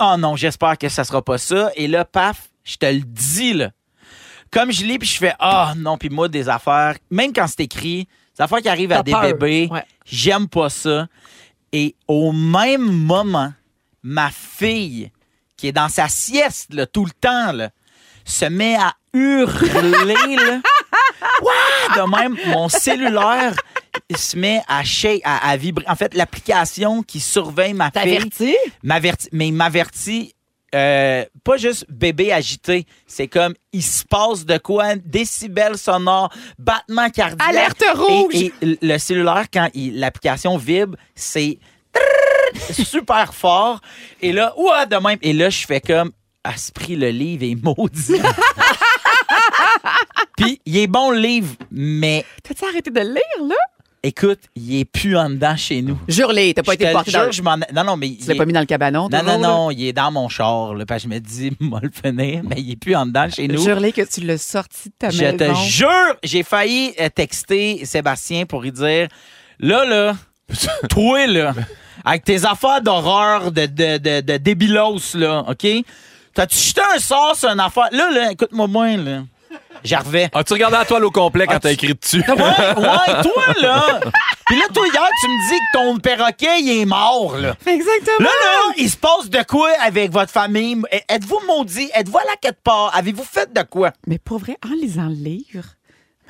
Speaker 3: oh non, j'espère que ça sera pas ça. Et là, paf, je te le dis, là comme je lis, puis je fais Ah non, puis moi, des affaires, même quand c'est écrit, des affaires qui arrivent à
Speaker 13: T'as
Speaker 3: des
Speaker 13: peur.
Speaker 3: bébés, j'aime pas ça. Et au même moment, ma fille, qui est dans sa sieste là, tout le temps, là, se met à hurler. là. Ouah! De même, mon cellulaire se met à, shake, à, à vibrer. En fait, l'application qui surveille ma fille.
Speaker 2: T'avertit?
Speaker 3: M'avertit. Mais il m'avertit. euh, pas juste bébé agité, c'est comme il se passe de quoi, décibels sonores, battements cardiaques.
Speaker 14: Alerte
Speaker 3: Et-
Speaker 14: rouge!
Speaker 3: Et, le cellulaire, quand il- l'application vibre, c'est trrrr, super fort. Et là, ouah, de même. Et là, je fais comme, à ce prix, le livre est maudit. Puis, il est bon le livre, mais
Speaker 14: T'as-tu arrêté de le lire, là?
Speaker 3: écoute, il est plus en dedans chez nous.
Speaker 1: Jurlé, t'as pas
Speaker 3: Je
Speaker 1: été
Speaker 3: te le
Speaker 1: porté
Speaker 3: jure,
Speaker 1: dans le-
Speaker 3: je m'en- Non, non, mais.
Speaker 1: Tu l'as pas mis dans le cabanon,
Speaker 3: Non, non,
Speaker 1: toujours,
Speaker 3: non, il est dans mon char, là, parce que je me dis, moi le finir, mais il est plus en dedans chez nous.
Speaker 14: Jure-les que tu l'as sorti de ta
Speaker 3: Je
Speaker 14: maison.
Speaker 3: te jure, j'ai failli euh, texter Sébastien pour lui dire Là, là, toi, là, avec tes affaires d'horreur, de, de, de, de débilos, là, OK? T'as-tu jeté un sort sur une affaire? Là, là, écoute-moi moins, là. J'arrivais.
Speaker 4: As-tu regardé la toile au complet quand t'as écrit dessus?
Speaker 3: Ah, Ouais, ouais, toi, là. Puis là, toi, hier, tu me dis que ton perroquet, il est mort, là.
Speaker 14: Exactement.
Speaker 3: Là, là, il se passe de quoi avec votre famille? E- Êtes-vous maudit? Êtes-vous à la quête part? Avez-vous fait de quoi?
Speaker 14: Mais pour vrai, en lisant le livre,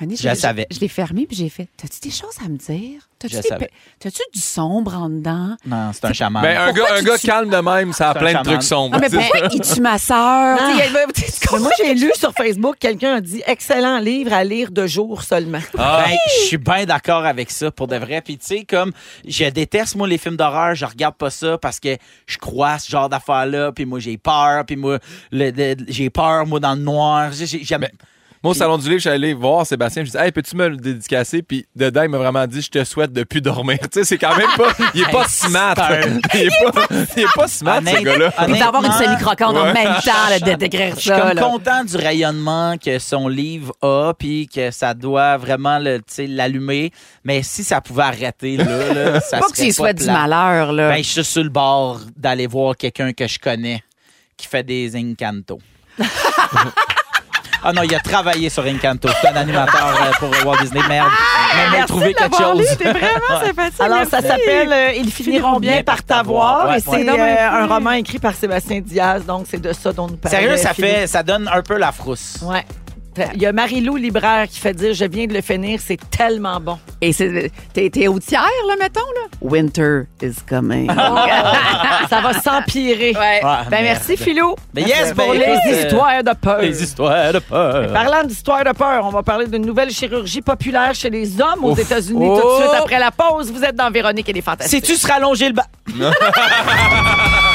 Speaker 14: à un moment donné,
Speaker 3: Je le savais.
Speaker 14: Je, l'ai fermé puis j'ai fait T'as-tu des choses à me dire T'as-tu
Speaker 3: Je
Speaker 14: des
Speaker 3: savais.
Speaker 14: pe- T'as-tu du sombre en dedans
Speaker 3: Non, c'est un chaman.
Speaker 4: Ben, un gars,
Speaker 14: Pourquoi
Speaker 4: un
Speaker 14: tu
Speaker 4: gars
Speaker 14: tues-
Speaker 4: calme de même, ça a
Speaker 3: C'est un
Speaker 4: plein de
Speaker 3: chaman.
Speaker 4: trucs sombres.
Speaker 14: Ah, mais
Speaker 4: C'est
Speaker 14: ben,
Speaker 4: ça.
Speaker 14: il
Speaker 1: tue ma sœur.
Speaker 2: Ah.
Speaker 1: Tu sais, elle va- tu
Speaker 2: Mais moi, j'ai lu sur Facebook, quelqu'un a dit excellent livre à lire de jour seulement.
Speaker 3: Ben, je suis bien d'accord avec ça, pour de vrai. Puis, tu sais, comme, je déteste, moi, les films d'horreur, je regarde pas ça parce que je crois à ce genre d'affaires-là, puis moi, j'ai peur, puis moi, le- le- j'ai peur, moi, dans le noir. J'ai- j'ai- J'aime.
Speaker 4: Moi, au Salon du Livre, je suis allé voir Sébastien. Je dis, hey, peux-tu me le dédicacer? Puis dedans, il m'a vraiment dit, je te souhaite de plus dormir. tu sais, c'est quand même pas. Il est pas smart. il, est pas, il est pas smart, ce
Speaker 3: Honnête- Ah,
Speaker 4: gars-là.
Speaker 3: honnêtement,
Speaker 1: Il va avoir une semi-croquante en
Speaker 3: Ouais.
Speaker 1: même temps là, de décrire
Speaker 3: Je suis
Speaker 1: ça.
Speaker 3: comme
Speaker 1: là.
Speaker 3: content du rayonnement que son livre a, puis que ça doit vraiment le, tu sais, l'allumer. Mais si ça pouvait arrêter, là, là ça
Speaker 1: Pas que
Speaker 3: serait
Speaker 1: s'il souhaite du
Speaker 3: plat.
Speaker 1: malheur, là.
Speaker 3: Ben, je suis sur le bord d'aller voir quelqu'un que je connais qui fait des Encanto. ah non, il a travaillé sur Encanto. C'est un animateur euh, pour Walt Disney. Merde, mais il a trouvé quelque chose.
Speaker 14: sympathique.
Speaker 2: Alors, ça s'appelle euh, Ils finiront bien par t'avoir.
Speaker 3: Ouais,
Speaker 2: Et
Speaker 3: ouais.
Speaker 2: c'est
Speaker 3: Non, mais-
Speaker 2: euh, un roman écrit par Sébastien Diaz. Donc, c'est de ça dont nous parlons.
Speaker 3: Sérieux, ça fait, ça donne un peu la frousse.
Speaker 2: Ouais. Il y a Marie-Lou Libraire qui fait dire Je viens de le finir, c'est tellement bon.
Speaker 1: Et c'est- t'es t'es au tiers, là, mettons, là? Oh, Winter is coming.
Speaker 2: ça va s'empirer.
Speaker 3: Ah,
Speaker 2: ben, merci,
Speaker 3: merde.
Speaker 2: Philo.
Speaker 3: Ben, yes, ben,
Speaker 2: pour les
Speaker 3: écoute, euh,
Speaker 2: histoires de peur.
Speaker 3: Les histoires de peur.
Speaker 2: Parlant d'histoire de peur, on va parler d'une nouvelle chirurgie populaire chez les hommes aux
Speaker 3: Ouf.
Speaker 2: États-Unis
Speaker 3: Oh.
Speaker 2: tout de suite après la pause. Vous êtes dans Véronique et les Fantastiques.
Speaker 3: Sais-tu se rallonger le bas?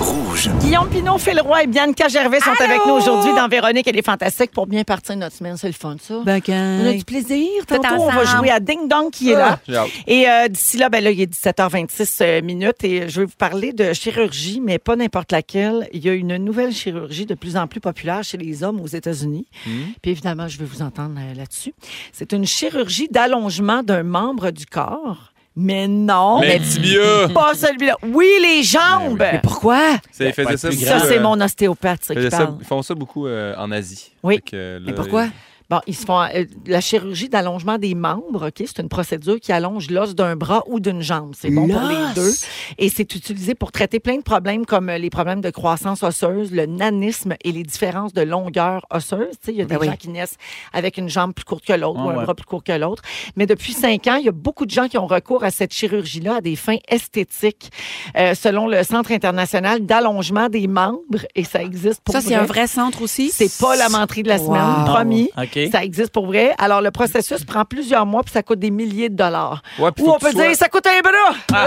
Speaker 15: Rouge.
Speaker 2: Guillaume Pinot, Phil Roy et Bianca Gervais sont avec nous aujourd'hui dans Véronique et les Fantastiques pour bien partir notre semaine. C'est le fun, ça. On a
Speaker 1: ben,
Speaker 2: du plaisir.
Speaker 1: Tout
Speaker 2: Tantôt, on va
Speaker 1: ensemble.
Speaker 2: jouer à Ding Dong qui est
Speaker 4: Ah,
Speaker 2: là.
Speaker 4: j'ai hâte.
Speaker 2: Et euh, d'ici là, ben là, il est 17h26 euh, minutes et je vais vous parler de chirurgie, mais pas n'importe laquelle. Il y a une nouvelle chirurgie de plus en plus populaire chez les hommes aux États-Unis.
Speaker 4: Hmm.
Speaker 2: Puis évidemment, je vais vous entendre euh, là-dessus. C'est une chirurgie d'allongement d'un membre du corps. Mais non,
Speaker 4: Mais tibia.
Speaker 2: pas celui-là. Oui, les jambes.
Speaker 1: Mais pourquoi?
Speaker 4: Ça, ils faisaient
Speaker 3: Ouais,
Speaker 4: ça,
Speaker 3: plus
Speaker 4: beaucoup,
Speaker 2: Ça, c'est
Speaker 4: euh,
Speaker 2: mon ostéopathe ça,
Speaker 4: ils faisaient
Speaker 2: qui
Speaker 4: ça-
Speaker 2: parle.
Speaker 4: ils font ça beaucoup euh, en Asie.
Speaker 2: Oui.
Speaker 4: Fait que, là,
Speaker 1: Mais pourquoi?
Speaker 4: ils-
Speaker 2: Bon, ils se font euh, la chirurgie d'allongement des membres, OK? C'est une procédure qui allonge l'os d'un bras ou d'une jambe. C'est bon pour les
Speaker 16: L'os!
Speaker 2: deux. Et c'est utilisé pour traiter plein de problèmes comme euh, les problèmes de croissance osseuse, le nanisme et les différences de longueur osseuse. Tu sais, Il y a des
Speaker 16: Ben oui.
Speaker 2: gens qui naissent avec une jambe plus courte que l'autre
Speaker 16: Ah
Speaker 2: ou un
Speaker 16: ouais.
Speaker 2: bras plus court que l'autre. Mais depuis cinq ans, il y a beaucoup de gens qui ont recours à cette chirurgie-là à des fins esthétiques, euh, selon le Centre international d'allongement des membres. Et ça existe pour
Speaker 1: Ça, c'est un vrai centre aussi?
Speaker 2: C'est pas la menterie de la
Speaker 1: Wow.
Speaker 2: semaine, promis.
Speaker 4: Ah,
Speaker 3: OK.
Speaker 2: Ça existe pour vrai. Alors, le processus prend plusieurs mois puis ça coûte des milliers de dollars.
Speaker 4: Ouais, puis
Speaker 2: Ou
Speaker 4: faut que
Speaker 2: on
Speaker 4: tu
Speaker 2: peut
Speaker 4: sois- Ah.
Speaker 2: dire, ça coûte un bras!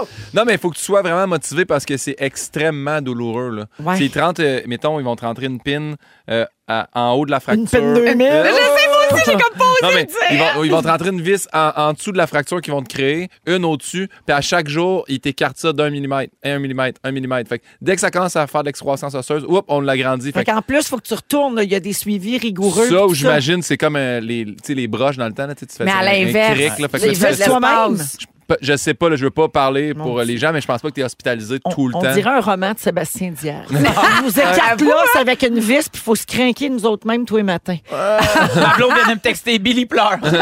Speaker 2: Oh!
Speaker 4: Non, mais il faut que tu sois vraiment motivé parce que c'est extrêmement douloureux. Là.
Speaker 2: Ouais.
Speaker 4: C'est 30, euh, mettons, ils vont te rentrer une pine euh, à- en haut de la fracture.
Speaker 2: pine 2000.
Speaker 4: Euh,
Speaker 2: Mais je sais, moi aussi, j'ai comme pas osé
Speaker 4: Non, mais
Speaker 2: le dire.
Speaker 4: ils vont, ils vont te rentrer une vis en, en dessous de la fracture qu'ils vont te créer, une au-dessus, puis à chaque jour, ils t'écartent ça d'un millimètre, un millimètre, un millimètre. Fait que dès que ça commence à faire de l'excroissance osseuse, oups, on l'agrandit.
Speaker 2: Fait
Speaker 4: Fait que
Speaker 2: qu'en plus, il faut que tu retournes. là. Il y a des suivis rigoureux.
Speaker 4: ça,
Speaker 2: tout
Speaker 4: où j'imagine, c'est comme euh, les, tu sais, les broches dans le temps. Là, tu sais, tu fais
Speaker 2: Mais
Speaker 4: ça,
Speaker 2: à
Speaker 4: un- un
Speaker 2: l'inverse.
Speaker 4: cric, là. Fait que
Speaker 2: Ils
Speaker 4: là, tu fais
Speaker 2: veulent
Speaker 4: ça.
Speaker 2: toi-même.
Speaker 4: Je- Je sais pas, là, je veux pas parler pour euh, les gens, mais je pense pas que tu es hospitalisé tout le
Speaker 2: On
Speaker 4: temps.
Speaker 2: dirait un roman de Sébastien Dière.
Speaker 4: Non.
Speaker 2: On nous écarte là c'est avec une vis, puis il faut se craquer nous autres même tous les matins.
Speaker 3: Ma blonde vient de me texter Billy pleure.
Speaker 1: Mais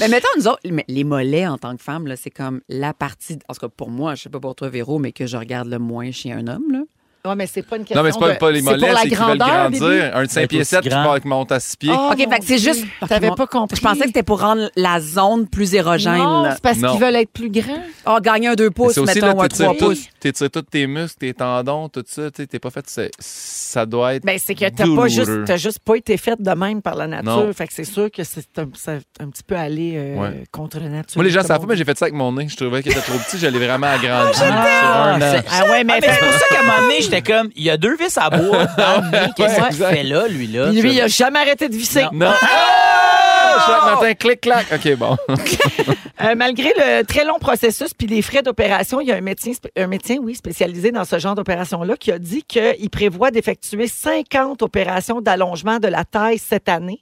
Speaker 1: ben, mettons, nous autres, mais les mollets en tant que femme, là, c'est comme la partie, en tout cas pour moi, je sais pas pour toi, Véro, mais que je regarde le moins chez un homme. Là.
Speaker 2: Ouais, mais c'est pas une question
Speaker 4: Non, mais c'est pas,
Speaker 2: de-
Speaker 4: pas les mollets,
Speaker 2: pour la
Speaker 4: c'est qu'ils veulent
Speaker 2: grandeur,
Speaker 4: grandir.
Speaker 2: bébé. Ah,
Speaker 4: Un de 5 pieds 7 qui
Speaker 1: grand.
Speaker 4: part avec Oh, mon tasse 6 pieds.
Speaker 1: OK, fait que c'est juste.
Speaker 2: T'avais
Speaker 1: Ok,
Speaker 2: pas
Speaker 1: mon-
Speaker 2: compris.
Speaker 1: Je pensais que c'était pour rendre la zone plus érogène.
Speaker 2: Non, c'est parce
Speaker 4: Non.
Speaker 2: qu'ils veulent être plus grands.
Speaker 1: Oh, gagner un 2
Speaker 4: Mais
Speaker 1: pouces,
Speaker 4: c'est aussi, là,
Speaker 1: mettons, ou un 3
Speaker 4: t'étires tout-
Speaker 1: pouces.
Speaker 4: t'étires tous tes muscles, tes tendons, tout ça. tu sais, T'es pas fait. c'est- Ça doit être.
Speaker 2: Ben, c'est que t'as pas juste,
Speaker 4: douloureux.
Speaker 2: t'as juste pas été faite de même par la nature.
Speaker 4: Non.
Speaker 2: Fait que c'est sûr que c'est un, ça- un petit peu aller euh,
Speaker 4: Ouais.
Speaker 2: contre la nature.
Speaker 4: Moi, les gens
Speaker 2: comme
Speaker 4: savent
Speaker 2: on
Speaker 4: pas, mais j'ai fait ça avec mon nez. Je trouvais qu'il était trop petit. J'allais vraiment agrandir. sur
Speaker 3: Ah,
Speaker 4: un an.
Speaker 3: c'est-
Speaker 2: Ah ouais, mais
Speaker 3: c'est pour ça qu'à un moment donné, j'étais comme, il y a deux vis à bois. dans le nez. Qu'est-ce
Speaker 4: Ouais,
Speaker 3: qu'il fait là, lui, là?
Speaker 2: dit. Puis lui, il a jamais arrêté de visser.
Speaker 4: Non.
Speaker 1: Oh!
Speaker 4: Ah! Chaque matin, clic, clac. OK, bon.
Speaker 2: Euh, malgré le très long processus puis les frais d'opération, il y a un médecin, spé- un médecin oui, spécialisé dans ce genre d'opération-là qui a dit qu'il prévoit d'effectuer 50 opérations d'allongement de la taille cette année.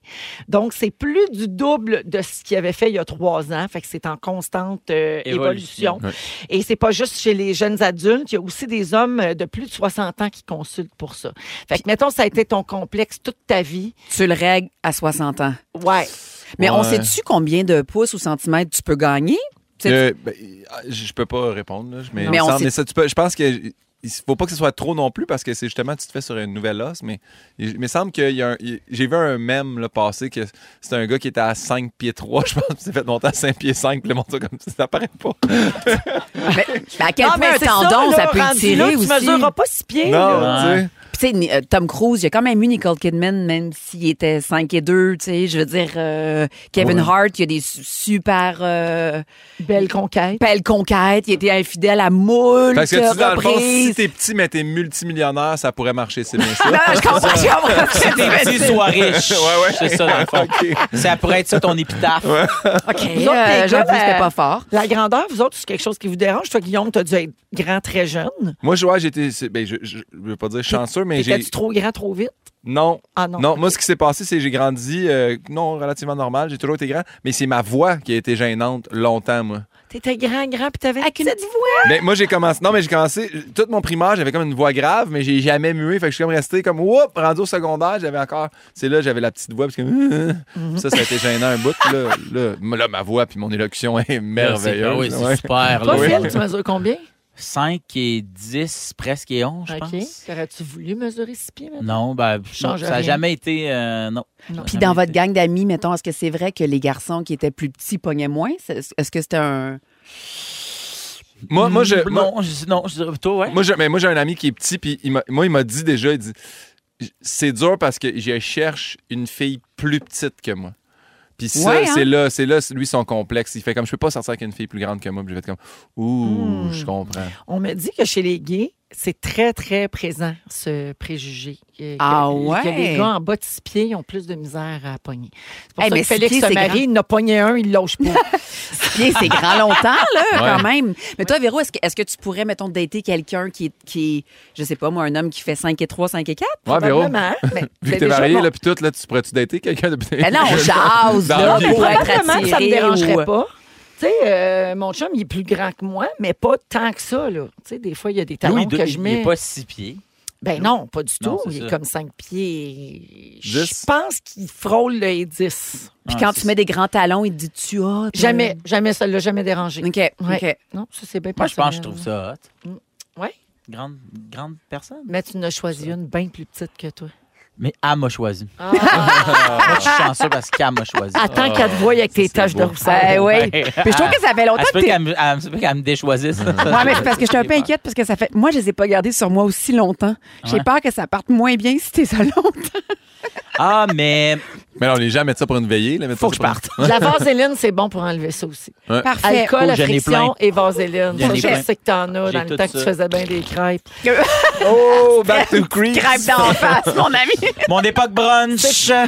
Speaker 2: Donc, c'est plus du double de ce qu'il avait fait il y a trois ans. Fait que c'est en constante euh, évolution.
Speaker 16: Évolution. Ouais.
Speaker 2: Et c'est pas juste chez les jeunes adultes. Il y a aussi des hommes euh, de plus de 60 ans qui consultent pour ça. Fait que, mettons, ça a été ton complexe toute ta vie.
Speaker 1: Tu le règles à 60 ans.
Speaker 2: Ouais.
Speaker 1: Mais on
Speaker 4: Ouais.
Speaker 1: sait-tu combien de pouces ou centimètres tu peux gagner? C'est-
Speaker 4: Euh, ben, je je peux pas répondre, là, mais, il
Speaker 1: Non.
Speaker 4: me
Speaker 1: Mais on
Speaker 4: semble-
Speaker 1: sait-
Speaker 4: mais ça, tu peux- je pense que il faut pas que ce soit trop non plus parce que c'est justement tu te fais sur une nouvelle os mais il il me semble que j'ai vu un mème là, passer que c'était un gars qui était à 5 pieds 3 je pense qu'il s'est fait monter à 5 pieds 5 puis le monter comme ça ça paraît pas
Speaker 1: Mais, mais à quel
Speaker 2: Non,
Speaker 1: point
Speaker 2: mais
Speaker 1: un
Speaker 2: c'est ça,
Speaker 1: tendon,
Speaker 2: là,
Speaker 1: ça, peut
Speaker 2: rendu là,
Speaker 1: étirer aussi.
Speaker 2: Tu mesureras pas six pieds.
Speaker 4: Non,
Speaker 2: là.
Speaker 4: tu sais.
Speaker 1: Puis, tu sais, ni- euh, Tom Cruise, il a quand même eu Nicole Kidman, même s'il était 5 et 2, tu sais, je veux dire, euh, Kevin
Speaker 4: Ouais.
Speaker 1: Hart, il a des su- super... euh,
Speaker 2: Belle conquête.
Speaker 1: Belle conquête, il était infidèle à moult
Speaker 4: parce que tu dans le fond si
Speaker 1: reprises.
Speaker 4: t'es petit mais t'es multimillionnaire ça pourrait marcher c'est bien
Speaker 1: Non,
Speaker 4: ça
Speaker 1: je comprends, je comprends.
Speaker 3: Si t'es petit, sois riche.
Speaker 4: Ouais, ouais.
Speaker 3: C'est ça, dans le fond. Ça pourrait être ça, ton épitaphe.
Speaker 1: OK,
Speaker 2: Vous autres, les
Speaker 1: euh,
Speaker 2: gars,
Speaker 1: j'avoue,
Speaker 2: la-
Speaker 1: c'était pas fort.
Speaker 2: La grandeur, vous autres, c'est quelque chose qui vous dérange. Toi, Guillaume, t'as dû être grand très jeune.
Speaker 4: moi je vois j'étais c'est- ben, je, je, je veux pas dire chanceux mais j'ai
Speaker 2: T'étais-tu trop grand trop vite?
Speaker 4: Non.
Speaker 2: Ah non.
Speaker 4: non. moi, ce qui s'est passé, c'est que j'ai grandi, euh, non, relativement normal, j'ai toujours été grand, mais c'est ma voix qui a été gênante longtemps, moi.
Speaker 2: T'étais grand, grand, puis t'avais une petite voix.
Speaker 4: Mais moi, j'ai commencé, non, mais j'ai commencé, tout mon primaire, j'avais comme une voix grave, mais j'ai jamais mué, fait que je suis comme resté comme, whoop, rendu au secondaire, j'avais encore, c'est là, j'avais la petite voix, parce que, euh, ça, ça a été gênant un bout, puis là, là, m- là, ma voix, puis mon élocution est merveilleuse.
Speaker 3: Ah oui, c'est
Speaker 4: Ouais.
Speaker 3: super,
Speaker 2: Toi,
Speaker 3: là. Oui.
Speaker 2: Phil, tu mesures combien?
Speaker 3: 5 et 10, presque et 11, je
Speaker 2: OK.
Speaker 3: pense.
Speaker 2: T'aurais-tu voulu mesurer six pieds maintenant?
Speaker 3: Non, ben, non,
Speaker 2: Change
Speaker 3: ça n'a
Speaker 2: rien.
Speaker 3: jamais été. euh, non. Ça a
Speaker 1: Puis
Speaker 3: jamais
Speaker 2: Ah,
Speaker 1: dans votre
Speaker 3: été.
Speaker 1: gang d'amis, mettons, est-ce que c'est vrai que les garçons qui étaient plus petits pognaient moins? C'est- Est-ce que c'était un...
Speaker 4: Moi, moi, je, moi,
Speaker 3: Non, je, non, je dirais plutôt, ouais.
Speaker 4: Moi, je- mais moi, j'ai un ami qui est petit, puis il m'a- moi, il m'a dit déjà, il dit, c'est dur parce que je cherche une fille plus petite que moi. Puis ça,
Speaker 1: Ouais, hein?
Speaker 4: c'est là, c'est là, lui, son complexe. Il fait comme, je peux pas sortir avec une fille plus grande que moi. Puis je vais être comme, ouh, je comprends.
Speaker 2: On me dit que chez les gays, c'est très, très présent, ce préjugé. Que-
Speaker 1: Ah
Speaker 2: que-
Speaker 1: ouais?
Speaker 2: Que les gars en bas de six pieds ils ont plus de misère à pogner. C'est pour
Speaker 1: Eh,
Speaker 2: ça
Speaker 1: mais
Speaker 2: que
Speaker 1: six
Speaker 2: Félix
Speaker 1: pieds,
Speaker 2: se
Speaker 1: c'est grand.
Speaker 2: marie, il en a pogné un, il loge pas.
Speaker 1: Bien, c'est grand longtemps, là, quand
Speaker 4: Ouais.
Speaker 1: même. Mais toi, Véro, est-ce que, est-ce que tu pourrais, mettons, dater quelqu'un qui, est- qui est, je sais pas, moi, un homme qui fait 5 et 3, 5 et 4?
Speaker 4: Ouais, Véro,
Speaker 2: Probablement. Mais,
Speaker 4: Ah, oh. vu que
Speaker 2: mais
Speaker 4: t'es
Speaker 2: déjà,
Speaker 4: marié,
Speaker 2: mon-
Speaker 4: là, puis tout, là, tu pourrais-tu dater quelqu'un depuis...
Speaker 1: Mais Ben non, on jase,
Speaker 4: Dans
Speaker 1: là,
Speaker 4: la vie.
Speaker 1: Ah, pour être
Speaker 2: Probablement que ça me
Speaker 1: attiré
Speaker 2: dérangerait
Speaker 1: ou- euh,
Speaker 2: pas. Tu sais, euh, mon chum, il est plus grand que moi, mais pas tant que ça, là. Tu sais, des fois, il y a des talons
Speaker 3: Louis
Speaker 2: que
Speaker 3: II,
Speaker 2: je
Speaker 3: il
Speaker 2: mets.
Speaker 3: n'est pas 6 pieds.
Speaker 2: Ben non, pas du
Speaker 8: Non,
Speaker 2: tout.
Speaker 8: c'est
Speaker 2: il est
Speaker 8: ça.
Speaker 2: comme 5 pieds.
Speaker 8: Dix?
Speaker 2: Je pense qu'il frôle le 10.
Speaker 1: Puis
Speaker 3: Ah,
Speaker 4: Ah,
Speaker 1: quand tu mets des grands talons, il te dit tu as. t'es-
Speaker 2: Jamais, jamais, ça l'a jamais dérangé.
Speaker 1: Mm. OK.
Speaker 2: Ouais.
Speaker 1: OK.
Speaker 2: Non, ça, c'est bien
Speaker 3: Moi, je pense
Speaker 2: personnel.
Speaker 3: que
Speaker 2: Mm.
Speaker 3: je trouve ça hot.
Speaker 2: Ouais.
Speaker 3: Grande, grande personne.
Speaker 2: Mais tu n'as choisi une bien plus petite que toi.
Speaker 3: Mais elle m'a choisi.
Speaker 2: Ah.
Speaker 3: Moi, je suis chanceux parce qu'elle m'a choisi.
Speaker 2: Attends qu'elle te voie avec tes taches de rousseur.
Speaker 1: Eh oui.
Speaker 3: Ben,
Speaker 1: Puis je trouve que ça fait
Speaker 4: Ah,
Speaker 1: longtemps
Speaker 3: elle se peut
Speaker 1: que t'es-
Speaker 3: qu'elle me- Elle se peut qu'elle me déchoisisse.
Speaker 1: Ouais, mais c'est parce que je suis un peu inquiète parce que ça fait. Moi, je les ai pas gardés sur moi aussi longtemps. J'ai
Speaker 3: Ouais.
Speaker 1: peur que ça parte moins bien si t'es ça longtemps.
Speaker 3: Ah, mais.
Speaker 4: Mais là, les gens mettent ça pour une veillée. Là, Faut que je parte.
Speaker 2: La vaseline, c'est bon pour enlever ça aussi.
Speaker 4: Ouais.
Speaker 1: Parfait.
Speaker 2: Alcool,
Speaker 4: Oh,
Speaker 2: à
Speaker 4: j'en ai
Speaker 2: friction
Speaker 4: plein.
Speaker 2: et vaseline.
Speaker 4: J'en
Speaker 2: Ça,
Speaker 4: ai
Speaker 2: je
Speaker 4: plein.
Speaker 2: sais que t'en as
Speaker 4: J'ai
Speaker 2: dans le
Speaker 4: tout
Speaker 2: temps que tu
Speaker 4: ça.
Speaker 2: faisais bien des crêpes.
Speaker 4: Oh, back to creeps.
Speaker 2: Crêpes d'en face, mon ami.
Speaker 3: Mon époque brunch.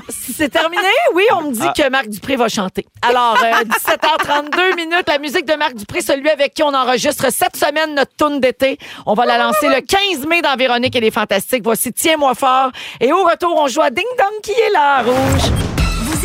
Speaker 2: C'est terminé? Oui, on me dit
Speaker 3: Ah.
Speaker 2: que Marc Dupré va chanter. Alors, euh, 17h32 minutes, la musique de Marc Dupré, celui avec qui on enregistre cette semaine notre tune d'été. On va la lancer le 15 mai dans Véronique et les Fantastiques. Voici Tiens-moi fort. Et au retour, on joue à Ding Dong qui est là, rouge.
Speaker 6: Vous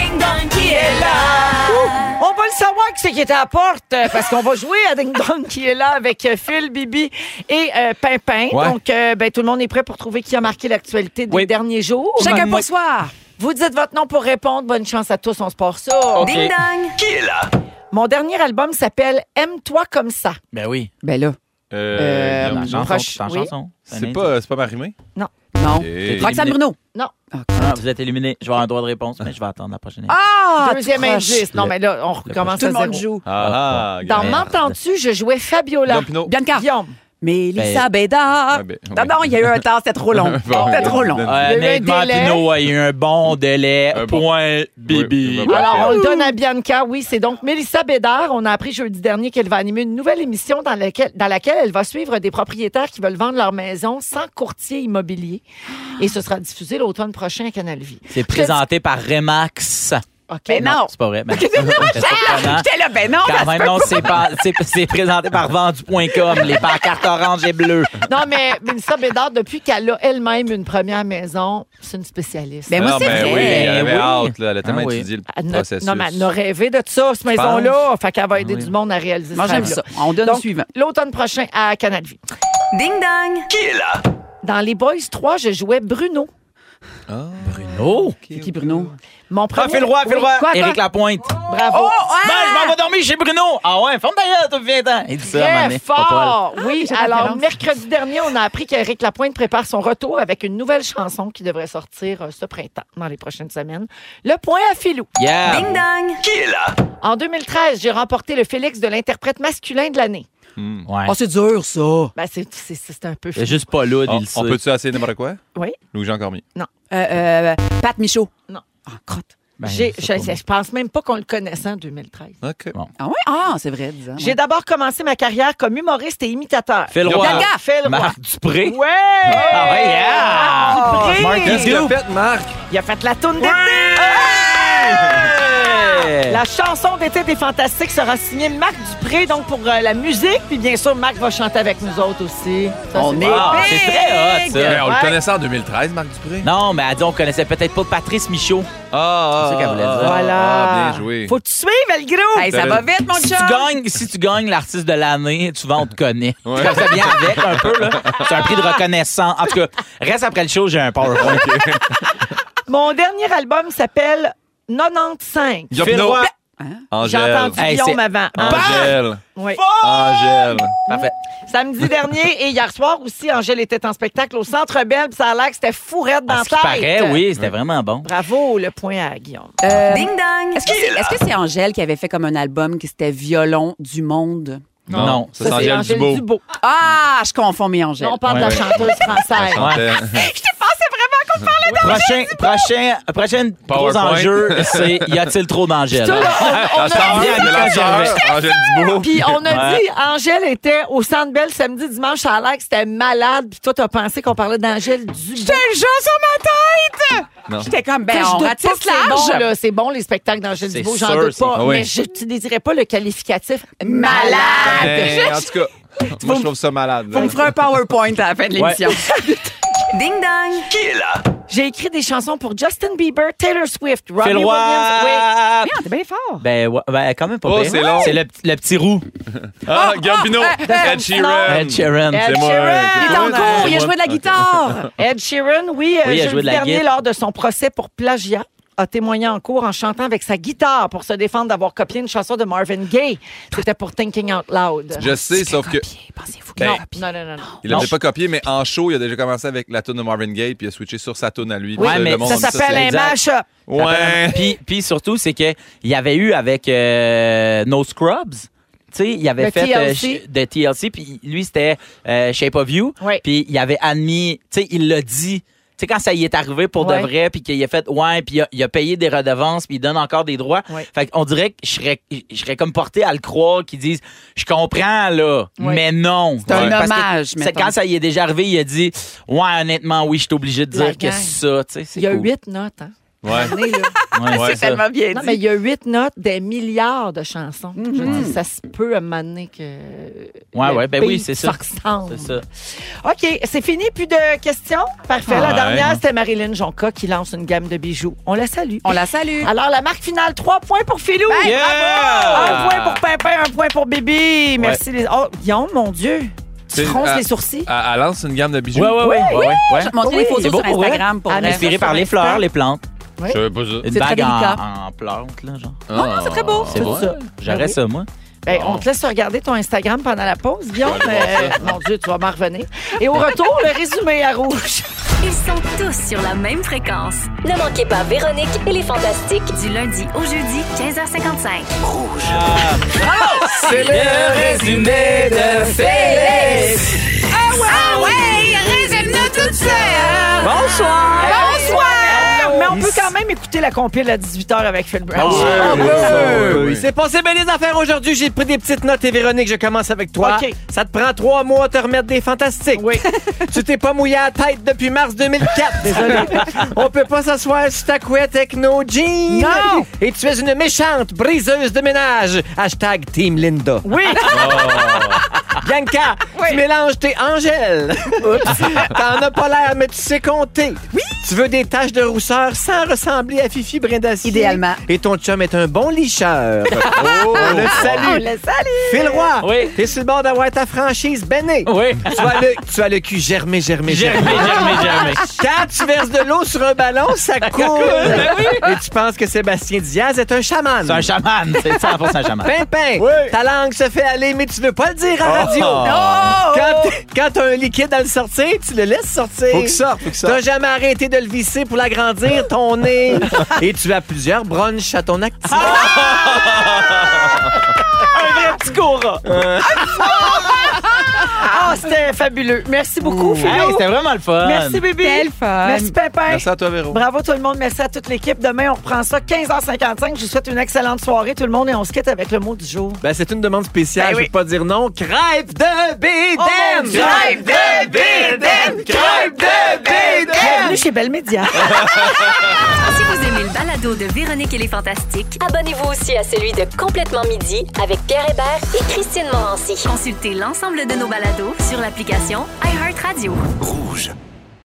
Speaker 2: Dong qui est là. on va le savoir qui c'est qui est à la porte euh, parce qu'on va jouer à Ding Dong qui est là avec euh, Phil, Bibi et euh, Pimpin.
Speaker 1: Ouais.
Speaker 2: Donc, euh, ben, tout le monde est prêt pour trouver qui a marqué l'actualité des derniers jours.
Speaker 1: Chacun pour
Speaker 2: soi. Vous dites votre nom pour répondre. Bonne chance à tous. On se part ça.
Speaker 1: OK. Ding dong.
Speaker 17: Qui est là?
Speaker 2: Mon dernier album s'appelle Aime-toi comme ça.
Speaker 3: Ben oui.
Speaker 1: Ben là.
Speaker 2: Euh,
Speaker 4: Guillaume,
Speaker 2: dans chanson,
Speaker 4: proche-
Speaker 2: dans
Speaker 4: oui.
Speaker 2: chanson.
Speaker 4: C'est pas, c'est pas marimé?
Speaker 2: Non.
Speaker 1: Non.
Speaker 3: T'es
Speaker 1: Roxane
Speaker 3: éliminé.
Speaker 1: Bruno.
Speaker 2: Non.
Speaker 3: Ah, vous êtes éliminé. Je vais avoir un droit de réponse, mais je vais attendre la prochaine.
Speaker 2: Ah! Deuxième
Speaker 1: tu croches.
Speaker 2: indice. Non,
Speaker 3: Le-
Speaker 2: mais là, on
Speaker 3: le
Speaker 2: recommence
Speaker 1: prochain.
Speaker 2: à
Speaker 1: Tout le monde
Speaker 2: zéro.
Speaker 1: joue.
Speaker 3: Ah, ah,
Speaker 2: Dans
Speaker 3: merde.
Speaker 2: M'entends-tu, je jouais Fabiola.
Speaker 1: Bianca.
Speaker 2: Guillaume.
Speaker 1: Mélissa
Speaker 3: Ben,
Speaker 4: ben,
Speaker 1: Bédard. Non, non, il y a eu un temps, c'était trop long. C'était trop long.
Speaker 3: Ouais, Hein? Honnêtement,
Speaker 2: Il y a eu un délai.
Speaker 3: Pino, il y Euh, a eu un bon délai. Point Bibi.
Speaker 2: Alors, on le donne à Bianca, oui. C'est donc Mélissa Bédard. On a appris jeudi dernier qu'elle va animer une nouvelle émission dans laquelle, dans laquelle elle va suivre des propriétaires qui veulent vendre leur maison sans courtier immobilier. Et ce sera diffusé l'automne prochain à Canal Vie.
Speaker 3: C'est présenté par Remax.
Speaker 2: OK.
Speaker 3: Ben non. C'est pas vrai. Ben, J'étais
Speaker 1: là, ben non.
Speaker 2: Ah,
Speaker 3: Quand même, non, c'est pas- c'est- c'est présenté par vendu.com, les pancartes orange et bleues.
Speaker 2: Non, mais Mélissa Bédard, depuis qu'elle a elle-même une première maison, c'est une spécialiste.
Speaker 4: Ben moi, Ah, c'est ben vrai. oui, elle avait hâte, là. Elle a tellement
Speaker 2: Ah oui.
Speaker 4: étudié le
Speaker 2: Elle n'a-
Speaker 4: processus.
Speaker 2: Non, mais elle n'a rêvé de ça, cette
Speaker 4: penses?
Speaker 2: maison-là. Fait qu'elle va aider du monde à réaliser
Speaker 1: Moi,
Speaker 2: ce
Speaker 1: j'aime
Speaker 2: rêve-là.
Speaker 1: ça. On donne
Speaker 2: Donc,
Speaker 1: le suivant.
Speaker 2: L'automne prochain à Canal Vie.
Speaker 6: Ding dong.
Speaker 17: Qui est là?
Speaker 2: Dans Les Boys 3, je jouais Bruno.
Speaker 3: Bruno.
Speaker 1: qui Bruno?
Speaker 2: Mon
Speaker 3: Ah,
Speaker 2: premier...
Speaker 3: fais le roi, fais le
Speaker 2: Oui.
Speaker 3: roi.
Speaker 2: Quoi,
Speaker 3: Éric
Speaker 2: quoi?
Speaker 3: Lapointe.
Speaker 2: Bravo.
Speaker 3: Oh, ben, je m'en vais dormir chez Bruno. Ah ouais, ferme ta gueule, toi, viens-t'en. Il dit ça, à un moment
Speaker 2: Très
Speaker 3: donné, pas
Speaker 2: fort!
Speaker 3: Paul.
Speaker 2: Oui,
Speaker 3: Ah,
Speaker 2: alors
Speaker 3: référence.
Speaker 2: mercredi dernier, on a appris qu'Éric Lapointe prépare son retour avec une nouvelle chanson qui devrait sortir euh, ce printemps, dans les prochaines semaines. Le point à Filou.
Speaker 3: Yeah.
Speaker 17: Ding
Speaker 6: dong!
Speaker 17: Qui est là?
Speaker 2: En 2013, j'ai remporté le Félix de l'interprète masculin de l'année.
Speaker 3: Ouais.
Speaker 1: Oh, c'est dur, ça.
Speaker 2: Ben, c'est- c'est c'est un peu
Speaker 4: C'est
Speaker 2: fou.
Speaker 3: juste pas là,
Speaker 4: on, on peut-tu essayer n'importe quoi?
Speaker 2: Oui.
Speaker 4: Louis-Jean Cormier.
Speaker 2: Non.
Speaker 1: Euh, euh, Pat Michaud.
Speaker 2: Non.
Speaker 1: Ah, crotte.
Speaker 3: Ben,
Speaker 2: J'ai- je, je pense même pas qu'on le connaissait en 2013.
Speaker 4: OK.
Speaker 1: Ah oui? Ah, c'est vrai, disons.
Speaker 2: J'ai d'abord commencé ma carrière comme humoriste et imitateur.
Speaker 3: Fais le roi.
Speaker 2: Gaga, fais le roi.
Speaker 3: Marc Dupré.
Speaker 2: Ouais!
Speaker 3: Ah ouais, yeah!
Speaker 2: Marc Dupré!
Speaker 3: Marc, qu'est-ce qu'il a
Speaker 4: fait, Marc?
Speaker 2: Il a fait la tourne d'été!
Speaker 3: Hey!
Speaker 2: La chanson d'été des Fantastiques sera signée Marc Dupré, donc pour euh, la musique. Puis bien sûr, Marc va chanter avec nous autres aussi. Ça,
Speaker 3: On est wow,
Speaker 2: big!
Speaker 3: c'est très hot, ça.
Speaker 4: Ben, on
Speaker 2: Ouais.
Speaker 4: le connaissait en 2013, Marc Dupré.
Speaker 3: Non, mais elle dit on connaissait peut-être pas Patrice Michaud.
Speaker 4: Ah,
Speaker 3: C'est ça qu'elle voulait dire.
Speaker 2: Voilà.
Speaker 4: bien joué.
Speaker 2: Faut que tu suives le groupe!
Speaker 1: Hey, ça va vite, mon
Speaker 3: Si tu
Speaker 1: chum.
Speaker 3: gagnes, si tu gagnes l'artiste de l'année, tu vas on te connaît.
Speaker 4: Ouais.
Speaker 3: Comme ça vient avec un peu là. C'est un prix de reconnaissance. En tout cas, reste après le show, j'ai un PowerPoint.
Speaker 2: Mon dernier album s'appelle 95.
Speaker 4: Yop,
Speaker 3: Phil
Speaker 4: no.
Speaker 3: Roy. Hein?
Speaker 2: J'ai
Speaker 4: Angèle.
Speaker 2: entendu
Speaker 3: Hey,
Speaker 2: Guillaume
Speaker 3: c'est-
Speaker 2: avant. hein.
Speaker 4: Angèle.
Speaker 2: Oui.
Speaker 4: Angèle.
Speaker 3: Parfait.
Speaker 2: Samedi dernier et hier soir aussi, Angèle était en spectacle au Centre Belle, puis ça a l'air que c'était fourrette dans
Speaker 3: À
Speaker 2: la
Speaker 3: ce qui
Speaker 2: tête.
Speaker 3: paraît, oui, c'était vraiment bon.
Speaker 2: Bravo, le point à Guillaume.
Speaker 1: Euh,
Speaker 6: Ding dong.
Speaker 1: Est-ce que c'est est-ce que c'est Angèle qui avait fait comme un album qui c'était Violon du monde?
Speaker 4: Non, ça, c'est
Speaker 2: Ça,
Speaker 4: Angèle Dubo.
Speaker 1: Ah, je confonds mes Angèles.
Speaker 2: On parle de la
Speaker 4: Ouais, ouais.
Speaker 2: chanteuse
Speaker 4: Elle
Speaker 2: française.
Speaker 4: chantait.
Speaker 3: Prochain, prochain, prochain gros
Speaker 4: PowerPoint.
Speaker 3: enjeu, c'est y a-t-il trop d'Angèle?
Speaker 2: Tout, là, on- on
Speaker 4: La
Speaker 2: a
Speaker 4: star
Speaker 2: dit-
Speaker 3: dit
Speaker 4: de la
Speaker 3: Angèle
Speaker 4: star,
Speaker 3: Gervais.
Speaker 4: Angèle Dubo.
Speaker 2: Puis on a
Speaker 3: Ouais.
Speaker 2: dit, Angèle était au Centre Belle samedi, dimanche, ça a l'air que c'était malade. Puis toi, t'as pensé qu'on parlait d'Angèle Dubo.
Speaker 1: J'ai le jeu sur ma tête!
Speaker 4: Non.
Speaker 1: J'étais comme, ben,
Speaker 2: Que je
Speaker 1: on
Speaker 2: doute
Speaker 1: ratisse
Speaker 2: pas que c'est
Speaker 1: large.
Speaker 2: bon, là. C'est bon, les spectacles d'Angèle
Speaker 4: C'est
Speaker 2: Dubois, j'en
Speaker 4: sûr,
Speaker 2: doute
Speaker 4: c'est-
Speaker 2: pas.
Speaker 4: Ah oui.
Speaker 2: Mais je n'utiliserai pas le qualificatif malade.
Speaker 4: Ben, en tout cas, moi, je trouve ça malade.
Speaker 2: Faut me faire un
Speaker 1: PowerPoint à la fin de l'émission.
Speaker 2: Ding dong! Qui est là? J'ai écrit des chansons pour Justin Bieber, Taylor Swift, Robbie
Speaker 3: Roy.
Speaker 2: Williams. Oui. Merde, t'es bien fort.
Speaker 3: Ben, ouais, ben, quand même pas
Speaker 4: Oh,
Speaker 3: pire.
Speaker 4: c'est long.
Speaker 3: C'est le, le petit roux.
Speaker 4: Ah, Gambino!
Speaker 2: ah, ah,
Speaker 4: Ed Sheeran!
Speaker 3: Ed Sheeran.
Speaker 2: Ed
Speaker 3: C'est moi,
Speaker 2: Sheeran.
Speaker 3: euh, c'est
Speaker 2: Il est en
Speaker 3: moi.
Speaker 2: cours, il a
Speaker 3: C'est
Speaker 2: joué de la
Speaker 3: moi.
Speaker 2: guitare. Ed Sheeran, oui, euh,
Speaker 3: Oui, il a
Speaker 2: jeudi
Speaker 3: joué de la
Speaker 2: dernier,
Speaker 3: guitare.
Speaker 2: lors de son procès pour plagiat, a témoigné en cours en chantant avec sa guitare pour se défendre d'avoir copié une chanson de Marvin Gaye. C'était pour Thinking Out Loud.
Speaker 4: Je sais, sauf que. Ben,
Speaker 2: Non, non, non, non, non.
Speaker 4: Il l'avait pas copié, mais en show, il a déjà commencé avec la tune de Marvin Gaye, puis il a switché sur sa tune à lui. Puis euh,
Speaker 3: Ouais,
Speaker 4: le
Speaker 3: mais
Speaker 4: monde
Speaker 3: ça
Speaker 4: aime
Speaker 3: s'appelle
Speaker 4: c'est
Speaker 3: un
Speaker 4: exact.
Speaker 2: mash-up.
Speaker 4: Ouais.
Speaker 3: Puis, puis surtout, c'est qu'il y avait eu avec euh, No Scrubs. Tu sais, il avait
Speaker 2: Le
Speaker 3: fait euh,
Speaker 2: TLC.
Speaker 3: ch- de TLC, puis lui, c'était euh, Shape of You.
Speaker 2: Ouais.
Speaker 3: Puis il avait admis, tu sais, il l'a dit. Tu sais, quand ça y est arrivé pour
Speaker 2: Ouais.
Speaker 3: de vrai, puis qu'il a fait, ouais, puis il a, il a payé des redevances, puis il donne encore des droits.
Speaker 2: Ouais.
Speaker 3: Fait qu'on dirait que je serais, je serais comme porté à le croire, qu'ils disent, je comprends, là,
Speaker 1: Ouais.
Speaker 3: mais non.
Speaker 1: C'est un
Speaker 3: Parce que
Speaker 1: hommage,
Speaker 3: c'est-
Speaker 1: mettons.
Speaker 3: Quand ça y est déjà arrivé, il a dit, ouais, honnêtement, oui, je suis obligé de
Speaker 2: La
Speaker 3: dire que
Speaker 2: gang.
Speaker 3: ça, tu sais, c'est
Speaker 2: Il y a
Speaker 3: cool.
Speaker 2: huit notes, hein?
Speaker 3: Ouais.
Speaker 2: Venez, là.
Speaker 3: Ouais, c'est ça.
Speaker 1: bien
Speaker 2: Non, mais il y a huit notes des milliards de chansons. Je veux dire, ça se peut amener que.
Speaker 3: Mm-hmm. Ouais,
Speaker 2: le
Speaker 3: ouais, ben oui,
Speaker 2: beat
Speaker 3: c'est ça.
Speaker 2: se ressemble.
Speaker 3: C'est ça.
Speaker 2: OK, c'est fini, plus de questions? Parfait. La
Speaker 3: Ouais.
Speaker 2: dernière, c'était Marilyn Jonca qui lance une gamme de bijoux. On la salue.
Speaker 1: On la salue.
Speaker 2: Alors, la marque finale, trois points pour Philou.
Speaker 1: Ben,
Speaker 5: Yeah!
Speaker 2: bravo! Un point pour Pimpin, un point pour Bibi. Merci. Les... Oh, Guillaume, mon Dieu. Tu
Speaker 4: C'est-
Speaker 2: fronces
Speaker 4: à-
Speaker 2: les sourcils.
Speaker 4: Elle elle lance une gamme de bijoux.
Speaker 3: Ouais, ouais, ouais. ouais, ouais, ouais.
Speaker 1: Je vais te montrer les photos
Speaker 3: C'est beau
Speaker 1: sur
Speaker 3: pour vrai.
Speaker 1: Instagram pour
Speaker 2: Ah,
Speaker 1: vrai.
Speaker 2: mais
Speaker 3: Inspiré par les
Speaker 2: Sur Insta.
Speaker 3: fleurs, les plantes.
Speaker 2: Oui.
Speaker 4: Je savais pas ça.
Speaker 3: Une
Speaker 1: C'est très
Speaker 3: bague
Speaker 1: délicat.
Speaker 3: en, en plantes, là, genre.
Speaker 4: Ah,
Speaker 1: non, c'est très beau.
Speaker 3: C'est
Speaker 2: tout
Speaker 3: vrai?
Speaker 2: ça.
Speaker 3: J'aurais
Speaker 2: Ben oui.
Speaker 3: ça, moi.
Speaker 2: Ben, on te laisse regarder ton Instagram pendant la pause, Guillaume. Euh, mon Dieu, tu vas m'en revenir. Et au retour, le résumé à rouge.
Speaker 6: Ils sont tous sur la même fréquence.
Speaker 7: Ne manquez pas Véronique et les Fantastiques.
Speaker 6: Du lundi au jeudi, 15h55.
Speaker 18: Ah. C'est le résumé de Félix. Ah ouais, résume-nous tout ça.
Speaker 2: Bonsoir.
Speaker 18: Bonsoir.
Speaker 2: Mais on peut quand même écouter la compile à 18h avec Phil Brown.
Speaker 5: Ah ouais,
Speaker 2: Ah
Speaker 5: oui,
Speaker 2: ouais.
Speaker 5: oui, oui. C'est passé bien les affaires aujourd'hui. J'ai pris des petites notes et Véronique, je commence avec toi.
Speaker 2: Ah, OK.
Speaker 5: Ça te prend trois mois à te remettre des fantastiques. Oui. tu t'es pas mouillé à la tête depuis mars 2004. Désolé. On peut pas s'asseoir sur ta couette avec nos jeans.
Speaker 2: Non.
Speaker 5: Et tu es une méchante briseuse de ménage. Hashtag Team Linda. Oh.
Speaker 2: Oui.
Speaker 5: Bianca, tu mélanges tes Angèles. T'en as pas l'air, mais tu sais compter. Oui. Tu veux des taches de rousseur sans ressembler à Fifi Brindacier.
Speaker 1: Idéalement.
Speaker 5: Et ton chum est un bon licheur. oh, le
Speaker 2: On
Speaker 5: salut.
Speaker 2: le salue.
Speaker 5: Fais le roi.
Speaker 3: Ah Oui.
Speaker 5: T'es sur le bord d'avoir ta franchise Benet.
Speaker 3: Oui.
Speaker 5: Tu as le, tu as le cul germé, germé, germé.
Speaker 3: Germé, germé, germé.
Speaker 5: Quand tu verses de l'eau sur un ballon, ça coule.
Speaker 2: ben
Speaker 5: Et tu penses que Sébastien Diaz est un chaman.
Speaker 3: C'est un chaman. C'est 100% un chaman.
Speaker 5: Pimpin, ta langue se fait aller, mais tu veux pas le dire à radio.
Speaker 2: Oh!
Speaker 5: Quand t- Quand t'as un liquide à le sortir, tu le laisses sortir.
Speaker 4: Faut qu'il sorte, faut qu'il sorte.
Speaker 5: T'as jamais arrêté de le visser pour l'agrandir, ton nez. Et tu as plusieurs brunchs à ton actif.
Speaker 4: Ah,
Speaker 3: Un vrai petit gora.
Speaker 2: Ah, c'était fabuleux. Merci beaucoup, Phil.
Speaker 3: C'était vraiment le fun.
Speaker 2: Merci, bébé.
Speaker 19: Belle fun.
Speaker 2: Merci, Pépin.
Speaker 4: Merci à toi, Véro.
Speaker 2: Bravo tout le monde, merci à toute l'équipe. Demain, on reprend ça 15h55. Je vous souhaite une excellente soirée tout le monde et on se quitte avec le mot du jour.
Speaker 5: Ben, c'est une demande spéciale,
Speaker 2: Ben
Speaker 5: je
Speaker 2: oui.
Speaker 5: peux pas dire non. Crêpe de
Speaker 2: Oh, mon
Speaker 5: Bédène!
Speaker 2: Dieu. Crêpe
Speaker 5: de Bédène! Crêpe de
Speaker 2: Bienvenue chez Belle Média.
Speaker 6: Si vous aimez le balado de Véronique et les Fantastiques,
Speaker 7: Abonnez-vous aussi à celui de Complètement Midi avec Pierre Hébert et Christine Morancy.
Speaker 6: consultez l'ensemble de nos balados sur l'application iHeartRadio.
Speaker 11: Rouge.